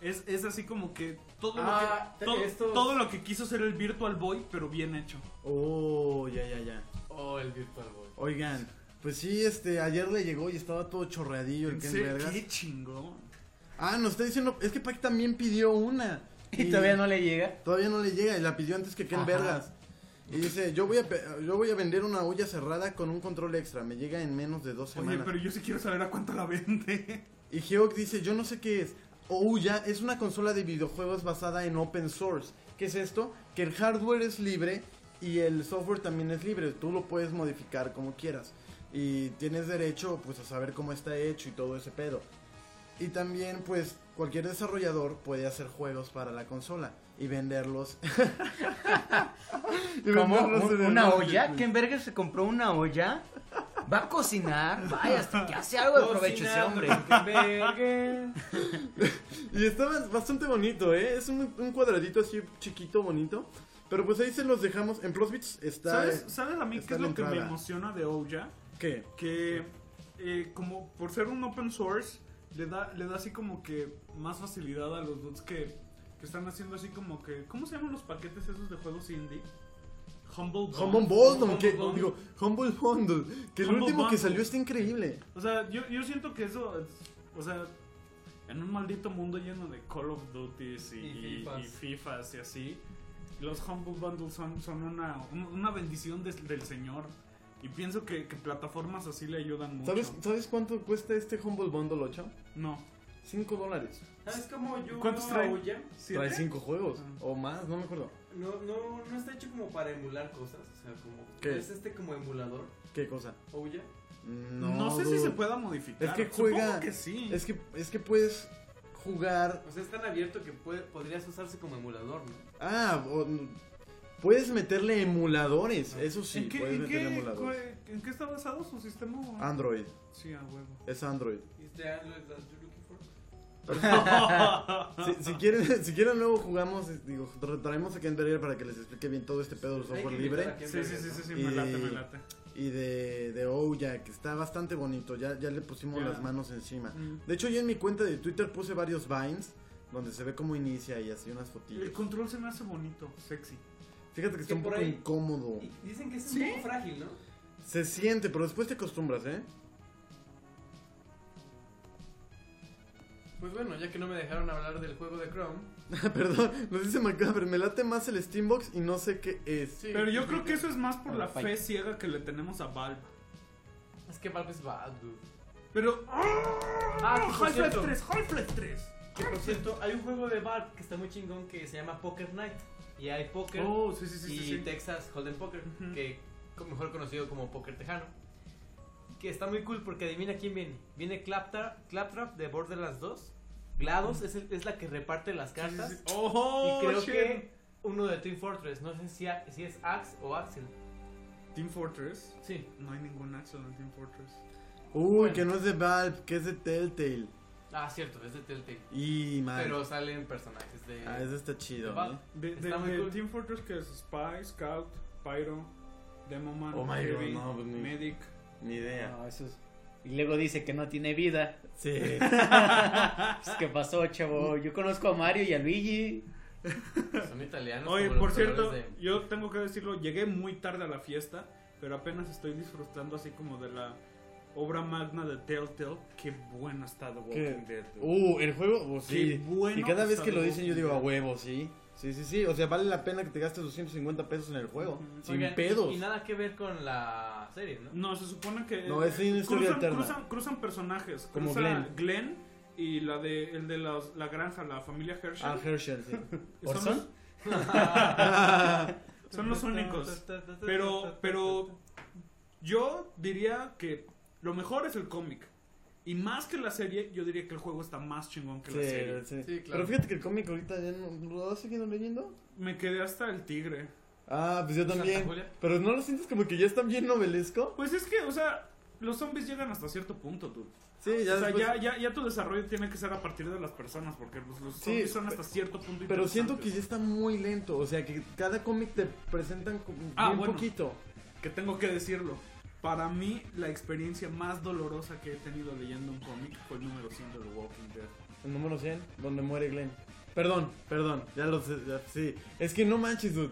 Speaker 6: Es, es así como que todo
Speaker 7: Ah,
Speaker 6: lo que to-
Speaker 7: estos-
Speaker 6: todo lo que quiso ser el Virtual Boy, pero bien hecho.
Speaker 7: Oh, ya, ya, ya.
Speaker 5: Oh, el Virtual Boy.
Speaker 7: Oigan, pues sí, este, ayer le llegó y estaba todo chorreadillo el
Speaker 6: ¿En
Speaker 7: Ken
Speaker 6: serio?
Speaker 7: Berger.
Speaker 6: ¡Qué chingón!
Speaker 7: Ah, nos está diciendo, es que Pac también pidió una.
Speaker 8: ¿Y todavía no le llega?
Speaker 7: Todavía no le llega y la pidió antes que Ken
Speaker 8: Ajá.
Speaker 7: Vergas. Y dice, yo voy, a, pe- yo voy a vender una olla cerrada con un control extra, me llega en menos de dos
Speaker 6: Oye,
Speaker 7: semanas.
Speaker 6: pero yo sí quiero saber a cuánto la vende.
Speaker 7: Y Geok dice, yo no sé qué es. Ouya es una consola de videojuegos basada en open source. ¿Qué es esto? Que el hardware es libre y el software también es libre. Tú lo puedes modificar como quieras. Y tienes derecho pues a saber cómo está hecho y todo ese pedo. Y también pues cualquier desarrollador puede hacer juegos para la consola y venderlos. *laughs* Y
Speaker 8: ¿Cómo?
Speaker 7: venderlos
Speaker 8: ¿Un-
Speaker 7: en el
Speaker 8: ¿Una olla?
Speaker 7: marketplace.
Speaker 8: ¿Ken Berger se compró una olla? ¿Va a cocinar? Vaya, hasta que hace algo de provecho ese hombre.
Speaker 7: y está bas- bastante bonito, ¿eh? Es un, un cuadradito así chiquito, bonito. Pero pues ahí se los dejamos. En Plusbits está.
Speaker 6: ¿Sabes, ¿Sabes a mí qué
Speaker 7: está
Speaker 6: es
Speaker 7: la
Speaker 6: lo que me
Speaker 7: entrada.
Speaker 6: emociona de Ouya?
Speaker 7: ¿Qué?
Speaker 6: Que eh, como por ser un open source, le da, le da así como que más facilidad a los dudes que, que están haciendo así como que... ¿Cómo se llaman los paquetes esos de juegos indie? Humble Bundle.
Speaker 7: Humble Bundle, que,
Speaker 6: Bundle.
Speaker 7: digo, Humble Bundle, que el
Speaker 6: Humble
Speaker 7: último que
Speaker 6: Bundle.
Speaker 7: salió está increíble.
Speaker 6: O sea, yo, yo siento que eso... es- o sea, en un maldito mundo lleno de Call of Duties y,
Speaker 5: Y
Speaker 6: y- y
Speaker 5: Fifas.
Speaker 6: FIFAs. Y así, los Humble Bundles son, son una, un- una bendición des- del Señor. Y pienso que, que plataformas así le ayudan mucho.
Speaker 7: ¿Sabes, ¿Sabes cuánto cuesta este Humble Bundle 8?
Speaker 6: No.
Speaker 7: 5 dólares.
Speaker 5: ¿Sabes cómo Ah, yo
Speaker 7: ¿Cuántos
Speaker 5: veo a
Speaker 7: trae?
Speaker 5: Ouya?
Speaker 7: Trae 5 juegos
Speaker 6: Ah.
Speaker 7: o más, no me acuerdo.
Speaker 5: No, no, no está hecho como para emular cosas. O sea, como.
Speaker 7: ¿Qué?
Speaker 5: ¿no ¿Es este como emulador?
Speaker 7: ¿Qué cosa?
Speaker 5: Ouya.
Speaker 7: No,
Speaker 6: No sé si
Speaker 7: dude.
Speaker 6: se pueda modificar.
Speaker 7: Es que
Speaker 6: Supongo
Speaker 7: juega.
Speaker 6: que sí.
Speaker 7: Es que, es que puedes jugar
Speaker 5: O sea, es tan abierto que puede, podrías usarse como emulador, ¿no?
Speaker 7: Ah, o- puedes meterle emuladores, eso sí,
Speaker 6: Ah. ¿En, qué,
Speaker 7: puedes
Speaker 6: en,
Speaker 7: meterle
Speaker 6: qué,
Speaker 7: emuladores.
Speaker 6: cu- en qué está basado su sistema? güey?
Speaker 7: Android.
Speaker 6: Sí, a huevo.
Speaker 7: Es Android.
Speaker 5: ¿Is the Android that you're looking for?
Speaker 7: *laughs* si, si quieren, si quieren luego jugamos, eh, digo, tra- traemos a Ken Berger para que les explique bien todo este pedo del
Speaker 6: Hay que
Speaker 7: software
Speaker 6: invitar
Speaker 7: libre.
Speaker 6: a Ken Sí, Berger, sí, sí, ¿no? sí, sí, me
Speaker 7: Y-
Speaker 6: late, me late.
Speaker 7: Y de, de Ouya, que está bastante bonito, ya, ya le pusimos
Speaker 6: Ya.
Speaker 7: las manos encima.
Speaker 6: Mm.
Speaker 7: De hecho, yo en mi cuenta de Twitter puse varios vines donde se ve cómo inicia y así unas
Speaker 6: El
Speaker 7: fotillas.
Speaker 6: control se me hace bonito, sexy.
Speaker 7: Fíjate que está un
Speaker 6: por
Speaker 7: poco
Speaker 6: ahí-
Speaker 7: incómodo.
Speaker 5: Dicen que es
Speaker 6: ¿Sí?
Speaker 5: un poco frágil, ¿no?
Speaker 7: Se siente, pero después te acostumbras, ¿eh? *laughs*
Speaker 5: Pues bueno, ya que no me dejaron hablar del juego de Chrome.
Speaker 7: Perdón, nos dice Macabre, me late más el Steambox y no sé qué es.
Speaker 6: Pero yo creo que eso es más por la fe ciega que le tenemos a Valve.
Speaker 5: Es que Valve es Valve, dude.
Speaker 6: Pero.
Speaker 5: Ah,
Speaker 6: ¡Ah!
Speaker 5: que por
Speaker 6: Half-Life
Speaker 5: cierto-
Speaker 6: 3, Half-Life 3.
Speaker 5: Que por cierto, hay un juego de Valve que está muy chingón que se llama Poker Night. Y hay Poker
Speaker 6: Oh, sí, sí, sí,
Speaker 5: y
Speaker 6: sí, sí.
Speaker 5: Texas Hold'em Poker, que co- mejor conocido como Poker Tejano. Que está muy cool porque adivina quién viene. Viene Claptrap, Claptrap de Borderlands 2. GLaDOS es, el- es la que reparte las cartas.
Speaker 6: sí. Oh,
Speaker 5: y creo
Speaker 6: shit.
Speaker 5: que uno de Team Fortress, no sé si, a- si es Axe o Axel.
Speaker 6: Team Fortress.
Speaker 5: Sí.
Speaker 6: No hay ningún Axel en Team Fortress.
Speaker 7: Uy, que no es de Valve, que es de Telltale.
Speaker 5: Ah, cierto, es de Telltale.
Speaker 7: Y man.
Speaker 5: Pero salen personajes de.
Speaker 7: Ah, eso está chido,
Speaker 5: de Valve.
Speaker 7: ¿eh?
Speaker 6: De, de-
Speaker 5: Está muy
Speaker 6: de
Speaker 5: cool.
Speaker 6: Team Fortress que es Spy, Scout, Pyro, Demoman,
Speaker 7: Oh my God,
Speaker 6: Heavy,
Speaker 7: no, pues ni-
Speaker 6: Medic.
Speaker 7: Ni idea.
Speaker 18: *laughs* No, eso es- Y luego dice que no tiene vida.
Speaker 7: Sí.
Speaker 18: Pues, ¿Qué pasó, chavo? Yo conozco a Mario y a Luigi.
Speaker 5: Son italianos.
Speaker 6: Oye,
Speaker 5: como los
Speaker 6: por cierto,
Speaker 5: colores de-
Speaker 6: yo tengo que decirlo, llegué muy tarde a la fiesta pero apenas estoy disfrutando así como de la obra magna de Telltale. Qué bueno está The Walking
Speaker 7: ¿Qué?
Speaker 6: Dead. güey.
Speaker 7: *laughs* Uh, el juego, oh,
Speaker 6: Qué
Speaker 7: sí.
Speaker 6: bueno
Speaker 7: y cada vez
Speaker 6: está
Speaker 7: que lo
Speaker 6: The
Speaker 7: dicen yo
Speaker 6: Walking
Speaker 7: digo a
Speaker 6: Dead.
Speaker 7: huevo, sí. Sí, sí, sí. O sea, vale la pena que te gastes 250 pesos en el juego. Sin
Speaker 5: Oigan,
Speaker 7: pedos.
Speaker 5: Y nada que ver con la serie, ¿no?
Speaker 6: No, se supone que.
Speaker 7: No, es una historia
Speaker 6: cruzan,
Speaker 7: alterna.
Speaker 6: Cruzan, cruzan personajes.
Speaker 7: Como
Speaker 6: Cruza
Speaker 7: Glenn.
Speaker 6: y la de, el de las- la granja, la familia Herschel.
Speaker 7: Ah, Herschel, sí.
Speaker 6: Y son
Speaker 7: ¿Orson?
Speaker 6: los- *laughs*
Speaker 7: *laughs*
Speaker 6: Son los únicos. Pero, pero yo diría que lo mejor es el cómic. Y más que la serie, yo diría que el juego está más chingón que la
Speaker 7: Sí,
Speaker 6: serie.
Speaker 7: sí. Pero fíjate que el cómic ahorita ya no. ¿Lo has seguido leyendo?
Speaker 6: Me quedé hasta el tigre.
Speaker 7: Ah, pues yo
Speaker 6: ¿Santa
Speaker 7: también.
Speaker 6: Julia?
Speaker 7: Pero no lo sientes como que ya están bien novelesco.
Speaker 6: Pues es que, o sea, los zombies llegan hasta cierto punto, tú.
Speaker 7: Sí, ya
Speaker 6: o sea,
Speaker 7: después-
Speaker 6: ya, ya, ya tu desarrollo tiene que ser a partir de las personas, porque pues, los
Speaker 7: Sí,
Speaker 6: zombies son hasta
Speaker 7: pe-
Speaker 6: cierto punto
Speaker 7: Pero siento que
Speaker 6: interesantes.
Speaker 7: ya está muy lento. O sea, que cada cómic te presentan un
Speaker 6: Ah,
Speaker 7: bien
Speaker 6: bueno.
Speaker 7: poquito.
Speaker 6: Que tengo que decirlo. Para mí, la experiencia más dolorosa que he tenido leyendo un cómic fue el número 100 de The Walking Dead.
Speaker 7: El número 100, donde muere Glenn. Perdón, perdón, ya lo sé, ya- sí. Es que no manches, dude.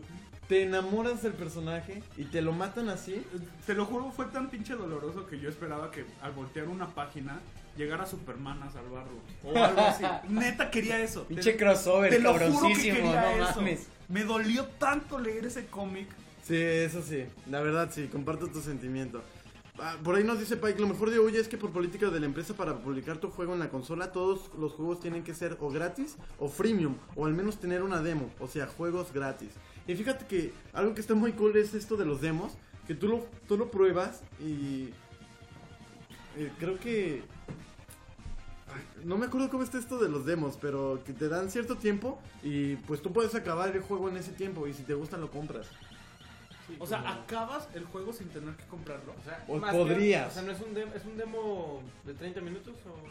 Speaker 7: Te enamoras del personaje y te lo matan así.
Speaker 6: Te lo juro, fue tan pinche doloroso que yo esperaba que al voltear una página llegara Superman a salvarlo. O
Speaker 17: *laughs*
Speaker 6: algo así. Neta, quería eso.
Speaker 17: Pinche
Speaker 6: Te-
Speaker 17: crossover,
Speaker 6: te lo juro que
Speaker 17: cabroncísimo,
Speaker 6: quería
Speaker 17: no
Speaker 6: eso.
Speaker 17: mames.
Speaker 6: Me dolió tanto leer ese cómic.
Speaker 7: Sí, eso sí. La verdad, sí, comparto tu sentimiento. Ah, Por ahí nos dice Pike, lo mejor de hoy es que por política de la empresa para publicar tu juego en la consola, todos los juegos tienen que ser o gratis o freemium, o al menos tener una demo, o sea, juegos gratis. Y fíjate que algo que está muy cool es esto de los demos, que tú lo, tú lo pruebas y eh, creo que... Ay, No me acuerdo cómo está esto de los demos, pero que te dan cierto tiempo y pues tú puedes acabar el juego en ese tiempo y si te gusta lo compras.
Speaker 6: O sea, acabas el juego sin tener que comprarlo. O sea,
Speaker 7: O
Speaker 5: Más
Speaker 7: podrías.
Speaker 5: que- o sea, ¿no es un, demo, es un demo de 30 minutos o...?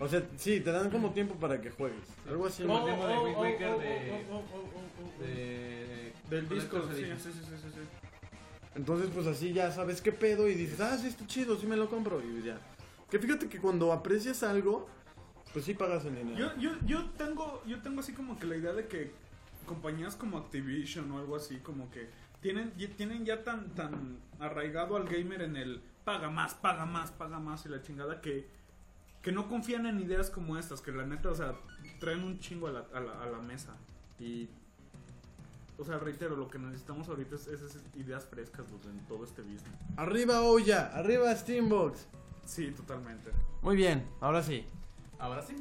Speaker 7: O sea, sí, te dan como tiempo para que juegues. Algo así.
Speaker 5: Como el
Speaker 7: ¿no?
Speaker 5: demo de Wind Waker
Speaker 6: oh,
Speaker 5: de...
Speaker 6: oh, oh, oh, oh, oh.
Speaker 5: de-
Speaker 6: Del disco.
Speaker 5: Collector's
Speaker 6: Sí,
Speaker 5: Edition.
Speaker 6: sí, sí, sí, sí, sí.
Speaker 7: Entonces, pues así ya sabes qué pedo y dices, ah, sí, está chido, sí me lo compro y ya. Que fíjate que cuando aprecias algo, pues sí pagas en línea.
Speaker 6: Yo, yo, yo tengo, yo tengo así como que la idea de que compañías como Activision o algo así, como que tienen, ya- tienen ya tan, tan arraigado al gamer en el paga más, paga más, paga más y la chingada que, que no confían en ideas como estas, que la neta, o sea, traen un chingo a la, a la, a la mesa. Y, o sea, reitero, lo que necesitamos ahorita es es esas ideas frescas dude, en todo este business.
Speaker 7: Arriba olla, arriba Steambox.
Speaker 6: Sí, totalmente.
Speaker 7: Muy bien, ahora sí.
Speaker 5: Ahora sí.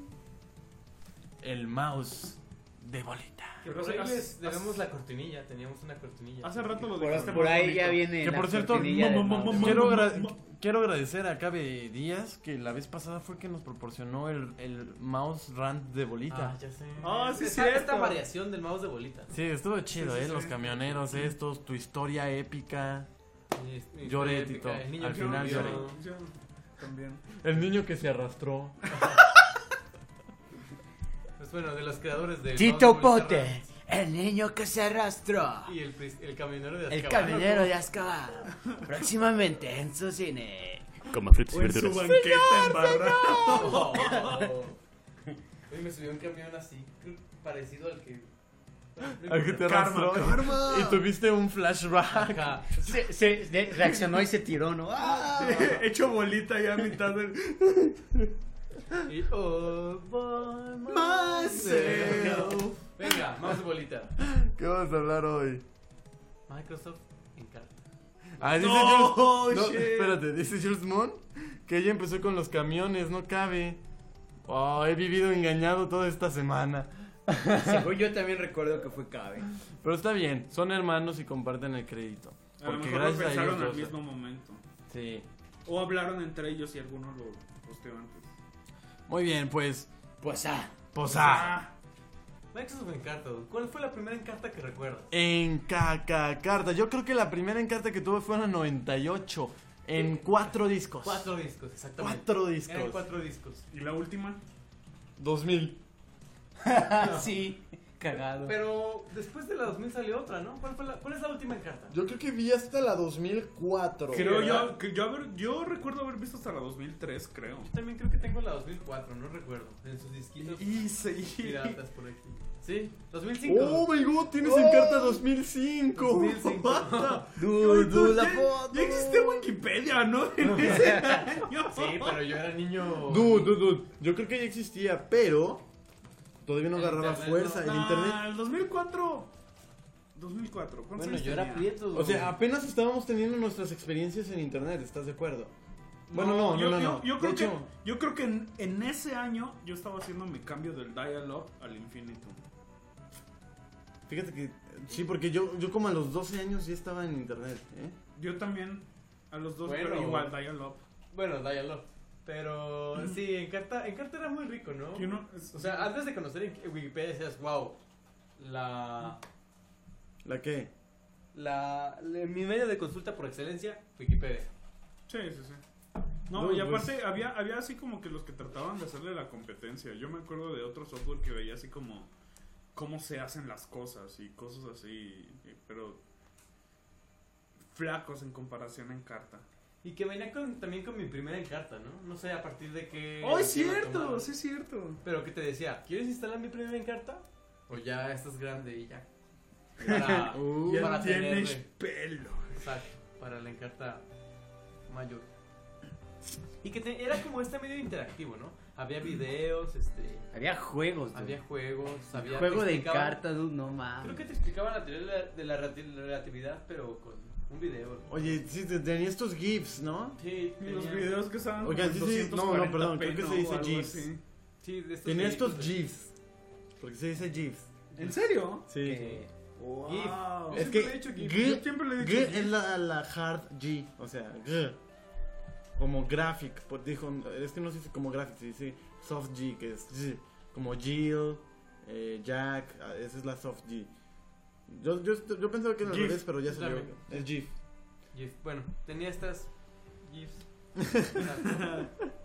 Speaker 7: El mouse de bolita.
Speaker 5: Que por ahí les debemos la cortinilla, teníamos una cortinilla.
Speaker 6: Hace rato lo
Speaker 5: Por-
Speaker 6: dijiste
Speaker 5: por
Speaker 6: muy
Speaker 5: ahí
Speaker 6: bonito.
Speaker 5: ya viene
Speaker 7: Que por cierto,
Speaker 5: cortinilla
Speaker 7: mo-
Speaker 5: de
Speaker 7: mo- mo-
Speaker 5: mouse.
Speaker 7: quiero, agra- quiero agradecer a Cabe Díaz que la vez pasada fue que nos proporcionó el, el mouse rant de bolita.
Speaker 5: Ah, ya sé.
Speaker 6: Ah, sí,
Speaker 5: esta,
Speaker 6: cierto.
Speaker 5: esta variación del mouse de bolita.
Speaker 7: Sí, estuvo chido,
Speaker 5: Sí, sí,
Speaker 7: ¿eh?
Speaker 5: sí.
Speaker 7: Los camioneros estos, tu historia épica.
Speaker 5: Mi- mi
Speaker 7: Lloré,
Speaker 5: épica,
Speaker 7: Tito.
Speaker 5: el niño
Speaker 7: Al
Speaker 5: que
Speaker 7: final
Speaker 5: murió.
Speaker 7: lloré.
Speaker 6: Yo también.
Speaker 7: El niño que se arrastró.
Speaker 5: Pues bueno, de los creadores de...
Speaker 17: Tito Pote, el niño que se arrastró.
Speaker 5: Y el, pris- el camionero de
Speaker 17: El
Speaker 5: Azkaban.
Speaker 17: caballero de Azkaban. Próximamente en su cine.
Speaker 19: Coma frutas y
Speaker 17: O en su
Speaker 19: verduras.
Speaker 17: banqueta
Speaker 5: Oh. *laughs* Oye, me subió un camión así, creo, parecido al que...
Speaker 7: Al que te arrastró.
Speaker 5: Karma, karma.
Speaker 7: Y tuviste un flashback.
Speaker 17: Se, se- de- reaccionó y se tiró, ¿no? ¡Ah!
Speaker 6: *laughs* Hecho bolita ya a mitad del...
Speaker 5: Y- oh, by
Speaker 7: Myself.
Speaker 5: Venga, mouse de bolita.
Speaker 7: ¿Qué vamos a hablar hoy?
Speaker 5: Microsoft Encarta.
Speaker 7: Ah, dice
Speaker 5: No,
Speaker 7: Jules- no,
Speaker 5: shit.
Speaker 7: espérate, dice Jules Moon que ella empezó con los camiones, no cabe. Oh, he vivido engañado toda esta semana.
Speaker 8: Según yo también recuerdo que fue Cabe.
Speaker 7: Pero está bien, son hermanos y comparten el crédito.
Speaker 6: A lo
Speaker 7: Porque
Speaker 6: mejor lo
Speaker 7: gracias a
Speaker 6: pensaron
Speaker 7: ellos.
Speaker 6: al
Speaker 7: dos-
Speaker 6: mismo momento.
Speaker 7: Sí.
Speaker 6: O hablaron entre ellos y algunos lo posteó antes.
Speaker 7: Muy bien, pues. ah.
Speaker 17: Posá.
Speaker 7: Posá.
Speaker 5: Microsoft Encarta, ¿cuál fue la primera Encarta que recuerdas?
Speaker 7: En Cacacarta. Yo creo que la primera encarta que tuve fue en el 98. En cuatro discos.
Speaker 5: Cuatro discos, exactamente.
Speaker 7: Cuatro discos.
Speaker 5: Eran cuatro discos.
Speaker 6: ¿Y la última?
Speaker 8: Ah,
Speaker 7: 2000.
Speaker 17: sí, cagado.
Speaker 5: Pero después de la 2000 salió otra, ¿no? ¿Cuál, fue la- cuál es la última encarta?
Speaker 7: Yo creo que vi hasta la 2004.
Speaker 6: Creo
Speaker 7: ¿verdad?
Speaker 6: yo, que yo, haber- yo recuerdo haber visto hasta la 2003, creo.
Speaker 5: Yo también creo que tengo la 2004, no recuerdo. En sus
Speaker 7: *laughs*
Speaker 5: disquitos.
Speaker 6: Y sí.
Speaker 5: Piratas por aquí. Sí, 2005.
Speaker 7: Oh my god, tienes en carta 2005.
Speaker 5: 2005.
Speaker 7: Dude, dude, la
Speaker 6: ya-
Speaker 7: foto.
Speaker 6: Ya existía Wikipedia, ¿no? *laughs* En
Speaker 7: *laughs*
Speaker 6: ese año.
Speaker 5: Sí,
Speaker 7: pues,
Speaker 5: pero yo era niño.
Speaker 7: Dude, dude, dude. Yo creo que ya existía, pero todavía no agarraba fuerza el internet.
Speaker 6: Ah, el 2004. 2004. ¿cuántos años tenía?
Speaker 7: O sea, apenas estábamos teniendo nuestras experiencias en internet, ¿estás de acuerdo? Bueno, no, no,
Speaker 6: yo,
Speaker 7: no.
Speaker 6: yo-
Speaker 7: no.
Speaker 6: Yo, creo
Speaker 7: de hecho,
Speaker 6: que, yo creo que en, en ese año yo estaba haciendo mi cambio del dial-up al infinito.
Speaker 7: fíjate que sí, porque yo, yo como a los 12 años ya estaba en internet, ¿eh?
Speaker 6: Yo también, a los dos,
Speaker 5: Bueno.
Speaker 6: pero igual dial-up.
Speaker 5: Bueno, dial-up. Pero sí, Encarta, Encarta era muy rico, ¿no?
Speaker 6: Que uno es-
Speaker 5: O sea, antes de conocer en- Wikipedia decías, wow, la,
Speaker 7: ¿La qué?
Speaker 5: la, la- mi medio de consulta por excelencia, Wikipedia.
Speaker 6: Sí, sí, sí. No,
Speaker 5: No,
Speaker 6: y
Speaker 5: pues-
Speaker 6: aparte había, había así como que los que trataban de hacerle la competencia. Yo me acuerdo de otro software que veía así como cómo se hacen las cosas y cosas así, y- pero flacos en comparación en carta.
Speaker 5: Y que venía con- también con mi primera Encarta, ¿no? No sé a partir de qué...
Speaker 6: ¡Oh, es
Speaker 5: de qué la
Speaker 6: cierto!
Speaker 5: tomaron.
Speaker 6: Sí, es cierto.
Speaker 5: Pero que te decía, ¿quieres instalar mi primera Encarta? O ya estás grande y ya. Para,
Speaker 6: Uh, ya
Speaker 5: para
Speaker 6: tienes
Speaker 5: tenerle.
Speaker 6: pelo.
Speaker 5: Exacto, para la Encarta mayor. Y que te- era como este medio interactivo, ¿no? Había videos, este...
Speaker 7: ah,
Speaker 18: Había juegos, dude.
Speaker 5: Había juegos, había...
Speaker 18: Juego
Speaker 5: te
Speaker 18: de
Speaker 5: explicaban-
Speaker 18: cartas, dude, no
Speaker 5: Creo
Speaker 18: mames.
Speaker 5: que te explicaban la teoría de la- de la relati- relatividad, pero con un video.
Speaker 7: Oye, sí, te- tenía estos GIFs, ¿no?
Speaker 5: Sí,
Speaker 6: Y los videos que estaban
Speaker 7: Oigan,
Speaker 6: como
Speaker 7: sí, sí, no, no, perdón, creo que se
Speaker 6: 240p, ¿no?
Speaker 7: dice
Speaker 6: O algo
Speaker 7: GIFs.
Speaker 6: así.
Speaker 5: Sí, de estos
Speaker 7: tenía
Speaker 5: deditos
Speaker 7: estos GIFs. Porque se dice GIFs.
Speaker 6: ¿En serio?
Speaker 7: Sí.
Speaker 6: Wow.
Speaker 7: Es
Speaker 6: Yo siempre
Speaker 7: que
Speaker 6: le he dicho GIF,
Speaker 7: G,
Speaker 6: yo siempre le he dicho
Speaker 7: G
Speaker 6: GIF.
Speaker 7: es la, la hard G, o sea, G. Como graphic, por- dijo, es que no se dice como graphic, se dice soft G, que es G. Como Jill, eh, Jack, ah, esa es la soft G. Yo, yo, yo pensaba que era al
Speaker 5: GIF.
Speaker 7: revés, pero ya
Speaker 5: Yo
Speaker 7: salió.
Speaker 5: también.
Speaker 7: Es GIF.
Speaker 5: GIF. Bueno, tenía estas GIFs.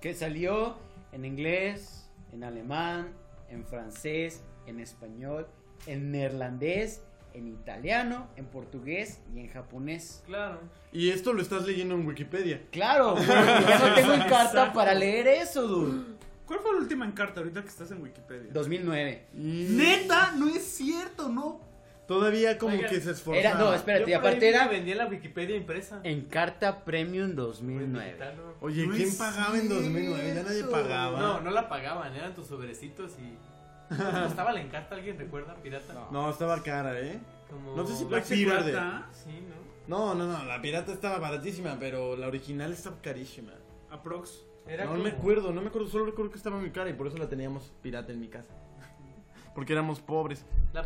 Speaker 18: que salió en inglés, en alemán, en francés, en español, en neerlandés, en italiano, en portugués y en japonés.
Speaker 5: Claro.
Speaker 7: Y esto lo estás leyendo en Wikipedia.
Speaker 18: Claro, porque yo no tengo en carta
Speaker 6: Exacto.
Speaker 18: para leer eso, dude.
Speaker 6: ¿Cuál fue la última encarta ahorita que estás en Wikipedia?
Speaker 18: 2009.
Speaker 6: Neta, no es cierto, no.
Speaker 7: Todavía
Speaker 18: como que se esforzaba. Era- no, espérate, y aparte era-
Speaker 5: Vendía la Wikipedia impresa.
Speaker 18: En carta premium 2009.
Speaker 5: Digital, ¿no?
Speaker 7: Oye, ¿quién pagaba en 2009? Ya nadie pagaba.
Speaker 5: No, no la pagaban, eran tus sobrecitos y.
Speaker 7: *laughs*
Speaker 5: ¿Cómo estaba la encarta? ¿Alguien recuerda? ¿Pirata?
Speaker 7: No, estaba cara, ¿eh?
Speaker 5: Como-
Speaker 7: No sé si
Speaker 5: ¿La
Speaker 7: Black Sea
Speaker 5: pirata?
Speaker 7: Verde.
Speaker 5: Sí, ¿no?
Speaker 7: No, no, no, la pirata estaba baratísima, pero la original estaba carísima.
Speaker 6: Aprox.
Speaker 5: Era
Speaker 7: no
Speaker 5: como-
Speaker 7: me acuerdo, no me acuerdo, solo recuerdo que estaba muy cara y por eso la teníamos pirata en mi casa. *laughs* Porque éramos pobres.
Speaker 5: La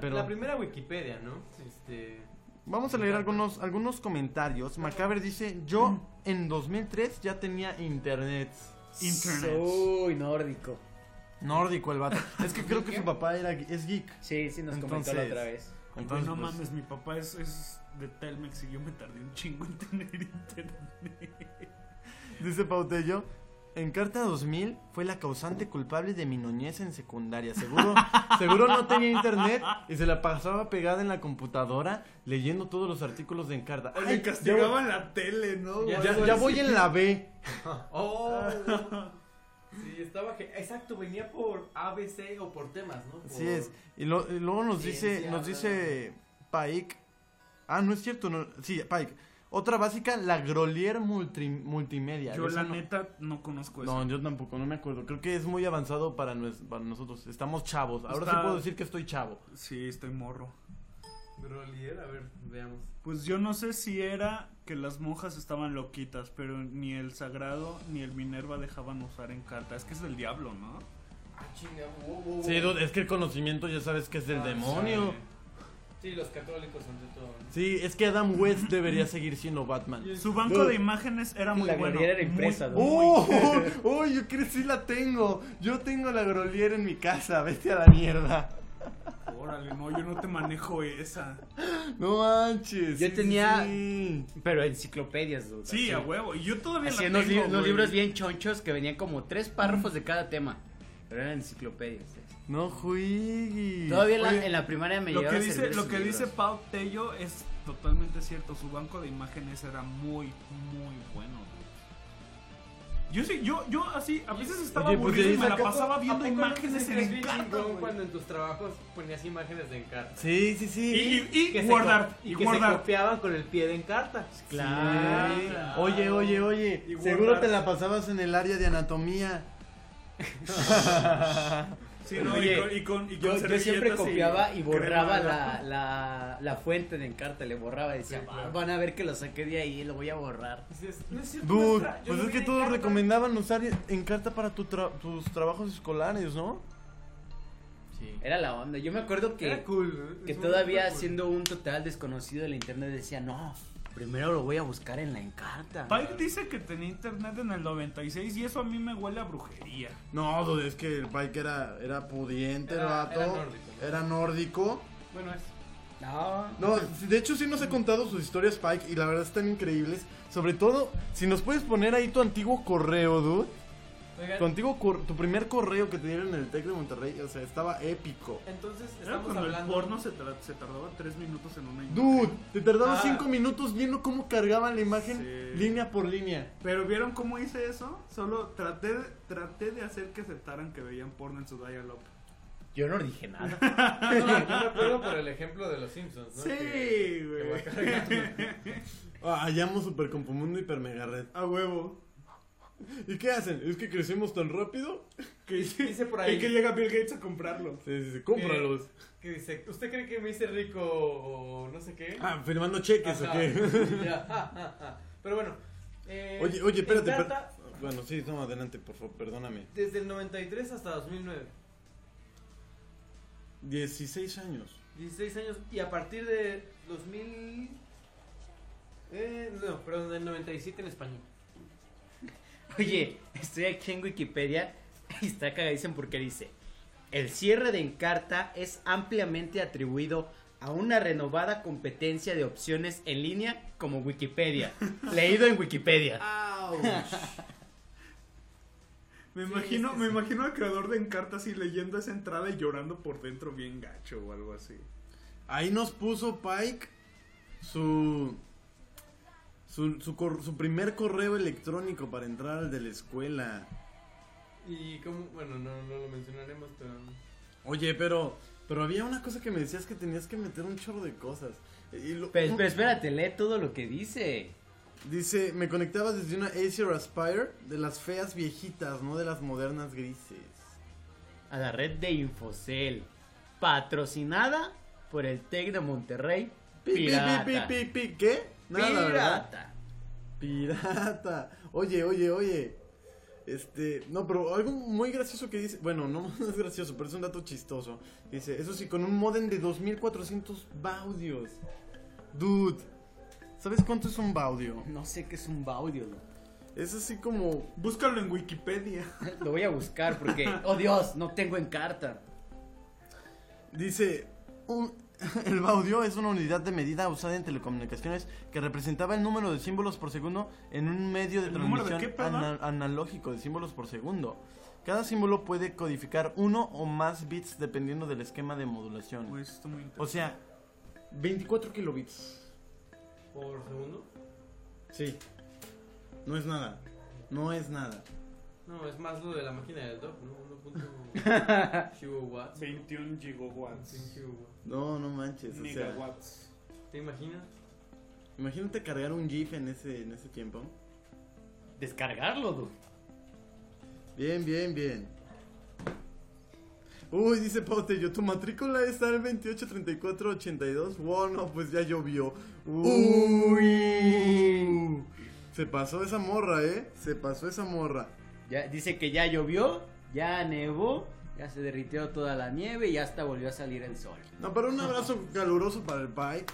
Speaker 5: primera-
Speaker 7: pero...
Speaker 5: La primera Wikipedia, ¿no? Este.
Speaker 7: Vamos a leer algunos, algunos comentarios. Macaber dice, yo
Speaker 6: Mm.
Speaker 7: en 2003 ya tenía internet.
Speaker 6: Pues,
Speaker 18: Uy, nórdico.
Speaker 7: Nórdico el vato. Es que creo que su papá era, es geek.
Speaker 18: Sí, sí, nos comentó la otra vez.
Speaker 7: Entonces,
Speaker 6: no
Speaker 7: pues,
Speaker 6: mames, mi papá es, es de Telmex y yo me tardé un chingo en tener *laughs* internet.
Speaker 7: Dice Pautello, en Carta 2000 fue la causante culpable de mi noñez en secundaria. Seguro, seguro no tenía internet y se la pasaba pegada en la computadora leyendo todos los artículos de Encarta.
Speaker 6: Ay,
Speaker 7: Ay,
Speaker 6: me castigaban la tele, ¿no?
Speaker 7: ya,
Speaker 6: O
Speaker 7: ya-
Speaker 6: algo
Speaker 7: ya
Speaker 6: así.
Speaker 7: voy en la B.
Speaker 5: ¡Oh!
Speaker 7: *laughs*
Speaker 5: Sí, estaba. que- Exacto, venía por ABC o por temas, ¿no? Por-
Speaker 7: Así es. Y, lo- y luego nos dice,
Speaker 5: Oh. Ciencia,
Speaker 7: nos dice Paik. Ah, no es cierto. no- sí, Paik. Otra básica, la Grolier multi- Multimedia.
Speaker 6: Yo
Speaker 7: Esa
Speaker 6: la
Speaker 7: no-
Speaker 6: neta no conozco eso.
Speaker 7: No, yo tampoco, no me acuerdo. Creo que es muy avanzado para, nues- para nosotros. Estamos chavos. Ahora sí
Speaker 6: Está-
Speaker 7: puedo decir que estoy chavo.
Speaker 6: Sí, estoy morro.
Speaker 5: Grolier, a ver, veamos.
Speaker 6: Pues yo no sé si era que las monjas estaban loquitas, pero ni el sagrado ni el Minerva dejaban usar en carta. Es que es del diablo, ¿no?
Speaker 5: Chinga, wow, wow,
Speaker 7: Sí,
Speaker 5: wow.
Speaker 7: dude, es que el conocimiento ya sabes que es del
Speaker 5: Ah,
Speaker 7: demonio.
Speaker 5: Sí, los católicos ante todo. ¿no?
Speaker 7: Sí. es que Adam West debería seguir siendo Batman.
Speaker 6: Su banco de imágenes era muy bueno. muy- muy-
Speaker 7: ¡Oh! *laughs* ¡Oh! Yo creo que sí la tengo. Yo tengo la Grolier en mi casa. Vete a la mierda.
Speaker 6: *laughs* Órale, no, yo no te manejo esa.
Speaker 7: No manches.
Speaker 18: Yo tenía,
Speaker 7: pero
Speaker 18: enciclopedias, dude. así.
Speaker 6: Sí, a huevo. Y yo todavía
Speaker 18: Así
Speaker 6: la
Speaker 18: unos, li-
Speaker 6: tengo,
Speaker 18: unos
Speaker 6: güey.
Speaker 18: libros bien chonchos que venían como tres párrafos de cada tema.
Speaker 20: Pero eran enciclopedias.
Speaker 8: ¿eh?
Speaker 7: No juegues.
Speaker 20: Todavía en la- en la primaria me
Speaker 6: lo
Speaker 20: llevaba
Speaker 6: que
Speaker 20: a
Speaker 6: dice
Speaker 20: servir
Speaker 6: Lo
Speaker 20: sus
Speaker 6: que
Speaker 20: libros.
Speaker 6: dice Pau Tello es totalmente cierto. Su banco de imágenes era muy, muy bueno. güey. Yo sí, yo, yo así, a veces estaba
Speaker 5: Oye, pues,
Speaker 6: aburrido y me la
Speaker 5: ¿a poco-
Speaker 6: pasaba viendo
Speaker 5: a poco no
Speaker 6: imágenes
Speaker 5: te
Speaker 6: en
Speaker 5: sentías bien
Speaker 6: Encarta,
Speaker 5: chingón
Speaker 6: güey?
Speaker 5: cuando en tus trabajos ponías imágenes de Encarta.
Speaker 7: Sí, sí, sí.
Speaker 5: Y,
Speaker 7: Y- y
Speaker 5: que se
Speaker 7: Word
Speaker 5: co-
Speaker 7: Art,
Speaker 5: y
Speaker 7: y
Speaker 5: que
Speaker 7: Word
Speaker 5: se
Speaker 7: Art.
Speaker 5: copiaban con el pie de Encarta.
Speaker 7: Claro. Oye, oye, oye.
Speaker 5: Y
Speaker 7: Seguro
Speaker 5: guardar.
Speaker 7: te la pasabas en el área de anatomía.
Speaker 6: Sí, no, y con- y con- y con
Speaker 8: yo, yo
Speaker 6: servilletas
Speaker 8: siempre
Speaker 6: y
Speaker 8: copiaba y borraba
Speaker 6: crema,
Speaker 8: la,
Speaker 6: ¿no?
Speaker 8: la, la fuente de encarta, le borraba y decía, "Ah, van a ver que lo saqué de ahí, lo voy a borrar.
Speaker 7: Dude, pues es que todos recomendaban usar Encarta para tu tra- tus trabajos escolares, ¿no?
Speaker 8: Era la onda. Yo me acuerdo que,
Speaker 7: Era cool, ¿eh?
Speaker 8: que
Speaker 7: Es muy
Speaker 8: todavía
Speaker 7: cool.
Speaker 8: siendo un total desconocido de la internet decía, no, primero lo voy a buscar en la encarta.
Speaker 6: Pike dice que tenía internet en el 96 y eso a mí me huele a brujería.
Speaker 7: No, dude, es que el Pike era, era pudiente, el
Speaker 6: Era-
Speaker 7: vato.
Speaker 6: era nórdico,
Speaker 7: Era nórdico.
Speaker 6: Bueno, es.
Speaker 8: No.
Speaker 7: No, de hecho sí nos ha contado sus historias Pike y la verdad están increíbles. Sobre todo, si nos puedes poner ahí tu antiguo correo, dude.
Speaker 5: Oigan.
Speaker 7: Tu antiguo cor- tu primer correo que te dieron en el Tec de Monterrey, o sea, estaba épico.
Speaker 5: Entonces
Speaker 6: Era
Speaker 5: estamos
Speaker 6: cuando
Speaker 5: hablando.
Speaker 6: Ah, el porno
Speaker 5: *laughs*
Speaker 6: *laughs* se, tra- se tardaba 3 minutos en una imagen.
Speaker 7: Dude, te tardaba
Speaker 6: Ah.
Speaker 7: 5 minutos viendo cómo cargaban la imagen
Speaker 6: Sí.
Speaker 7: línea por línea.
Speaker 6: Pero vieron cómo hice eso? Solo traté, traté de hacer que aceptaran que veían porno en su dial-up.
Speaker 8: Yo no dije nada.
Speaker 5: Yo me acuerdo por el ejemplo de los Simpsons, ¿no?
Speaker 6: Sí,
Speaker 5: Que- que
Speaker 6: güey.
Speaker 5: guacarean.
Speaker 7: Ah, hallamos Super Compomundo y Permega Red.
Speaker 6: A huevo.
Speaker 7: ¿Y qué hacen? ¿Es que crecemos tan rápido?
Speaker 6: *laughs* Que
Speaker 5: dice por ahí.
Speaker 6: Y que llega Bill Gates a comprarlo.
Speaker 7: Sí, sí, sí, cómpralos.
Speaker 5: Que dice, ¿usted cree que me hice rico o no sé qué?
Speaker 7: Ah, firmando cheques,
Speaker 5: Ajá,
Speaker 7: ¿o qué?
Speaker 5: *laughs*
Speaker 7: *laughs*
Speaker 5: ya, ja, ja, ja. Pero bueno. eh,
Speaker 7: Oye, oye, espérate. per-
Speaker 5: Encarta,
Speaker 7: Bueno, sí, toma adelante, por favor, perdóname.
Speaker 5: Desde el 93 hasta 2009.
Speaker 7: 16 años.
Speaker 5: 16 años. Y a partir de 2000... Eh, no, perdón, del 97 en español.
Speaker 8: Oye, estoy aquí en Wikipedia y está cagadísimo porque dice: El cierre de Encarta es ampliamente atribuido a una renovada competencia de opciones en línea como *laughs* Wikipedia. Leído en Wikipedia.
Speaker 6: Me imagino, me imagino al creador de Encarta así leyendo esa entrada y llorando por dentro bien gacho o algo así.
Speaker 7: Ahí nos puso Pike su su, su, cor- su primer correo electrónico para entrar al de la escuela.
Speaker 5: Y como... Bueno, no, no lo mencionaremos, pero...
Speaker 7: Oye, pero pero había una cosa que me decías que tenías que meter un chorro de cosas. Y lo-
Speaker 8: Pero, pero espérate, lee todo lo que dice.
Speaker 7: Dice, me conectaba desde una Acer Aspire de las feas viejitas, no de las modernas grises.
Speaker 8: A la red de Infocel. Patrocinada por el TEC de Monterrey.
Speaker 7: Pi, pi,
Speaker 8: Pirata.
Speaker 7: pi, pi, pi, pi, ¿qué? Nada, ¿verdad?
Speaker 8: Pirata.
Speaker 7: Pirata. Oye, oye, oye. Este, no, pero algo muy gracioso que dice, bueno, no *laughs* no es gracioso, pero es un dato chistoso. Dice, eso sí, con un modem de 2400 baudios. Dude, ¿sabes cuánto es un baudio?
Speaker 8: No sé qué es un baudio.
Speaker 7: Es así como...
Speaker 6: Búscalo en Wikipedia. *laughs*
Speaker 8: Lo voy a buscar *laughs* porque, oh Dios, no tengo Encarta.
Speaker 7: Dice, un- *laughs* el baudio es una unidad de medida usada en telecomunicaciones que representaba el número de símbolos por segundo en un medio de
Speaker 6: número de
Speaker 7: transmisión
Speaker 6: qué, perdón?
Speaker 7: ana- analógico de símbolos por segundo. Cada símbolo puede codificar uno o más bits dependiendo del esquema de modulación.
Speaker 6: Pues,
Speaker 7: o sea, 24 kilobits.
Speaker 5: ¿Por segundo?
Speaker 7: Sí. No es nada. No es nada.
Speaker 5: No, es más lo de la máquina del doc, ¿no? *laughs* 1.21 gigawatts.
Speaker 6: 21 gigawatts.
Speaker 7: No, no manches. O sea,
Speaker 6: Megawatts.
Speaker 5: ¿Te imaginas?
Speaker 7: imagínate cargar un GIF en ese, en ese tiempo.
Speaker 8: Descargarlo, dude.
Speaker 7: Bien, bien, bien. Uy, dice Pautello, tu matrícula es al 283482. Wow, no, pues ya llovió. Uy. Se pasó esa morra, eh. Se pasó esa morra.
Speaker 8: Ya, dice que ya llovió, ya nevó, ya se derritió toda la nieve y hasta volvió a salir el sol.
Speaker 7: No, pero un abrazo caluroso para el Pai.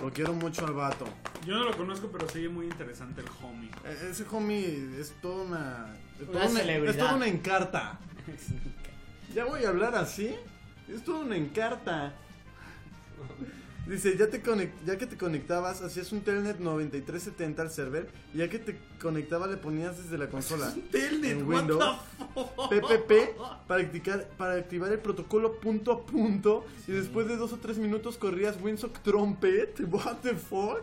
Speaker 7: Lo quiero mucho al vato.
Speaker 6: Yo no lo conozco, pero sigue muy interesante el homie.
Speaker 7: E- Ese homie es toda una. es
Speaker 6: Una
Speaker 7: toda
Speaker 6: celebridad.
Speaker 7: Es toda
Speaker 6: *laughs*
Speaker 7: una encarta. ya voy a hablar así. Es toda una encarta. Dice, ya, te conec- ya que te conectabas, hacías un telnet 9370 al server. Y ya que te conectaba, le ponías desde la consola.
Speaker 6: *laughs* telnet,
Speaker 7: en
Speaker 6: what
Speaker 7: Windows.
Speaker 6: the fuck?
Speaker 7: PPP para, activar- para activar el protocolo punto a punto y después de dos o tres minutos corrías Winsock Trumpet, *laughs* what the fuck,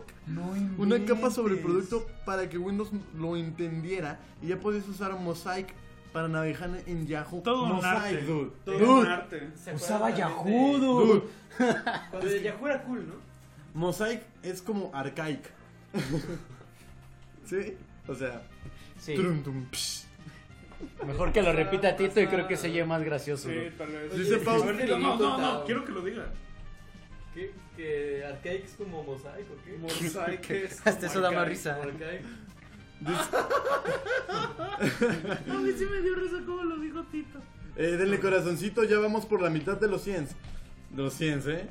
Speaker 7: una capa sobre el producto para que Windows lo entendiera y ya podías usar Mosaic para navegar en Yahoo.
Speaker 6: Todo un
Speaker 7: Mosaic,
Speaker 6: arte.
Speaker 7: dude.
Speaker 6: Todo
Speaker 7: Dude.
Speaker 6: un arte. ¿Se
Speaker 7: Usaba
Speaker 6: acuerdan
Speaker 7: Yahoo,
Speaker 6: también de-
Speaker 7: dude.
Speaker 5: Cuando de Yahoo era cool, ¿no?
Speaker 7: Mosaic es como arcaic. *laughs* ¿Sí? O sea,
Speaker 8: Sí.
Speaker 7: trum, tum, psh.
Speaker 8: Mejor que lo repita Tito y creo que se oye más gracioso.
Speaker 6: Sí,
Speaker 8: ¿no?
Speaker 6: tal vez.
Speaker 7: Dice Pau-
Speaker 6: No, no, no, no, quiero que lo diga.
Speaker 5: ¿Qué? ¿Que Arcaic es como mosaico? ¿Qué? *laughs*
Speaker 7: Mosaic es
Speaker 8: Hasta eso da más risa.
Speaker 5: Arcaic.
Speaker 7: Dice-
Speaker 15: A mí sí me dio risa como lo dijo Tito.
Speaker 7: Eh, denle corazoncito, ya vamos por la mitad de los 100. De los 100, ¿eh?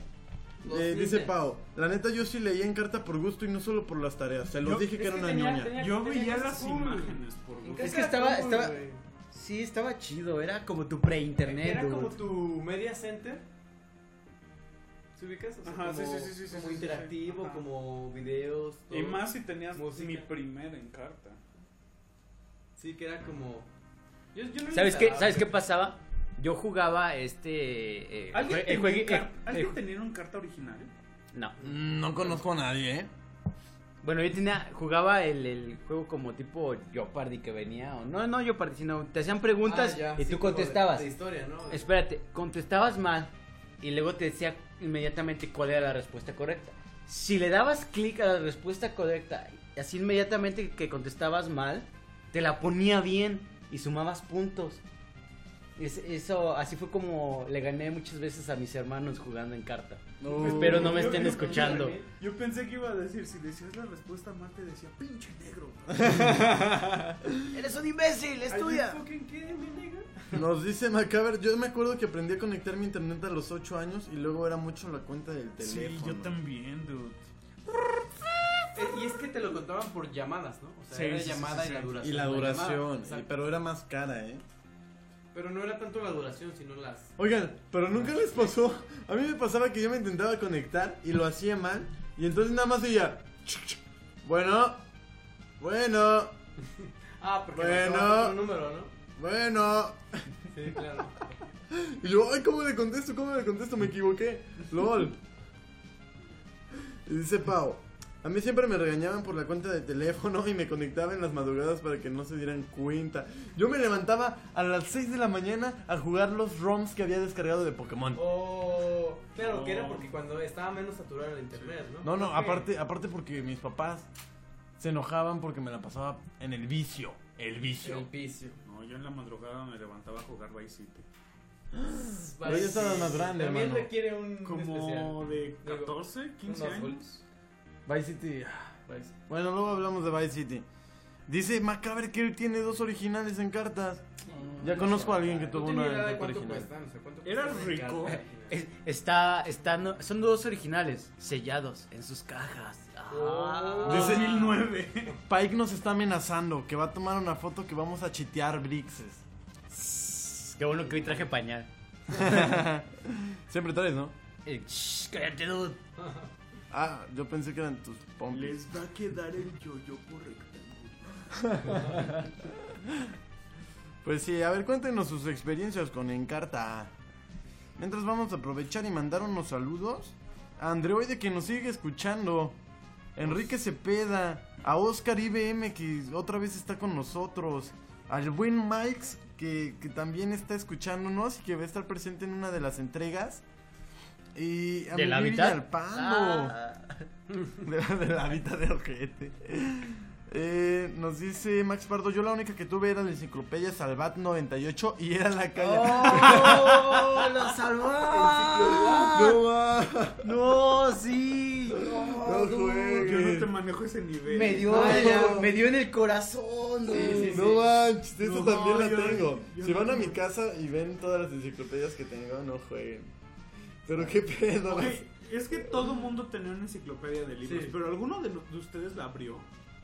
Speaker 5: Los
Speaker 7: Eh, dice
Speaker 5: 100.
Speaker 7: Pau, la neta yo sí leía en carta por gusto y no solo por las tareas. Se los
Speaker 6: Yo-
Speaker 7: dije que
Speaker 6: es
Speaker 7: era
Speaker 6: que
Speaker 7: una
Speaker 6: tenía-
Speaker 7: ñoña.
Speaker 6: tenía-
Speaker 7: yo
Speaker 6: Yo veía las imágenes por gusto.
Speaker 18: Es que estaba, estaba, sí, estaba chido, era como tu pre-internet,
Speaker 5: Era
Speaker 18: dude.
Speaker 5: como tu media center. ¿Se ubicas? O sea,
Speaker 6: Ajá, sí,
Speaker 5: como,
Speaker 6: sí, sí, sí, sí,
Speaker 5: como
Speaker 6: sí, sí.
Speaker 5: interactivo,
Speaker 6: Ajá.
Speaker 5: como videos.
Speaker 6: Y
Speaker 5: todo.
Speaker 6: más si tenías
Speaker 5: Música.
Speaker 6: mi primer encarta.
Speaker 5: Sí, que era como. Yo, yo no
Speaker 8: ¿Sabes
Speaker 5: lo
Speaker 8: qué,
Speaker 5: instalaba.
Speaker 8: ¿Sabes qué pasaba? Yo jugaba este. eh,
Speaker 6: ¿Alguien,
Speaker 8: jue- el
Speaker 6: tenía,
Speaker 8: juegui-
Speaker 6: un car-
Speaker 8: eh,
Speaker 6: ¿alguien
Speaker 8: el-
Speaker 6: tenía un carta original?
Speaker 8: No.
Speaker 7: No conozco a
Speaker 5: Ah,
Speaker 7: nadie, ¿eh?
Speaker 8: Bueno, yo tenía, jugaba el, el juego como tipo Jeopardy que venía, o no, no Jeopardy, sino te hacían preguntas
Speaker 5: Ah, ya,
Speaker 8: y
Speaker 5: sí,
Speaker 8: tú
Speaker 5: como de-
Speaker 8: contestabas.
Speaker 5: de historia, ¿no?
Speaker 8: Espérate, contestabas mal y luego te decía inmediatamente cuál era la respuesta correcta. Si le dabas clic a la respuesta correcta, y así inmediatamente que contestabas mal, te la ponía bien y sumabas puntos. Es- eso, así fue como le gané muchas veces a mis hermanos jugando en carta. Espero no me
Speaker 6: Yo-
Speaker 8: estén
Speaker 6: yo-
Speaker 8: escuchando.
Speaker 6: Yo pensé que iba a decir, si decías la respuesta mal, te decía, pinche negro.
Speaker 18: Eres un imbécil, estudia.
Speaker 7: Nos dice Macaber, yo me acuerdo que aprendí a conectar mi internet a los 8 años y luego era mucho la cuenta del
Speaker 6: Sí,
Speaker 7: teléfono.
Speaker 6: yo también, dude.
Speaker 5: Eh, Y es que te lo contaban por llamadas, ¿no? O sea, era llamada y la duración.
Speaker 7: Y la
Speaker 5: de llamada.
Speaker 7: duración,
Speaker 5: Exacto.
Speaker 7: y- pero era más cara, ¿eh?
Speaker 5: Pero no era tanto la duración, sino las.
Speaker 7: Oigan, pero nunca les pasó. A mí me pasaba que yo me intentaba conectar y lo hacía mal. Y entonces nada más decía, bueno, bueno,
Speaker 5: Ah, porque
Speaker 7: Bueno.
Speaker 5: marcabas otro número, ¿no?
Speaker 7: bueno.
Speaker 5: Sí, claro.
Speaker 7: Y yo, ay, ¿cómo le contesto? ¿Cómo le contesto? Me equivoqué. LOL. Y dice Pau, a mí siempre me regañaban por la cuenta de teléfono y me conectaba en las madrugadas para que no se dieran cuenta. Yo me levantaba a las 6 de la mañana a jugar los ROMs que había descargado de Pokémon.
Speaker 5: Oh, O. Claro, que era
Speaker 7: No.
Speaker 5: porque cuando estaba menos saturado el internet, ¿no?
Speaker 7: No, no,
Speaker 5: Creo que-
Speaker 7: aparte, aparte porque mis papás se enojaban porque me la pasaba en el vicio. El vicio.
Speaker 5: El vicio.
Speaker 6: No, yo en la madrugada me levantaba a jugar Vice City.
Speaker 7: Pero ya estabas más grande,
Speaker 5: También
Speaker 7: hermano.
Speaker 5: requiere un
Speaker 6: Como
Speaker 5: especial.
Speaker 6: de
Speaker 5: Digo,
Speaker 6: 14, 15
Speaker 5: unos
Speaker 6: años.
Speaker 7: Vice City. ah.
Speaker 5: Vice.
Speaker 7: Bueno, luego hablamos de Vice City. Dice Macabre que él tiene dos originales en cartas. Ya conozco a alguien que tuvo
Speaker 5: Mm. tenía
Speaker 7: una
Speaker 5: idea de
Speaker 7: carta
Speaker 5: cuánto
Speaker 7: original.
Speaker 5: cuestan, o sea, cuánto
Speaker 6: Era
Speaker 5: cuestan en
Speaker 6: rico.
Speaker 5: casa.
Speaker 8: *laughs* Es- está, está, no- son dos originales sellados en sus cajas.
Speaker 18: Oh.
Speaker 8: Ah.
Speaker 7: Dice- Pike nos está amenazando que va a tomar una foto que vamos a chitear
Speaker 5: *laughs*
Speaker 7: Brixes.
Speaker 8: Qué bueno que hoy traje pañal.
Speaker 7: Siempre traes, ¿no?
Speaker 8: Eh, shh, cállate, dude.
Speaker 7: Ah, yo pensé que eran tus pompis.
Speaker 6: Les va a quedar el yo-yo por rectángulo.
Speaker 7: *laughs* Pues sí, a ver, cuéntenos sus experiencias con Encarta. Mientras vamos a aprovechar y mandar unos saludos a Andreoide que nos sigue escuchando, Enrique Cepeda, a Oscar IBM que otra vez está con nosotros, al buen Mike's que, que también está escuchándonos y que va a estar presente en una de las entregas. Y a
Speaker 8: ¿Del
Speaker 7: mi Vivi
Speaker 8: hábitat?
Speaker 7: Alpando.
Speaker 8: Ah.
Speaker 7: De, de la vida de ojete. Eh, nos dice Max Pardo, yo la única que tuve era la enciclopedia Salvat 98 y era la calle. *laughs*
Speaker 18: ¡Oh! ¡Lo salvó!
Speaker 8: ¡No, sí!
Speaker 7: No, juegues.
Speaker 6: Yo no te manejo ese nivel.
Speaker 18: Me dio,
Speaker 6: Ay,
Speaker 18: en- me dio en el corazón. dude.
Speaker 7: No manches, esta
Speaker 6: No,
Speaker 7: también la
Speaker 6: yo-
Speaker 7: tengo.
Speaker 6: yo
Speaker 7: si
Speaker 6: no
Speaker 7: van a
Speaker 6: tengo.
Speaker 7: mi casa y ven todas las enciclopedias que tengo, no jueguen. Pero qué pedo.
Speaker 6: Ok,
Speaker 7: las-
Speaker 6: es que todo mundo tenía una enciclopedia de libros,
Speaker 5: Sí.
Speaker 6: pero ¿alguno de, lo- de ustedes la abrió?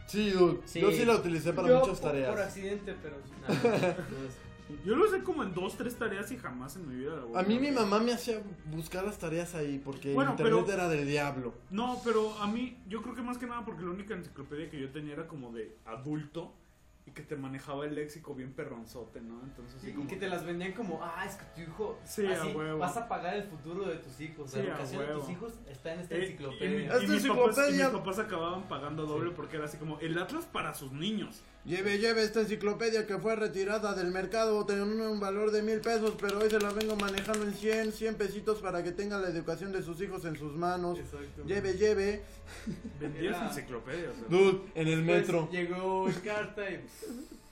Speaker 7: Sí, dude, yo sí la utilicé para
Speaker 5: Yo
Speaker 7: muchas
Speaker 5: por- Por
Speaker 7: tareas.
Speaker 5: accidente, pero. nada, no es-
Speaker 6: Yo lo sé como en dos, tres tareas y jamás en mi vida la volví
Speaker 7: A mí mi
Speaker 6: abrir.
Speaker 7: mamá me hacía buscar las tareas ahí porque el
Speaker 6: Bueno,
Speaker 7: internet
Speaker 6: pero-
Speaker 7: era del diablo.
Speaker 6: No, pero a mí, yo creo que más que nada porque la única enciclopedia que yo tenía era como de adulto y que te manejaba el léxico bien perronzote, ¿no? Entonces, así
Speaker 5: Y
Speaker 6: como
Speaker 5: que te las vendían como, ah, es que tu hijo,
Speaker 6: Sí, a
Speaker 5: así,
Speaker 6: huevo.
Speaker 5: vas a pagar el futuro de tus hijos.
Speaker 6: Sí,
Speaker 5: la
Speaker 6: a
Speaker 5: educación de tus
Speaker 6: huevo.
Speaker 5: hijos está en esta
Speaker 6: Eh,
Speaker 5: enciclopedia.
Speaker 6: y mi- Y, mis papás, y mis papás acababan pagando doble porque era así como el Atlas para sus niños.
Speaker 7: Lleve, lleve esta enciclopedia que fue retirada del mercado, tiene un valor de mil pesos, pero hoy se la vengo manejando en 100, 100 pesitos para que tenga la educación de sus hijos en sus manos. Lleve, lleve.
Speaker 6: Vendías enciclopedias. ¿no?
Speaker 7: Dude, en el
Speaker 5: Pues,
Speaker 7: metro.
Speaker 5: llegó Encarta y... pues,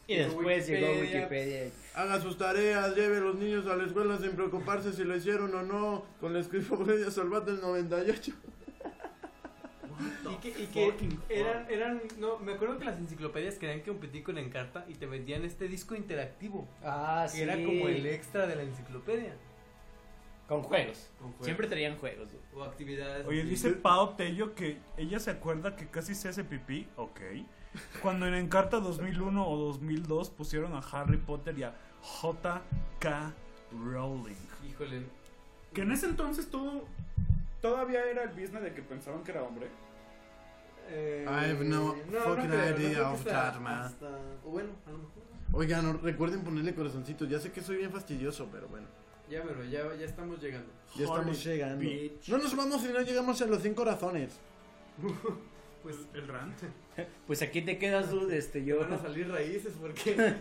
Speaker 7: Y después llegó
Speaker 18: Wikipedia.
Speaker 7: Haga sus tareas, lleve a los niños a la escuela sin preocuparse si lo hicieron o no, con la enciclopedia Salvat del 98.
Speaker 5: Y que, y que eran, eran, no, me acuerdo que las enciclopedias querían competir con Encarta y te vendían este disco interactivo.
Speaker 18: Ah,
Speaker 5: que Era
Speaker 18: sí.
Speaker 5: como el extra de la enciclopedia.
Speaker 18: Con juegos.
Speaker 5: Con juegos.
Speaker 18: Siempre traían juegos.
Speaker 5: O actividades.
Speaker 6: Oye, dice Pau Tello que ella se acuerda que casi se hace pipí, ok. Cuando en Encarta 2001 o 2002 pusieron a Harry Potter y a J.K. Rowling.
Speaker 5: Híjole.
Speaker 6: Que en ese entonces tú todavía era el business de que pensaban que era hombre.
Speaker 5: Eh,
Speaker 7: I have no
Speaker 5: creo,
Speaker 7: fucking idea
Speaker 5: creo que
Speaker 7: of
Speaker 5: hasta-
Speaker 7: that, man.
Speaker 5: hasta- o bueno, a lo mejor.
Speaker 7: Oigan, no- recuerden ponerle corazoncitos, ya sé que soy bien fastidioso, pero bueno.
Speaker 5: Ya, pero ya, ya estamos llegando.
Speaker 7: Ya estamos llegando.
Speaker 5: bitch.
Speaker 7: No nos vamos si no llegamos a los 100 corazones.
Speaker 5: Pues
Speaker 6: el rant.
Speaker 18: Pues aquí te quedas, dude, este, yo.
Speaker 5: *laughs* Van a salir raíces
Speaker 7: *laughs*
Speaker 5: porque... ah.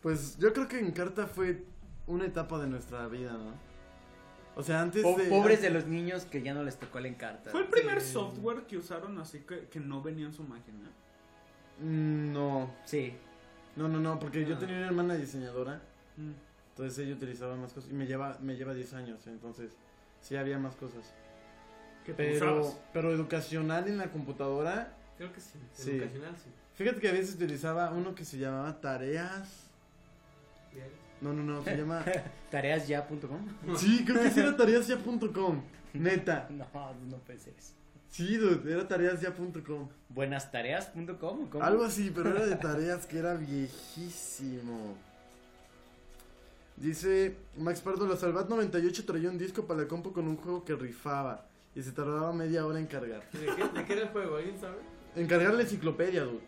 Speaker 7: Pues yo creo que Encarta fue una etapa de nuestra vida, ¿no? O sea, antes
Speaker 18: Po-
Speaker 7: de...
Speaker 18: Pobres de los niños que ya no les tocó la encarta.
Speaker 6: Fue el primer software que usaron así que, que no venía en su máquina.
Speaker 7: Mm, No.
Speaker 18: Sí.
Speaker 7: No, no, no, porque yo
Speaker 6: Ah.
Speaker 7: tenía una hermana diseñadora.
Speaker 6: Mm.
Speaker 7: Entonces ella utilizaba más cosas. Y me lleva, me lleva 10 años, entonces sí había más cosas.
Speaker 6: ¿Qué
Speaker 7: pero,
Speaker 6: usabas?
Speaker 7: pero educacional en la computadora.
Speaker 5: Creo que sí, educacional, sí.
Speaker 7: Fíjate que a veces utilizaba uno que se llamaba tareas. No, no, no, se
Speaker 18: *laughs*
Speaker 7: llama...
Speaker 18: Tareasya.com.
Speaker 7: Sí, creo que sí era tareasya.com. Neta.
Speaker 18: *laughs* No, no pensé eso.
Speaker 7: Sí, dude, era tareasya.com.
Speaker 18: Buenastareas.com. ¿o cómo?
Speaker 7: Algo así, pero era de tareas que era viejísimo. Dice Max Pardo, la Salvat 98 traía un disco para la compu con un juego que rifaba y se tardaba media hora en cargar.
Speaker 5: ¿De qué, de qué era el juego? ¿Alguien sabe?
Speaker 7: En cargar la enciclopedia, dude.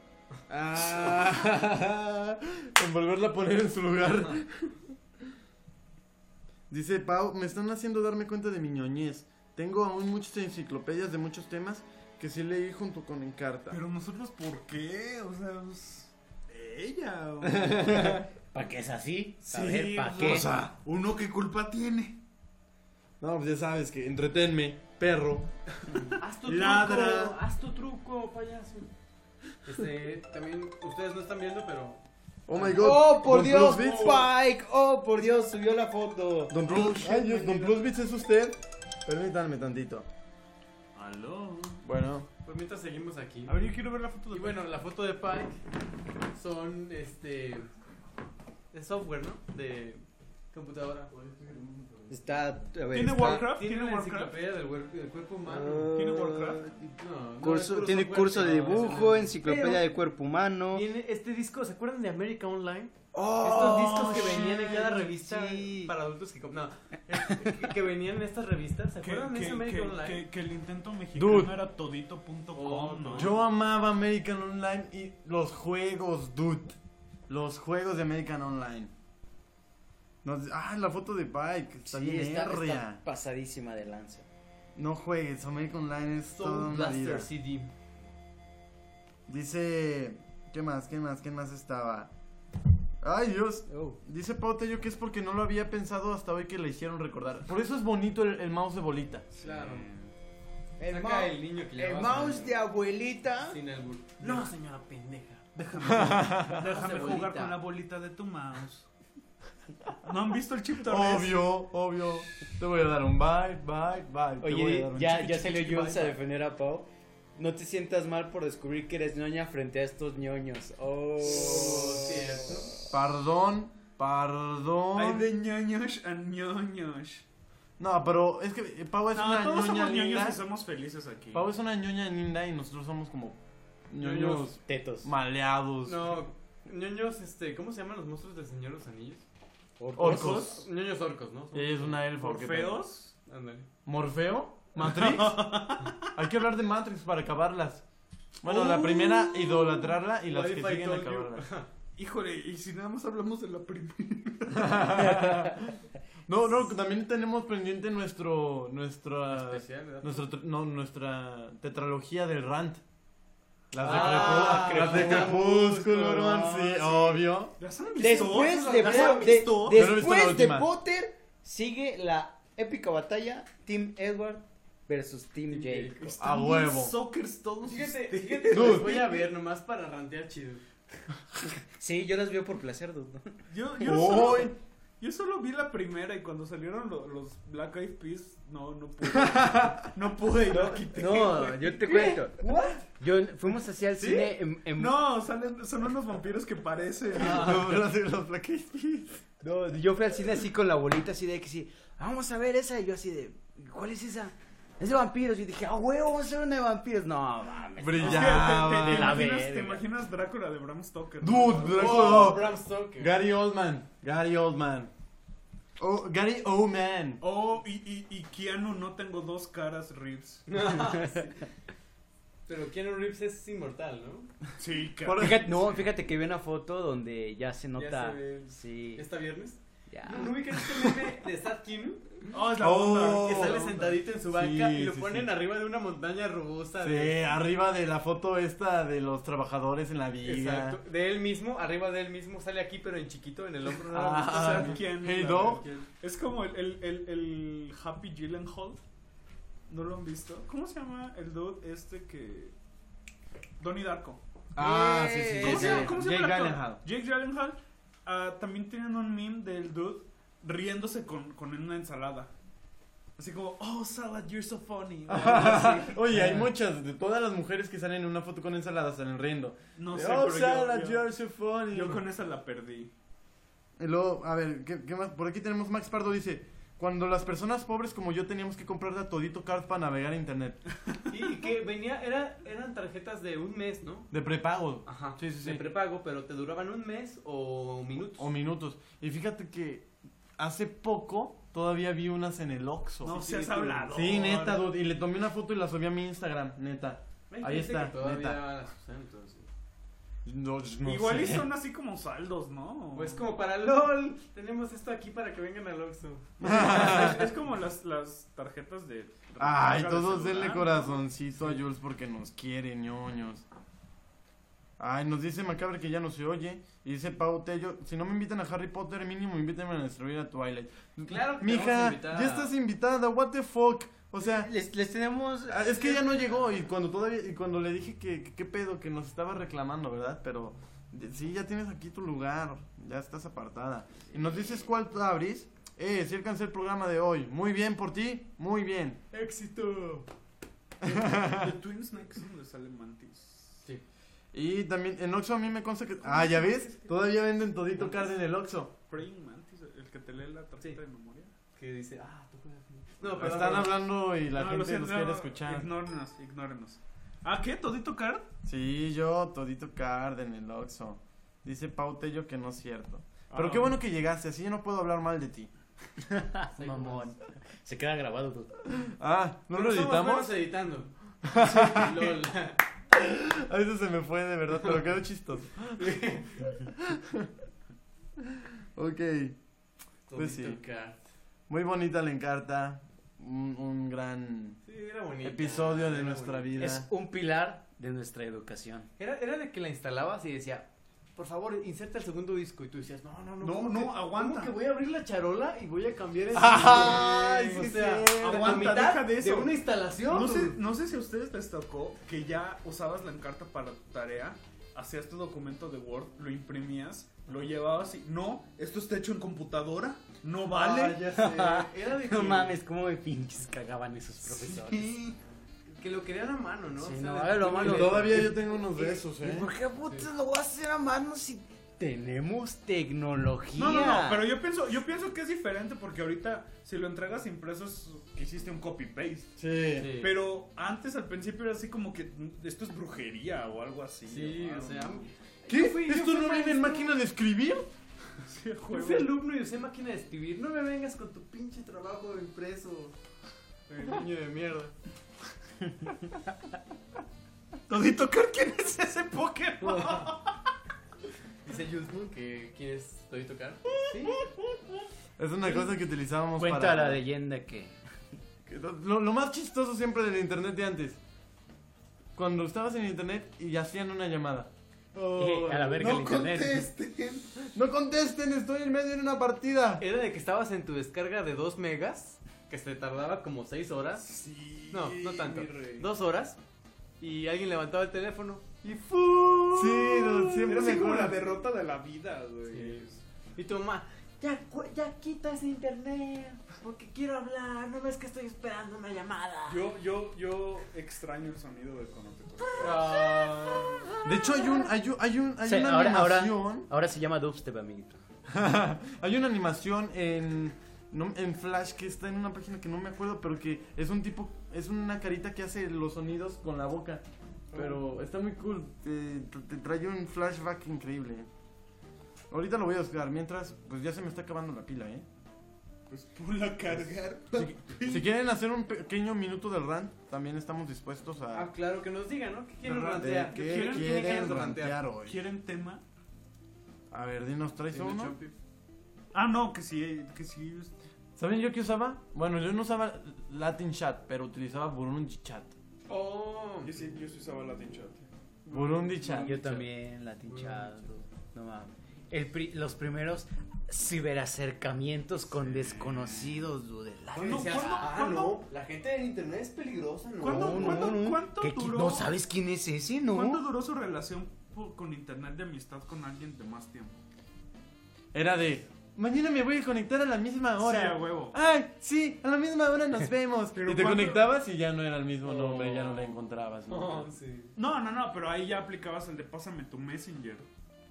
Speaker 7: Ah, *laughs* en volverla a poner en su lugar. Dice Pau, me están haciendo darme cuenta de mi ñoñez. Tengo aún muchas enciclopedias de muchos temas que sí leí junto con Encarta.
Speaker 4: Pero nosotros, ¿por qué? O sea, pues, ella.
Speaker 18: ¿Para qué es así?
Speaker 7: A ver, ¿pa'
Speaker 18: pues,
Speaker 7: qué?
Speaker 4: O sea, uno qué culpa tiene.
Speaker 7: No, pues ya sabes que entretenme, perro.
Speaker 5: Haz tu
Speaker 7: Ladra.
Speaker 5: truco, haz tu truco, payaso. Este, también, ustedes no están viendo, pero...
Speaker 7: Oh my god.
Speaker 18: Oh, por
Speaker 7: Don
Speaker 18: Dios,
Speaker 7: Cruz Beats.
Speaker 18: Spike. Oh, por Dios, subió la foto.
Speaker 7: Don Plus, ay Dios, Don Plus Beats es usted. Permítanme tantito.
Speaker 5: Aló.
Speaker 7: Bueno.
Speaker 5: Pues mientras seguimos aquí.
Speaker 7: A ver,
Speaker 6: yo quiero ver la foto
Speaker 5: de Y bueno, la foto de Pike son, este... Es software, ¿no? De computadora.
Speaker 18: Está. A ver,
Speaker 5: ¿Tiene
Speaker 1: pues,
Speaker 18: está-
Speaker 5: Warcraft? ¿Tiene la enciclopedia del, huer- del cuerpo
Speaker 6: Ah.
Speaker 5: humano. ¿Tiene Warcraft? No, no, es
Speaker 19: Curso-
Speaker 5: puro
Speaker 19: tiene
Speaker 5: software,
Speaker 19: curso de
Speaker 5: no, es-
Speaker 19: dibujo, enciclopedia
Speaker 5: Pero-
Speaker 19: de cuerpo humano.
Speaker 5: Tiene este disco, ¿se acuerdan de America Online?
Speaker 19: Oh,
Speaker 5: Estos discos que venían en cada
Speaker 19: shit,
Speaker 5: revista para adultos que... com- No, que, que venían en estas revistas, ¿se
Speaker 6: Que,
Speaker 5: acuerdan de
Speaker 6: que-
Speaker 5: ese America
Speaker 6: que-
Speaker 5: Online?
Speaker 6: que- que el intento mexicano
Speaker 7: Dude.
Speaker 6: era todito.com, ¿no?
Speaker 7: Yo amaba American Online y los juegos, dude. Los juegos de American Online. Nos- ah, la foto de Pike. Está
Speaker 18: Sí,
Speaker 7: bien
Speaker 18: está, está
Speaker 7: herria.
Speaker 18: pasadísima de lanza.
Speaker 7: No juegues, American Online es
Speaker 18: Soul
Speaker 7: toda una
Speaker 18: Blaster
Speaker 7: vida.
Speaker 5: CD.
Speaker 7: Dice, ¿qué más? ¿Qué más? ¿Qué más estaba? Ay, Dios. Dice Pau Tello que es porque no lo había pensado hasta hoy que le hicieron recordar. Por eso es bonito el, el mouse de bolita.
Speaker 5: Claro.
Speaker 18: El,
Speaker 5: Saca
Speaker 18: mou-
Speaker 5: el niño que le
Speaker 18: el
Speaker 5: vas a-
Speaker 18: mouse de abuelita.
Speaker 5: Sin albur. No, señora pendeja.
Speaker 6: Déjame
Speaker 5: Hace
Speaker 6: jugar
Speaker 5: bolita.
Speaker 6: con la bolita de tu mouse. ¿No han visto el chip Torres?
Speaker 7: Obvio, obvio. Te voy a dar un bye, bye, bye. Te voy a
Speaker 18: Oye,
Speaker 7: dar un
Speaker 18: ya,
Speaker 7: chiqui,
Speaker 18: ya
Speaker 7: chiqui,
Speaker 18: salió
Speaker 7: chiqui,
Speaker 18: Jules
Speaker 7: bye,
Speaker 18: a
Speaker 7: bye.
Speaker 18: defender a Pau. No te sientas mal por descubrir que eres ñoña frente a estos ñoños. Oh,
Speaker 5: cierto.
Speaker 7: Perdón, perdón.
Speaker 6: Hay de ñoños a ñoños.
Speaker 7: No, pero es que eh, Pau es
Speaker 6: No,
Speaker 7: una
Speaker 6: todos
Speaker 7: ñoña
Speaker 6: somos
Speaker 7: linda.
Speaker 6: ñoños y somos felices aquí.
Speaker 7: Pau es una ñoña linda y nosotros somos como ñoños
Speaker 5: Ñoños
Speaker 18: tetos.
Speaker 7: maleados.
Speaker 5: No, ñoños, este, ¿cómo se llaman los monstruos del Señor de los Anillos?
Speaker 7: Orcos.
Speaker 5: Ñoños orcos, ¿no?
Speaker 7: Ella es una elfa, ¿o qué pedo?
Speaker 5: ¿Orfeos? Ándale.
Speaker 7: *laughs* ¿Morfeo? ¿Matrix? Hay que hablar de Matrix para acabarlas. Bueno, la primera, idolatrarla y las que siguen acabarla.
Speaker 6: Híjole, y si nada más hablamos de la *laughs* primera.
Speaker 7: *laughs* No, no, también tenemos pendiente nuestro, nuestra,
Speaker 6: Especial, ¿verdad?
Speaker 7: nuestro tr- no, nuestra tetralogía del rant. Las de,
Speaker 3: Ah,
Speaker 7: Crepú- las de Crepúsculo, hermano, sí, obvio.
Speaker 18: Después de,
Speaker 7: ¿Las han
Speaker 18: de-
Speaker 7: visto?
Speaker 18: de-
Speaker 7: Yo no he visto la
Speaker 18: después de
Speaker 7: última.
Speaker 18: Potter sigue la épica batalla Team Edward versus Team Jake.
Speaker 7: A huevo.
Speaker 18: Sockers todos.
Speaker 5: Fíjate,
Speaker 18: ustedes.
Speaker 5: fíjate, los voy a ver nomás para rantear chido.
Speaker 18: Sí, yo las veo por placer, dude.
Speaker 6: Yo, yo, solo, yo solo vi la primera y cuando salieron lo- los Black Eyed Peas, no, no pude. No pude
Speaker 8: *laughs*
Speaker 6: y la quité.
Speaker 8: No,
Speaker 6: güey.
Speaker 8: yo te cuento. Yo fuimos así al
Speaker 6: ¿Sí?
Speaker 8: cine en, en-
Speaker 6: No, salen, son unos vampiros que parecen.
Speaker 8: No, yo fui al cine así con la bolita así de que sí, vamos a ver esa y yo así de, ¿cuál es esa? Es de vampiros y dije, ah, huevo, vamos a ver una de vampiros. No, mames.
Speaker 7: Brillaba
Speaker 6: ¿Te,
Speaker 7: de *laughs* la Oh,
Speaker 6: imaginas,
Speaker 7: verga.
Speaker 6: ¿Te imaginas Drácula de Bram Stoker?
Speaker 7: Dude,
Speaker 6: No,
Speaker 5: Oh,
Speaker 7: Drácula.
Speaker 5: *laughs*
Speaker 6: no.
Speaker 7: Gary Oldman. Gary Oldman. Oh, Gary Oldman.
Speaker 6: Oh, y, y, y Keanu, no tengo dos caras, Reeves.
Speaker 5: Pero Keanu Reeves es inmortal, ¿no?
Speaker 6: Sí,
Speaker 8: Por- Fíjate, no, fíjate que vi una foto donde ya se nota.
Speaker 5: Ya se ve.
Speaker 8: Sí.
Speaker 5: ¿Esta viernes?
Speaker 8: Ya. *laughs*
Speaker 5: ¿No, no ubican este meme de Sad Keanu?
Speaker 6: Oh,
Speaker 7: es la onda.
Speaker 5: Que
Speaker 7: Oh,
Speaker 5: sale
Speaker 7: la onda.
Speaker 5: sentadito en su banca
Speaker 7: Sí,
Speaker 5: y lo
Speaker 7: sí,
Speaker 5: ponen
Speaker 7: sí.
Speaker 5: arriba de una montaña robusta.
Speaker 7: Sí, arriba de la foto esta de los trabajadores en la vida.
Speaker 5: Exacto. De él mismo, arriba de él mismo, sale aquí, pero en chiquito, en el hombro. nada más.
Speaker 7: Ah,
Speaker 6: Sad Keanu,
Speaker 7: hey,
Speaker 6: la
Speaker 7: dog.
Speaker 6: verdad. Es como el, el, el, el Happy Gyllenhaal. ¿No lo han visto? ¿Cómo se llama el dude este que. Donnie Darko.
Speaker 7: Ah, sí, sí, *laughs*
Speaker 6: ¿Cómo se
Speaker 7: sí, sí.
Speaker 6: llama? ¿Cómo se llama
Speaker 7: Jake
Speaker 6: el actor?
Speaker 7: Gyllenhaal.
Speaker 6: Jake Gyllenhaal. Ah, también tienen un meme del dude riéndose con, con una ensalada. Así como, oh, salad, you're so funny. o
Speaker 7: *laughs*
Speaker 6: algo *laughs* así.
Speaker 7: Oye, hay muchas, de todas las mujeres que salen en una foto con ensalada salen riendo.
Speaker 6: No
Speaker 7: De,
Speaker 6: sé,
Speaker 7: "Oh,
Speaker 6: pero
Speaker 7: salad,
Speaker 6: yo, yo-
Speaker 7: you're so funny".
Speaker 6: yo con esa la perdí.
Speaker 7: Y luego, a ver, ¿qué, qué más? Por aquí tenemos Max Pardo dice, cuando las personas pobres como yo teníamos que comprarle a todito card para navegar a internet.
Speaker 5: Y que venía, era, eran tarjetas de un mes, ¿no?
Speaker 7: De prepago.
Speaker 5: Ajá.
Speaker 7: Sí, sí, sí.
Speaker 5: De prepago, pero te duraban un mes o minutos.
Speaker 7: O minutos. Y fíjate que hace poco todavía vi unas en el Oxxo.
Speaker 6: No
Speaker 7: Pues Sí,
Speaker 6: seas
Speaker 7: sí,
Speaker 6: hablador.
Speaker 7: Sí, neta, dude. Y le tomé una foto y la subí a mi Instagram, neta.
Speaker 5: Ven,
Speaker 7: Ahí
Speaker 5: dice
Speaker 7: está,
Speaker 5: que todavía
Speaker 7: neta.
Speaker 5: las usan, entonces.
Speaker 7: No, no
Speaker 6: Igual
Speaker 7: sé.
Speaker 6: y son así como saldos,
Speaker 7: Oh.
Speaker 6: ¿no?
Speaker 5: Pues como para LOL. Tenemos esto aquí para que vengan al Oxxo.
Speaker 6: es, es como las, las tarjetas de.
Speaker 7: Ay,
Speaker 6: de
Speaker 7: todos
Speaker 6: celular,
Speaker 7: denle
Speaker 6: ¿no?
Speaker 7: corazoncito a Jules porque nos quiere, ñoños. Ay, nos dice Macabre que ya no se oye. Y dice Pau Tello, si no me invitan a Harry Potter, mínimo invítenme a destruir a Twilight.
Speaker 5: Claro que te vamos a
Speaker 7: Mija,
Speaker 5: invitar.
Speaker 7: ya estás invitada, what the fuck. O sea, les, tenemos... Es que ya no llegó y cuando todavía y cuando le dije que que qué pedo, que nos estaba reclamando, ¿verdad? Pero de- sí, ya tienes aquí tu lugar, ya estás apartada. Y nos dices cuál abrís. Eh, sí alcancé el programa de hoy. Muy bien por ti, muy bien.
Speaker 6: ¡Éxito! The Twin Snakes es donde sale Mantis.
Speaker 5: Sí.
Speaker 7: Y también en Oxxo a mí me consta que... Ah, ¿ya ves? Todavía venden todito carne en el Oxxo.
Speaker 6: Praying Mantis, el que te lee la tarjeta de memoria.
Speaker 5: Que dice, ah, tú juegas.
Speaker 6: No,
Speaker 7: pero- Están hablando y la gente
Speaker 6: lo
Speaker 7: los quiere escuchar.
Speaker 6: Ignórenos, ignórenos. ¿Ah, qué? ¿Todito card?
Speaker 7: Sí, yo todito card en el Oxxo. Dice Pau Tello que no es cierto. Pero
Speaker 6: Ah.
Speaker 7: qué bueno que llegaste, así yo no puedo hablar mal de ti.
Speaker 8: Mamón. Se queda grabado, pues. dude.
Speaker 7: Ah, ¿no
Speaker 5: Pero
Speaker 7: lo
Speaker 5: somos
Speaker 7: editamos?
Speaker 5: buenos
Speaker 7: *laughs*
Speaker 5: editando. LOL.
Speaker 7: A veces Ah, se me fue de verdad, pero quedó chistoso. *laughs* ok. Pues sí.
Speaker 5: Todito Card.
Speaker 7: Muy bonita la encarta. Un, un gran
Speaker 5: Sí, era bonita,
Speaker 7: episodio de
Speaker 5: era
Speaker 7: nuestra
Speaker 5: bonita.
Speaker 7: vida.
Speaker 8: Es un pilar de nuestra educación.
Speaker 5: Era, era de que la instalabas y decía, por favor, inserta el segundo disco. Y tú decías, no, no, no.
Speaker 6: No,
Speaker 5: ¿cómo
Speaker 6: no,
Speaker 5: que-
Speaker 6: aguanta.
Speaker 5: ¿cómo que voy a abrir la charola y voy a cambiar *laughs* el
Speaker 6: Ay,
Speaker 5: disco?"
Speaker 6: sí,
Speaker 5: O sea,
Speaker 6: sí.
Speaker 5: aguanta,
Speaker 6: Aguanta, deja de eso.
Speaker 5: una instalación.
Speaker 6: No sé,
Speaker 5: güey.
Speaker 6: no sé si a ustedes les tocó que ya usabas la encarta para tu tarea, hacías tu documento de Word, lo imprimías, lo llevabas y no, esto está hecho en computadora, no vale.
Speaker 8: Ah, ya sé. No mames, cómo me pinches cagaban esos profesores.
Speaker 6: Sí.
Speaker 5: Que lo querían a mano, ¿no?
Speaker 8: Sí,
Speaker 5: O sea,
Speaker 8: no,
Speaker 5: de-
Speaker 8: hágalo a mano.
Speaker 7: Todavía yo tengo unos de esos, ¿eh?
Speaker 8: ¿Por qué putas lo voy a hacer a mano si tenemos tecnología?
Speaker 6: No, no, no, pero yo pienso, yo pienso que es diferente porque ahorita si lo entregas impreso es que hiciste un copy-paste.
Speaker 7: Sí. Sí.
Speaker 6: Pero antes al principio era así como que mm, esto es brujería o algo así.
Speaker 5: Sí,
Speaker 6: ¿no?
Speaker 5: o sea,
Speaker 7: ¿Qué?
Speaker 5: Yo fui- yo
Speaker 7: ¿Esto
Speaker 5: fui
Speaker 7: no viene
Speaker 5: maestro.
Speaker 7: en máquina de escribir?
Speaker 6: Sí, a
Speaker 5: Yo
Speaker 6: huevo.
Speaker 5: fui alumno y usé máquina de escribir. No me vengas con tu pinche trabajo impreso.
Speaker 6: Eh, niño de mierda.
Speaker 15: Todito Car, ¿quién es ese Pokémon?
Speaker 5: Dice Yuzmu que quieres Todito Car. Sí.
Speaker 7: Es una cosa que utilizábamos
Speaker 8: Cuenta
Speaker 7: para...
Speaker 8: la leyenda que...
Speaker 7: que lo- Lo, lo más chistoso siempre del internet de antes. Cuando estabas en internet y hacían una llamada.
Speaker 5: Eh,
Speaker 8: a la verga
Speaker 7: no
Speaker 8: el internet.
Speaker 7: contesten. No contesten, estoy en medio de una partida.
Speaker 5: Era de que estabas en tu descarga de 2 megas, que se tardaba como 6 horas. Sí. No, no tanto.
Speaker 7: mi rey.
Speaker 5: 2 horas. Y alguien levantaba el teléfono. Y ¡fu!
Speaker 7: Sí, no, siempre
Speaker 6: Era así
Speaker 7: me
Speaker 6: como
Speaker 7: acuerdo.
Speaker 6: la derrota de la vida, güey.
Speaker 5: Y tu mamá.
Speaker 19: Ya, cu- ya quita ese internet, porque quiero hablar, no ves que estoy esperando una llamada.
Speaker 6: Yo, yo, yo extraño el sonido de cuando te cortas.
Speaker 5: Ah,
Speaker 7: De hecho, hay un. Hay, un- hay, un- hay
Speaker 8: Sí,
Speaker 7: una
Speaker 8: ahora, ahora,
Speaker 7: animación. *laughs*
Speaker 8: ahora se llama dubstep, amiguito.
Speaker 7: hay una animación en, no- en Flash que está en una página que no me acuerdo, pero que es un tipo, es una carita que hace los sonidos con la boca. Pero está muy cool, te, te trae un flashback increíble. Ahorita lo voy a buscar, mientras, pues ya se me está acabando la pila, ¿eh?
Speaker 6: Pues ponla a cargar.
Speaker 7: Si, si quieren hacer un pequeño minuto del rant, también estamos dispuestos a...
Speaker 5: Ah, claro que nos digan, ¿no? ¿Qué quieren
Speaker 7: Ajá, de
Speaker 5: rantear?
Speaker 7: qué
Speaker 5: quieren-
Speaker 7: quieren
Speaker 5: quieren
Speaker 7: rantear hoy?
Speaker 6: ¿Quieren tema?
Speaker 7: A ver, dinos, ¿traes
Speaker 6: Dime,
Speaker 7: uno?
Speaker 6: Chopi. Ah, no, que sí, que sí. este,
Speaker 7: ¿Saben yo qué usaba? Bueno, yo no usaba Latin Chat, pero utilizaba Burundi Chat.
Speaker 5: Oh.
Speaker 6: Yo sí, yo sí usaba Latin Chat.
Speaker 7: Burundi Chat.
Speaker 8: Yo también, Latin Chat. No mames. El pri- los primeros ciberacercamientos con desconocidos, dude.
Speaker 5: ¿Cuándo,
Speaker 8: Latin Chat.
Speaker 5: ah, no. La gente del internet es peligrosa, ¿no?
Speaker 6: ¿Cuándo,
Speaker 8: No, no,
Speaker 6: cuándo,
Speaker 8: no.
Speaker 6: cuánto
Speaker 8: ¿Qué- qué-
Speaker 6: duró?
Speaker 8: no sabes quién es ese, no?
Speaker 6: ¿Cuánto duró su relación po- con internet de amistad con alguien de más tiempo?
Speaker 7: Era de, mañana me voy a conectar a la misma hora.
Speaker 6: Sí, a huevo.
Speaker 7: Ay, sí, a la misma hora nos vemos.
Speaker 6: Pero
Speaker 7: y te
Speaker 6: ¿cuánto-
Speaker 7: conectabas y ya no era el mismo nombre, ya no la encontrabas. No,
Speaker 6: No, no, no, pero ahí ya aplicabas el de pásame tu messenger.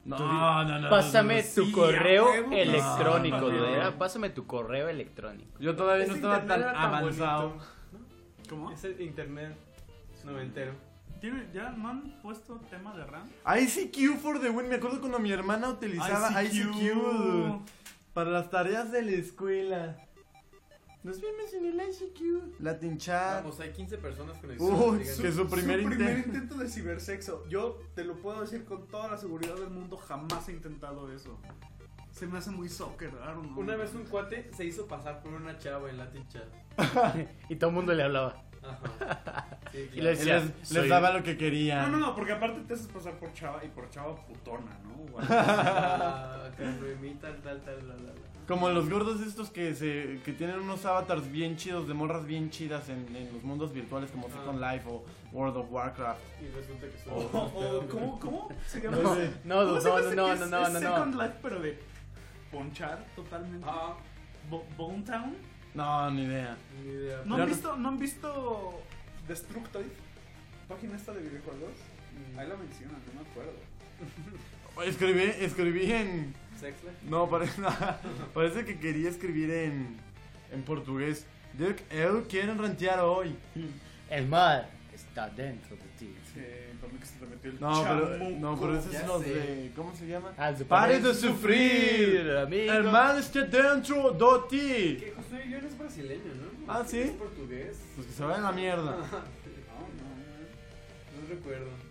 Speaker 7: No, no, no, no,
Speaker 8: Pásame
Speaker 6: no, no.
Speaker 8: tu
Speaker 6: Sí,
Speaker 8: correo
Speaker 6: a huevo.
Speaker 8: electrónico,
Speaker 6: No, no,
Speaker 8: dude.
Speaker 6: no.
Speaker 8: Era, Pásame tu correo electrónico.
Speaker 7: Yo todavía no
Speaker 5: Ese
Speaker 7: estaba
Speaker 5: internet
Speaker 7: tan
Speaker 5: era bonito,
Speaker 7: avanzado.
Speaker 5: ¿no?
Speaker 6: ¿Cómo?
Speaker 5: Ese internet noventero.
Speaker 6: ¿Tiene- ¿Ya no han puesto tema de RAM?
Speaker 7: ICQ for the win. Me acuerdo cuando mi hermana utilizaba ICQ,
Speaker 6: ICQ.
Speaker 7: dude, para las tareas de la escuela. Nos vimos en el ICQ. Latin Chat.
Speaker 5: Vamos, hay 15 personas con el
Speaker 7: Uy, que su primer intento.
Speaker 6: intento de cibersexo. Yo te lo puedo decir con toda la seguridad del mundo, jamás he intentado eso. Se me hace muy soccer, I don't know.
Speaker 5: Una vez un cuate se hizo pasar por una chava en Latin Chat.
Speaker 8: y todo el mundo le hablaba.
Speaker 5: Ajá. Sí,
Speaker 8: Y le decía,
Speaker 7: Eh, Les- les
Speaker 8: soy-
Speaker 7: daba lo que querían.
Speaker 6: No, no, no, porque aparte te haces pasar por chava y por chava putona, ¿no? O *laughs* algo así.
Speaker 7: *laughs*
Speaker 5: Ah, Carmen, tal, tal, tal, la, la, la.
Speaker 7: Como los gordos estos que se que tienen unos avatars bien chidos, de morras bien chidas en, en los mundos virtuales como Second
Speaker 6: Ah.
Speaker 7: Life o World of Warcraft.
Speaker 5: Y resulta que son.
Speaker 7: O-
Speaker 6: o- o- ¿cómo, ¿Cómo se llama?
Speaker 7: No,
Speaker 6: ese?
Speaker 7: no,
Speaker 6: ¿Cómo se llama
Speaker 7: no,
Speaker 6: ese que
Speaker 7: no, no,
Speaker 6: es-
Speaker 7: no,
Speaker 6: es
Speaker 7: no, no.
Speaker 6: Second Life, pero de ponchar totalmente. Bo- Bone Town.
Speaker 7: No, ni idea.
Speaker 5: Ni idea.
Speaker 6: ¿No
Speaker 7: Yo
Speaker 6: han,
Speaker 7: no-
Speaker 6: visto, ¿No han visto Destructoid? Página esta de videojuegos. Ahí la mencionan, no me acuerdo.
Speaker 7: Escribí, escribí en...
Speaker 6: ¿Sexle?
Speaker 7: No, parece, *laughs* parece que quería escribir en, en portugués. Dirk, eu quieren rantear hoy.
Speaker 8: El mar está dentro de ti.
Speaker 6: Que conmigo se te metió el
Speaker 7: No, pero,
Speaker 6: chamuco.
Speaker 7: no, pero ese
Speaker 6: Ya
Speaker 7: es los
Speaker 6: sé. Ah,
Speaker 7: de... ¿Cómo se llama?
Speaker 8: Al de
Speaker 7: Pare
Speaker 8: parar
Speaker 7: de sufrir,
Speaker 8: amigo.
Speaker 7: El mal está dentro de ti.
Speaker 5: Que José Yo es brasileño, ¿no?
Speaker 7: Ah, ¿sí?
Speaker 5: Es portugués.
Speaker 7: Pues que se vayan a la mierda.
Speaker 5: Ah, no, no, no recuerdo.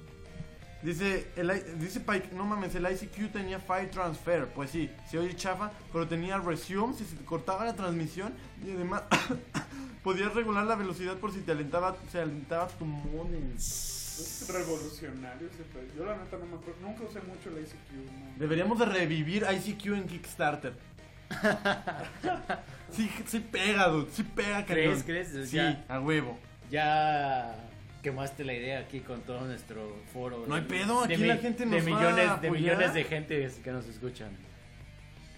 Speaker 7: Dice, el, I- dice Pike, no mames, el ICQ tenía file transfer. Pues sí, se oye chafa, pero tenía resume si se te cortaba la transmisión y además *coughs* podías regular la velocidad por si te alentaba, se alentaba tu modem.
Speaker 6: Es revolucionario ese pedo. Yo la neta no me acuerdo. Nunca usé mucho el ICQ. no.
Speaker 7: Deberíamos de revivir ICQ
Speaker 6: *laughs*
Speaker 7: en Kickstarter. sí, sí pega, dude, sí pega,
Speaker 8: ¿Crees,
Speaker 7: cañón.
Speaker 8: crees?
Speaker 7: Sí,
Speaker 8: Ya.
Speaker 7: a huevo.
Speaker 8: Ya quemaste la idea aquí con todo nuestro foro.
Speaker 7: No hay pedo, aquí la gente
Speaker 8: de
Speaker 7: nos va
Speaker 8: millones,
Speaker 7: a
Speaker 8: De
Speaker 7: apoyar.
Speaker 8: millones de gente que nos escuchan.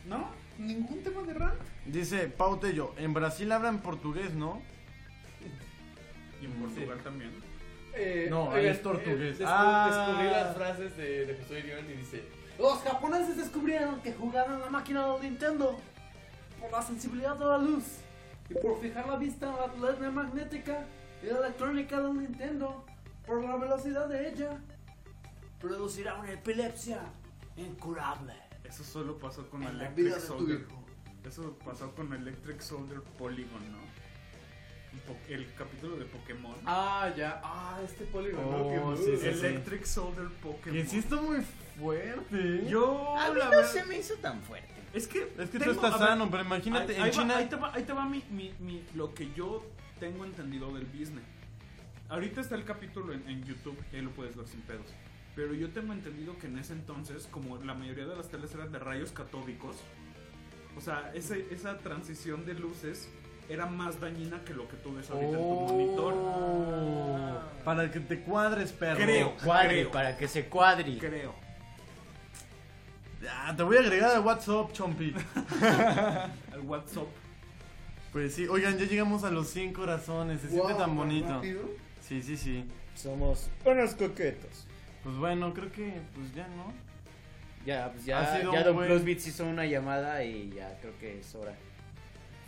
Speaker 6: ¿No? ¿Ningún tema de rant?
Speaker 7: Dice Pau Tello, en Brasil hablan portugués, ¿no?
Speaker 6: Y en Portugal también.
Speaker 5: Eh,
Speaker 7: No,
Speaker 5: oigan,
Speaker 7: él es portugués.
Speaker 19: eh,
Speaker 5: descu-
Speaker 7: Ah.
Speaker 5: Descubrí las frases de, de José Irión y dice:
Speaker 19: Los japoneses descubrieron que jugaron la máquina del Nintendo por la sensibilidad de la luz y por fijar la vista en la letra magnética y la electrónica del Nintendo por la velocidad de ella producirá una epilepsia incurable.
Speaker 6: Eso solo pasó con
Speaker 19: En la vida
Speaker 6: Electric
Speaker 19: de tu
Speaker 6: Soldier.
Speaker 19: hijo.
Speaker 6: Eso pasó con Electric Soldier Polygon, ¿no? po- el capítulo de Pokémon.
Speaker 15: Ah, ya. Ah, este polígono.
Speaker 6: Oh,
Speaker 15: que-
Speaker 6: sí, sí, Electric Soldier Pokémon.
Speaker 15: Que sí está
Speaker 7: muy fuerte.
Speaker 6: Yo.
Speaker 15: A mí
Speaker 6: la
Speaker 15: no
Speaker 6: verdad-
Speaker 15: se me
Speaker 8: hizo tan fuerte.
Speaker 6: Es que.
Speaker 7: Es que tú
Speaker 6: tengo-
Speaker 7: estás
Speaker 6: a ver,
Speaker 7: sano, pero imagínate,
Speaker 6: ahí-
Speaker 7: en
Speaker 6: ahí va-
Speaker 7: China-
Speaker 6: ahí te va, ahí te va mi, mi- mi- lo que yo tengo entendido del business. Ahorita está el capítulo en, en YouTube, y ahí lo puedes ver sin pedos. Pero yo tengo entendido que en ese entonces, como la mayoría de las teles eran de rayos catódicos, o sea, ese- esa transición de luces era más dañina que lo que tú ves ahorita en
Speaker 18: Oh.
Speaker 6: tu monitor.
Speaker 7: Para que te cuadres, perro.
Speaker 6: Creo,
Speaker 8: Uh, Cuadre, creo. para que se cuadre.
Speaker 6: Creo.
Speaker 7: Ah, te voy a agregar a WhatsApp, Chompi.
Speaker 6: Al WhatsApp.
Speaker 7: Pues sí, oigan, ya llegamos a los 100 corazones. Se siente
Speaker 18: Wow,
Speaker 7: tan
Speaker 18: tan
Speaker 7: bonito.
Speaker 18: rápido.
Speaker 7: Sí, sí, sí.
Speaker 18: Somos unos coquetos.
Speaker 7: Pues bueno, creo que pues ya no.
Speaker 18: Ya, pues
Speaker 7: Ha
Speaker 18: ya,
Speaker 7: sido
Speaker 18: ya
Speaker 7: un
Speaker 18: Don
Speaker 7: buen-
Speaker 18: Crosbits hizo una llamada y ya creo que es hora.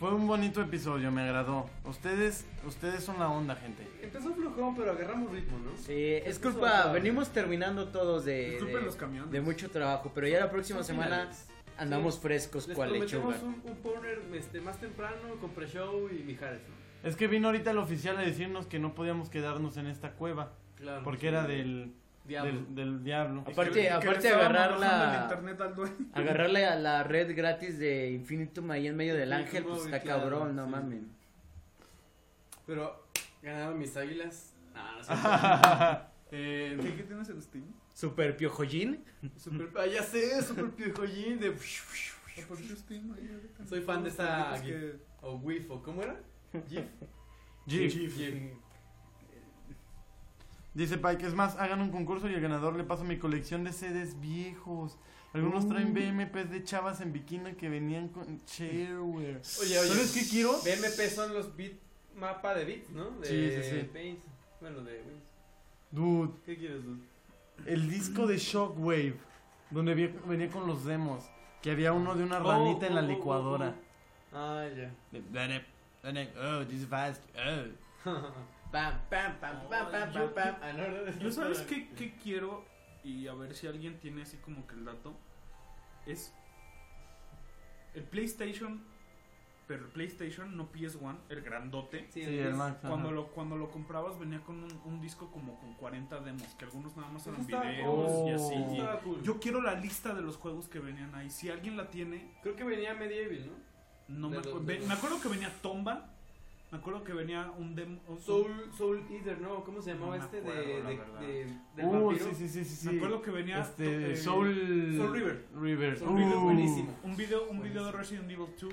Speaker 7: Fue un bonito episodio, me agradó. Ustedes, ustedes son la onda, gente.
Speaker 15: Empezó flojón, pero agarramos ritmo, ¿no?
Speaker 18: Sí, es
Speaker 15: Empezó
Speaker 18: culpa,
Speaker 15: a-
Speaker 18: venimos terminando todos de,
Speaker 15: Disculpen
Speaker 18: Eh, de-
Speaker 15: los camiones.
Speaker 18: de mucho trabajo, pero ya la próxima
Speaker 5: Son
Speaker 18: semana
Speaker 5: finales.
Speaker 18: andamos
Speaker 5: Sí.
Speaker 18: frescos
Speaker 5: Les
Speaker 18: cual
Speaker 5: prometemos
Speaker 18: lechuga.
Speaker 5: un, un partner este, más temprano con pre-show y Mijares, ¿no?
Speaker 7: Es que vino ahorita el oficial a decirnos que no podíamos quedarnos en esta cueva.
Speaker 5: Claro.
Speaker 7: Porque era del
Speaker 5: Diablo.
Speaker 7: Del, del diablo.
Speaker 18: Aparte, aparte agarrar la, agarrarle a la red gratis de Infinitum ahí en medio del ángel,
Speaker 6: *laughs*
Speaker 18: pues está
Speaker 5: Claro,
Speaker 18: cabrón, no
Speaker 5: sí.
Speaker 18: mames.
Speaker 5: Pero ganaron mis águilas. Ah, No, no sé.
Speaker 7: *laughs*
Speaker 6: Eh, ¿Qué, qué tienes en Steam?
Speaker 18: Super piojollín.
Speaker 5: Super, ah, ya sé, super piojollín de.
Speaker 6: ¿Por qué Steam ahí ahorita?
Speaker 5: Soy fan de esta.
Speaker 6: Es que-
Speaker 5: GIF, O GIF, o ¿cómo era? GIF.
Speaker 7: GIF.
Speaker 5: GIF.
Speaker 7: Dice Pike, es más, hagan un concurso y el ganador le paso mi colección de CDs viejos. Algunos traen
Speaker 5: Uh.
Speaker 7: BMPs de chavas en bikini que venían con shareware.
Speaker 5: Oye, oye.
Speaker 7: ¿Sabes qué quiero?
Speaker 5: BMP son los bit mapa de bits, ¿no? De
Speaker 7: Sí, sí, sí.
Speaker 5: Paint. Bueno, de Wins.
Speaker 7: Dude,
Speaker 5: ¿Qué quieres, dude?
Speaker 7: el disco de Shockwave, donde vi- venía con los demos, que había uno de una ranita en la
Speaker 5: oh, oh, oh,
Speaker 7: licuadora.
Speaker 5: oh. Ah, ya.
Speaker 7: Oh, this is fast.
Speaker 5: Pam, pam, pam, pam, pam, pam, pam. Ah, no, no, no.
Speaker 6: Yo sabes qué, qué quiero y a ver si alguien tiene así como que el dato. Es el PlayStation, pero el PlayStation no PS1, el grandote.
Speaker 7: Sí, el Sí, el Max,
Speaker 6: cuando
Speaker 7: ajá.
Speaker 6: lo cuando lo comprabas venía con un, un disco como con 40 demos, que algunos nada más
Speaker 5: Eso
Speaker 6: eran
Speaker 5: estaba
Speaker 6: videos
Speaker 7: cool.
Speaker 6: y
Speaker 5: Oh.
Speaker 6: así.
Speaker 7: Eso
Speaker 6: y
Speaker 7: estaba
Speaker 6: Yo quiero la lista de los juegos que venían ahí. Si alguien la tiene,
Speaker 5: Creo que venía Medieval, ¿no?
Speaker 6: no
Speaker 5: De
Speaker 6: me
Speaker 5: los-
Speaker 6: acuerdo.
Speaker 5: de los-
Speaker 6: Me acuerdo que venía Tomba. Me acuerdo que venía un demo. un-
Speaker 5: Soul, Soul Eater, ¿no? ¿Cómo se llamaba
Speaker 6: No me
Speaker 5: este?
Speaker 6: acuerdo,
Speaker 5: de,
Speaker 6: la
Speaker 5: de,
Speaker 6: verdad.
Speaker 5: de, del
Speaker 7: Uh,
Speaker 5: vampiro.
Speaker 7: sí, sí, sí, sí, sí.
Speaker 6: Me acuerdo que venía
Speaker 7: Este,
Speaker 6: eh,
Speaker 7: Soul...
Speaker 5: Soul River.
Speaker 7: River.
Speaker 5: Soul River,
Speaker 7: Uh.
Speaker 5: buenísimo.
Speaker 6: Un video,
Speaker 7: Pues.
Speaker 6: un video de Resident Evil 2.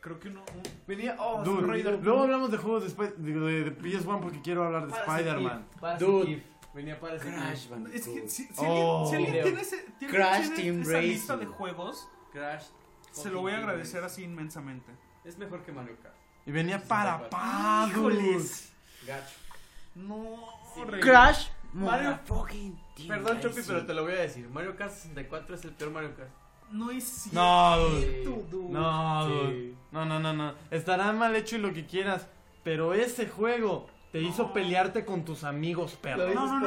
Speaker 6: Creo que uno. un-
Speaker 5: oh,
Speaker 6: Dude,
Speaker 7: luego hablamos de juegos de, Spi- de, de- de PS1 porque quiero hablar de
Speaker 5: Parasite
Speaker 7: Spider-Man.
Speaker 5: Eve, Parasite Eve. Venía para
Speaker 7: Crash
Speaker 6: Es que si, si
Speaker 7: Oh.
Speaker 6: alguien, si alguien tiene, ese, tiene-
Speaker 7: Crash
Speaker 6: tiene
Speaker 7: Team
Speaker 6: esa lista
Speaker 7: Racing.
Speaker 6: de juegos,
Speaker 5: Crash.
Speaker 6: se lo voy a
Speaker 5: Team
Speaker 6: agradecer así inmensamente.
Speaker 5: Es mejor que Mario Kart.
Speaker 7: Y venía para
Speaker 6: Híjoles.
Speaker 7: pagos.
Speaker 5: Gacho.
Speaker 6: No,
Speaker 5: Horrible.
Speaker 6: Crash
Speaker 5: Mario
Speaker 6: motherfucking Team
Speaker 5: Perdón, Chopi,
Speaker 6: Racing.
Speaker 5: pero te lo voy a decir. Mario Kart 64 es el peor Mario Kart.
Speaker 6: No es cierto.
Speaker 7: No, dude.
Speaker 6: dude.
Speaker 7: No,
Speaker 5: Sí.
Speaker 7: dude. No, no, no, no. Estará mal hecho y lo que quieras, pero ese juego te hizo pelearte con tus amigos, perro.
Speaker 6: No, no, no, no, no, no.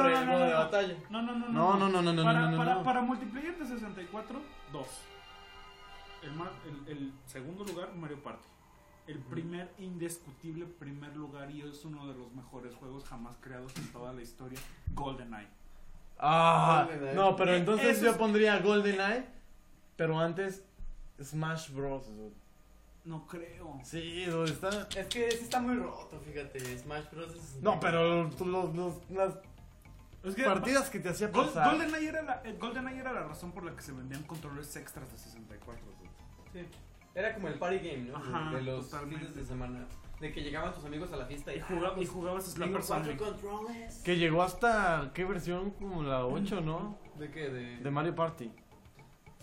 Speaker 6: No, no, no,
Speaker 7: No, no, no, no, no,
Speaker 6: Para,
Speaker 7: no, no,
Speaker 6: para,
Speaker 7: no.
Speaker 6: para multiplayer de 64, 2. El, mar- el- el segundo lugar, Mario Party. El primer, indiscutible primer lugar y es uno de los mejores juegos jamás creados en toda la historia, GoldenEye.
Speaker 7: Ah,
Speaker 6: GoldenEye.
Speaker 7: no, pero
Speaker 6: Eh,
Speaker 7: entonces
Speaker 6: eso
Speaker 7: yo
Speaker 6: es-
Speaker 7: pondría GoldenEye, pero antes Smash Bros. dude.
Speaker 6: No creo.
Speaker 7: Sí, dude, está...
Speaker 5: Es que ese está muy roto, fíjate. Smash Bros. es-
Speaker 7: No, pero los, los- las
Speaker 6: Es que-
Speaker 7: partidas que te hacía
Speaker 6: Gol-
Speaker 7: pasar.
Speaker 6: GoldenEye, era la, eh, GoldenEye era la razón por la que se vendían controles extras de 64. dude.
Speaker 5: Sí. Era como el party game, ¿no?
Speaker 6: Ajá,
Speaker 5: de los
Speaker 6: totalmente.
Speaker 5: fines de semana. De que llegaban tus amigos a la fiesta y,
Speaker 6: Y jugaba- y jugabas Slapper
Speaker 5: Tengo cuatro
Speaker 6: Sonic.
Speaker 5: controles.
Speaker 7: Que llegó hasta, ¿qué versión? Como la 8, ¿no?
Speaker 5: ¿De qué? De-
Speaker 7: Mario Party.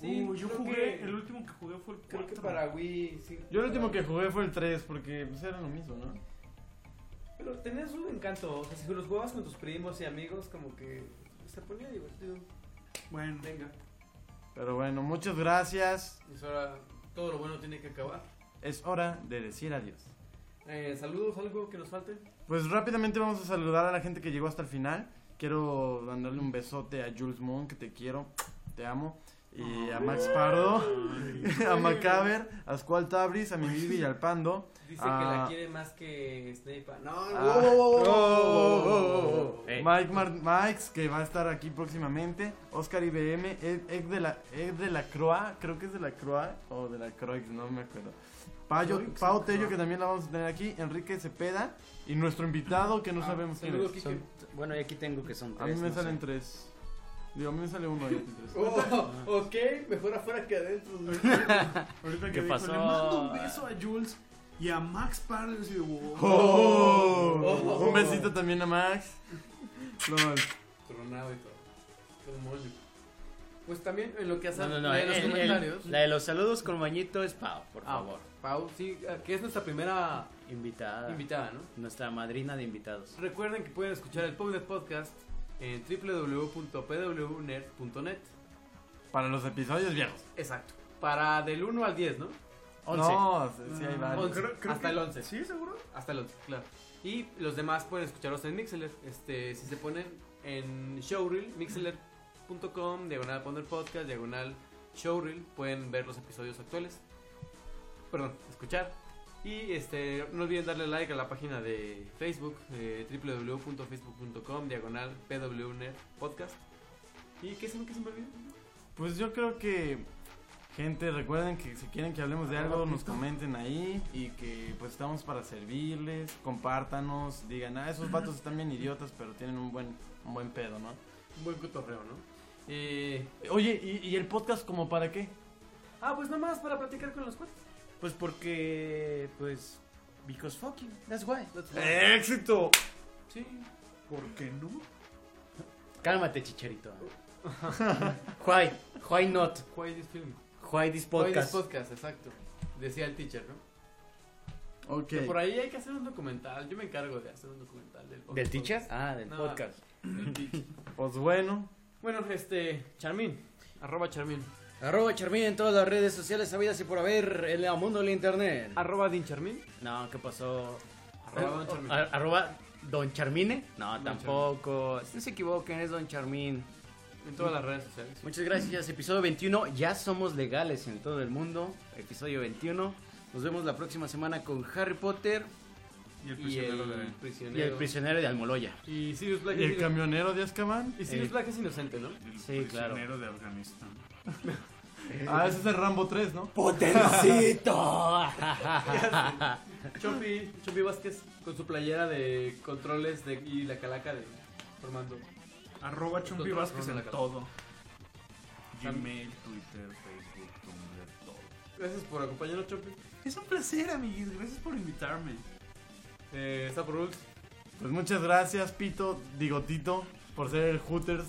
Speaker 5: Sí,
Speaker 6: Uh, yo
Speaker 5: creo
Speaker 6: jugué,
Speaker 5: que-
Speaker 6: el último que jugué fue el
Speaker 5: Creo que
Speaker 6: 4.
Speaker 5: para Wii. Sí,
Speaker 7: Yo el último que jugué fue el 3, porque pues, era lo mismo, ¿no?
Speaker 5: Pero tenías un encanto. O sea, si los jugabas con tus primos y amigos, como que se ponía divertido.
Speaker 6: Bueno.
Speaker 5: Venga.
Speaker 7: Pero bueno, muchas gracias.
Speaker 5: Es hora. Todo lo bueno tiene que acabar.
Speaker 7: Es hora de decir adiós.
Speaker 5: Eh, saludos, algo que nos falte.
Speaker 7: Pues rápidamente vamos a saludar a la gente que llegó hasta el final. Quiero mandarle un besote a Jules Moon, que te quiero, te amo. y a Max Pardo, *laughs* a Macaber, a Squall Tabris, a mi Bibi y al Pando.
Speaker 5: Dice que la
Speaker 7: a-
Speaker 5: quiere más que Snape. Ah, No,
Speaker 7: a-
Speaker 5: wow, wow, wow, wow, wow, wow, wow, wow.
Speaker 7: Mike Mar- Mikes, que va a estar aquí próximamente. Oscar IBM, Ed, Ed de la, Ed de la Croix, creo que es de la Croix o de la Croix, no me acuerdo. Payo,
Speaker 5: Croix,
Speaker 7: Pau
Speaker 5: Croix.
Speaker 7: Tello, que también la vamos a tener aquí. Enrique Cepeda y nuestro invitado, que no
Speaker 18: Ah,
Speaker 7: sabemos quién
Speaker 18: saludo,
Speaker 7: es.
Speaker 18: Kike. Bueno, y aquí tengo que son
Speaker 7: A
Speaker 18: tres.
Speaker 7: mí me
Speaker 18: no
Speaker 7: salen
Speaker 18: sé.
Speaker 7: tres. Digo, a mí me sale uno y a ti tres.
Speaker 5: Oh, ok, mejor afuera que adentro.
Speaker 6: Ahorita que
Speaker 7: ¿Qué
Speaker 6: dijo,
Speaker 7: pasó?
Speaker 6: Le mando un beso a Jules y a Max Parler. Y yo, wow.
Speaker 7: Oh,
Speaker 6: Oh.
Speaker 7: Un besito también a Max. Lol.
Speaker 5: Coronado y todo. Todo moño. Pues también en lo que hace
Speaker 8: No, no, no.
Speaker 5: de los
Speaker 8: el- el-
Speaker 5: comentarios.
Speaker 8: la de los saludos con bañito es Pau, por
Speaker 5: Ah,
Speaker 8: favor.
Speaker 5: Pau, sí, eh, que es nuestra primera
Speaker 8: invitada.
Speaker 5: Invitada, ¿no?
Speaker 8: Nuestra madrina de invitados.
Speaker 5: Recuerden que pueden escuchar el PubNet Podcast en www.pwnerd.net.
Speaker 7: Para los episodios viejos.
Speaker 5: Exacto. Para del 1 al 10, ¿no?
Speaker 7: Once. No, sí, sí hay varios.
Speaker 5: Once,
Speaker 7: Creo- creo
Speaker 5: hasta
Speaker 7: que-
Speaker 5: el 11.
Speaker 6: ¿Sí, seguro?
Speaker 5: Hasta el 11, claro. Y los demás pueden escucharlos en Mixler. Este, si se ponen en Showreel, mixler.com, diagonal poner podcast, diagonal Showreel, pueden ver los episodios actuales. Perdón, escuchar. Y este, no olviden darle like a la página de Facebook, eh, www.facebook.com, diagonal pwnerd podcast. ¿Y qué se, qué se me olvidó?
Speaker 7: Pues yo creo que, gente, recuerden que si quieren que hablemos de algo, nos comenten ahí y que pues estamos para servirles, compártanos, digan, ah, esos vatos están bien idiotas, pero tienen un buen, un buen pedo, ¿no?
Speaker 5: Un buen cotorreo, ¿no?
Speaker 7: Oye, ¿y, y el podcast como para qué?
Speaker 5: Ah, pues nada más para platicar con los cuates.
Speaker 8: Pues porque, pues, because fucking, that's why.
Speaker 7: ¡Éxito!
Speaker 5: Sí.
Speaker 6: ¿Por qué no?
Speaker 8: Cálmate, chicharito. *laughs* why, why not?
Speaker 5: Why this film?
Speaker 8: Why this podcast?
Speaker 5: podcast, exacto. Decía el teacher, ¿no?
Speaker 7: Ok.
Speaker 5: Que por ahí hay que hacer un documental. Yo me encargo de hacer un documental del podcast.
Speaker 8: ¿Del teacher? Ah, del
Speaker 5: No,
Speaker 8: podcast.
Speaker 5: del teacher.
Speaker 7: Pues bueno.
Speaker 5: Bueno, este, Charmín. Arroba Charmín.
Speaker 8: Arroba Charmin en todas las redes sociales habidas y por haber en el mundo del internet.
Speaker 5: Arroba Din Charmin.
Speaker 8: No, ¿qué pasó?
Speaker 5: Arroba Don Charmin.
Speaker 8: Ar- Arroba Don Charmine. No,
Speaker 5: Don
Speaker 8: tampoco. No se equivoquen, es Don Charmin.
Speaker 5: En todas las redes sociales.
Speaker 8: Muchas gracias. Episodio 21. Ya somos legales en todo el mundo. Episodio 21. Nos vemos la próxima semana con Harry Potter.
Speaker 5: Y el
Speaker 8: prisionero de-
Speaker 5: prisionero.
Speaker 8: Y el prisionero de Almoloya.
Speaker 5: Y Sirius Black.
Speaker 8: ¿Y el
Speaker 7: camionero de Azkaban?
Speaker 5: Y Sirius
Speaker 8: Eh.
Speaker 5: Black es
Speaker 8: *laughs*
Speaker 5: inocente, ¿no?
Speaker 8: Sí, claro.
Speaker 6: Dinero de Afganistán.
Speaker 7: Ah, ese es el Rambo 3, ¿no?
Speaker 8: *laughs* ¡Potencito!
Speaker 5: Chopi, Chopi Vázquez con su playera de controles de, y la calaca de Formando.
Speaker 6: Arroba Chumpi
Speaker 5: Otro
Speaker 6: Vázquez
Speaker 5: ron de
Speaker 6: en
Speaker 5: la calaca.
Speaker 6: todo.
Speaker 5: Tam-
Speaker 6: Gmail, Twitter, Facebook, Tumblr, todo.
Speaker 5: Gracias por acompañarnos, Chopi.
Speaker 6: Es un placer, amiguis. Gracias por invitarme.
Speaker 5: Eh, está por Rules.
Speaker 7: Pues muchas gracias, Pito, digo Tito, por ser el Hooters,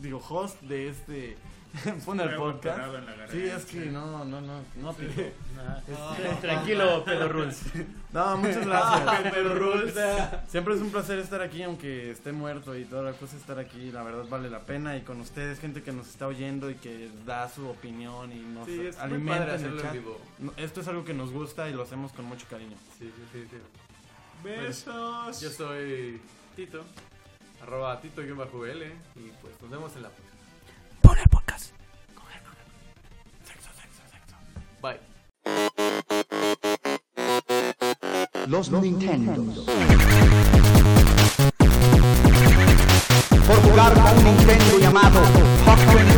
Speaker 7: digo host de este *laughs* Pone el
Speaker 6: Traigo
Speaker 7: podcast.
Speaker 6: atorado en la garganta.
Speaker 7: Sí, es que no, no, no, no,
Speaker 6: Sí.
Speaker 7: Pito.
Speaker 6: Ah.
Speaker 7: Este-
Speaker 6: Ah. Tranquilo, Pedro Rules.
Speaker 7: No, muchas gracias.
Speaker 5: *laughs*
Speaker 6: Ah, Pedro Rules.
Speaker 7: Siempre es un placer estar aquí, aunque esté muerto y toda la cosa estar aquí, la verdad vale la pena. Y con ustedes, gente que nos está oyendo y que da su opinión y nos
Speaker 5: Sí, es muy
Speaker 7: alimenta
Speaker 5: padre
Speaker 7: en el
Speaker 5: hacerlo en
Speaker 7: chat.
Speaker 5: vivo.
Speaker 7: No, Esto es algo que nos gusta y lo hacemos con mucho cariño.
Speaker 5: Sí, sí, sí.
Speaker 6: Besos.
Speaker 5: Yo soy Tito, arroba Tito-L y pues nos vemos en la próxima.
Speaker 3: Pon el podcast.
Speaker 5: Bye.
Speaker 1: Los Nintendo. Por jugar con un Nintendo llamado Hawkman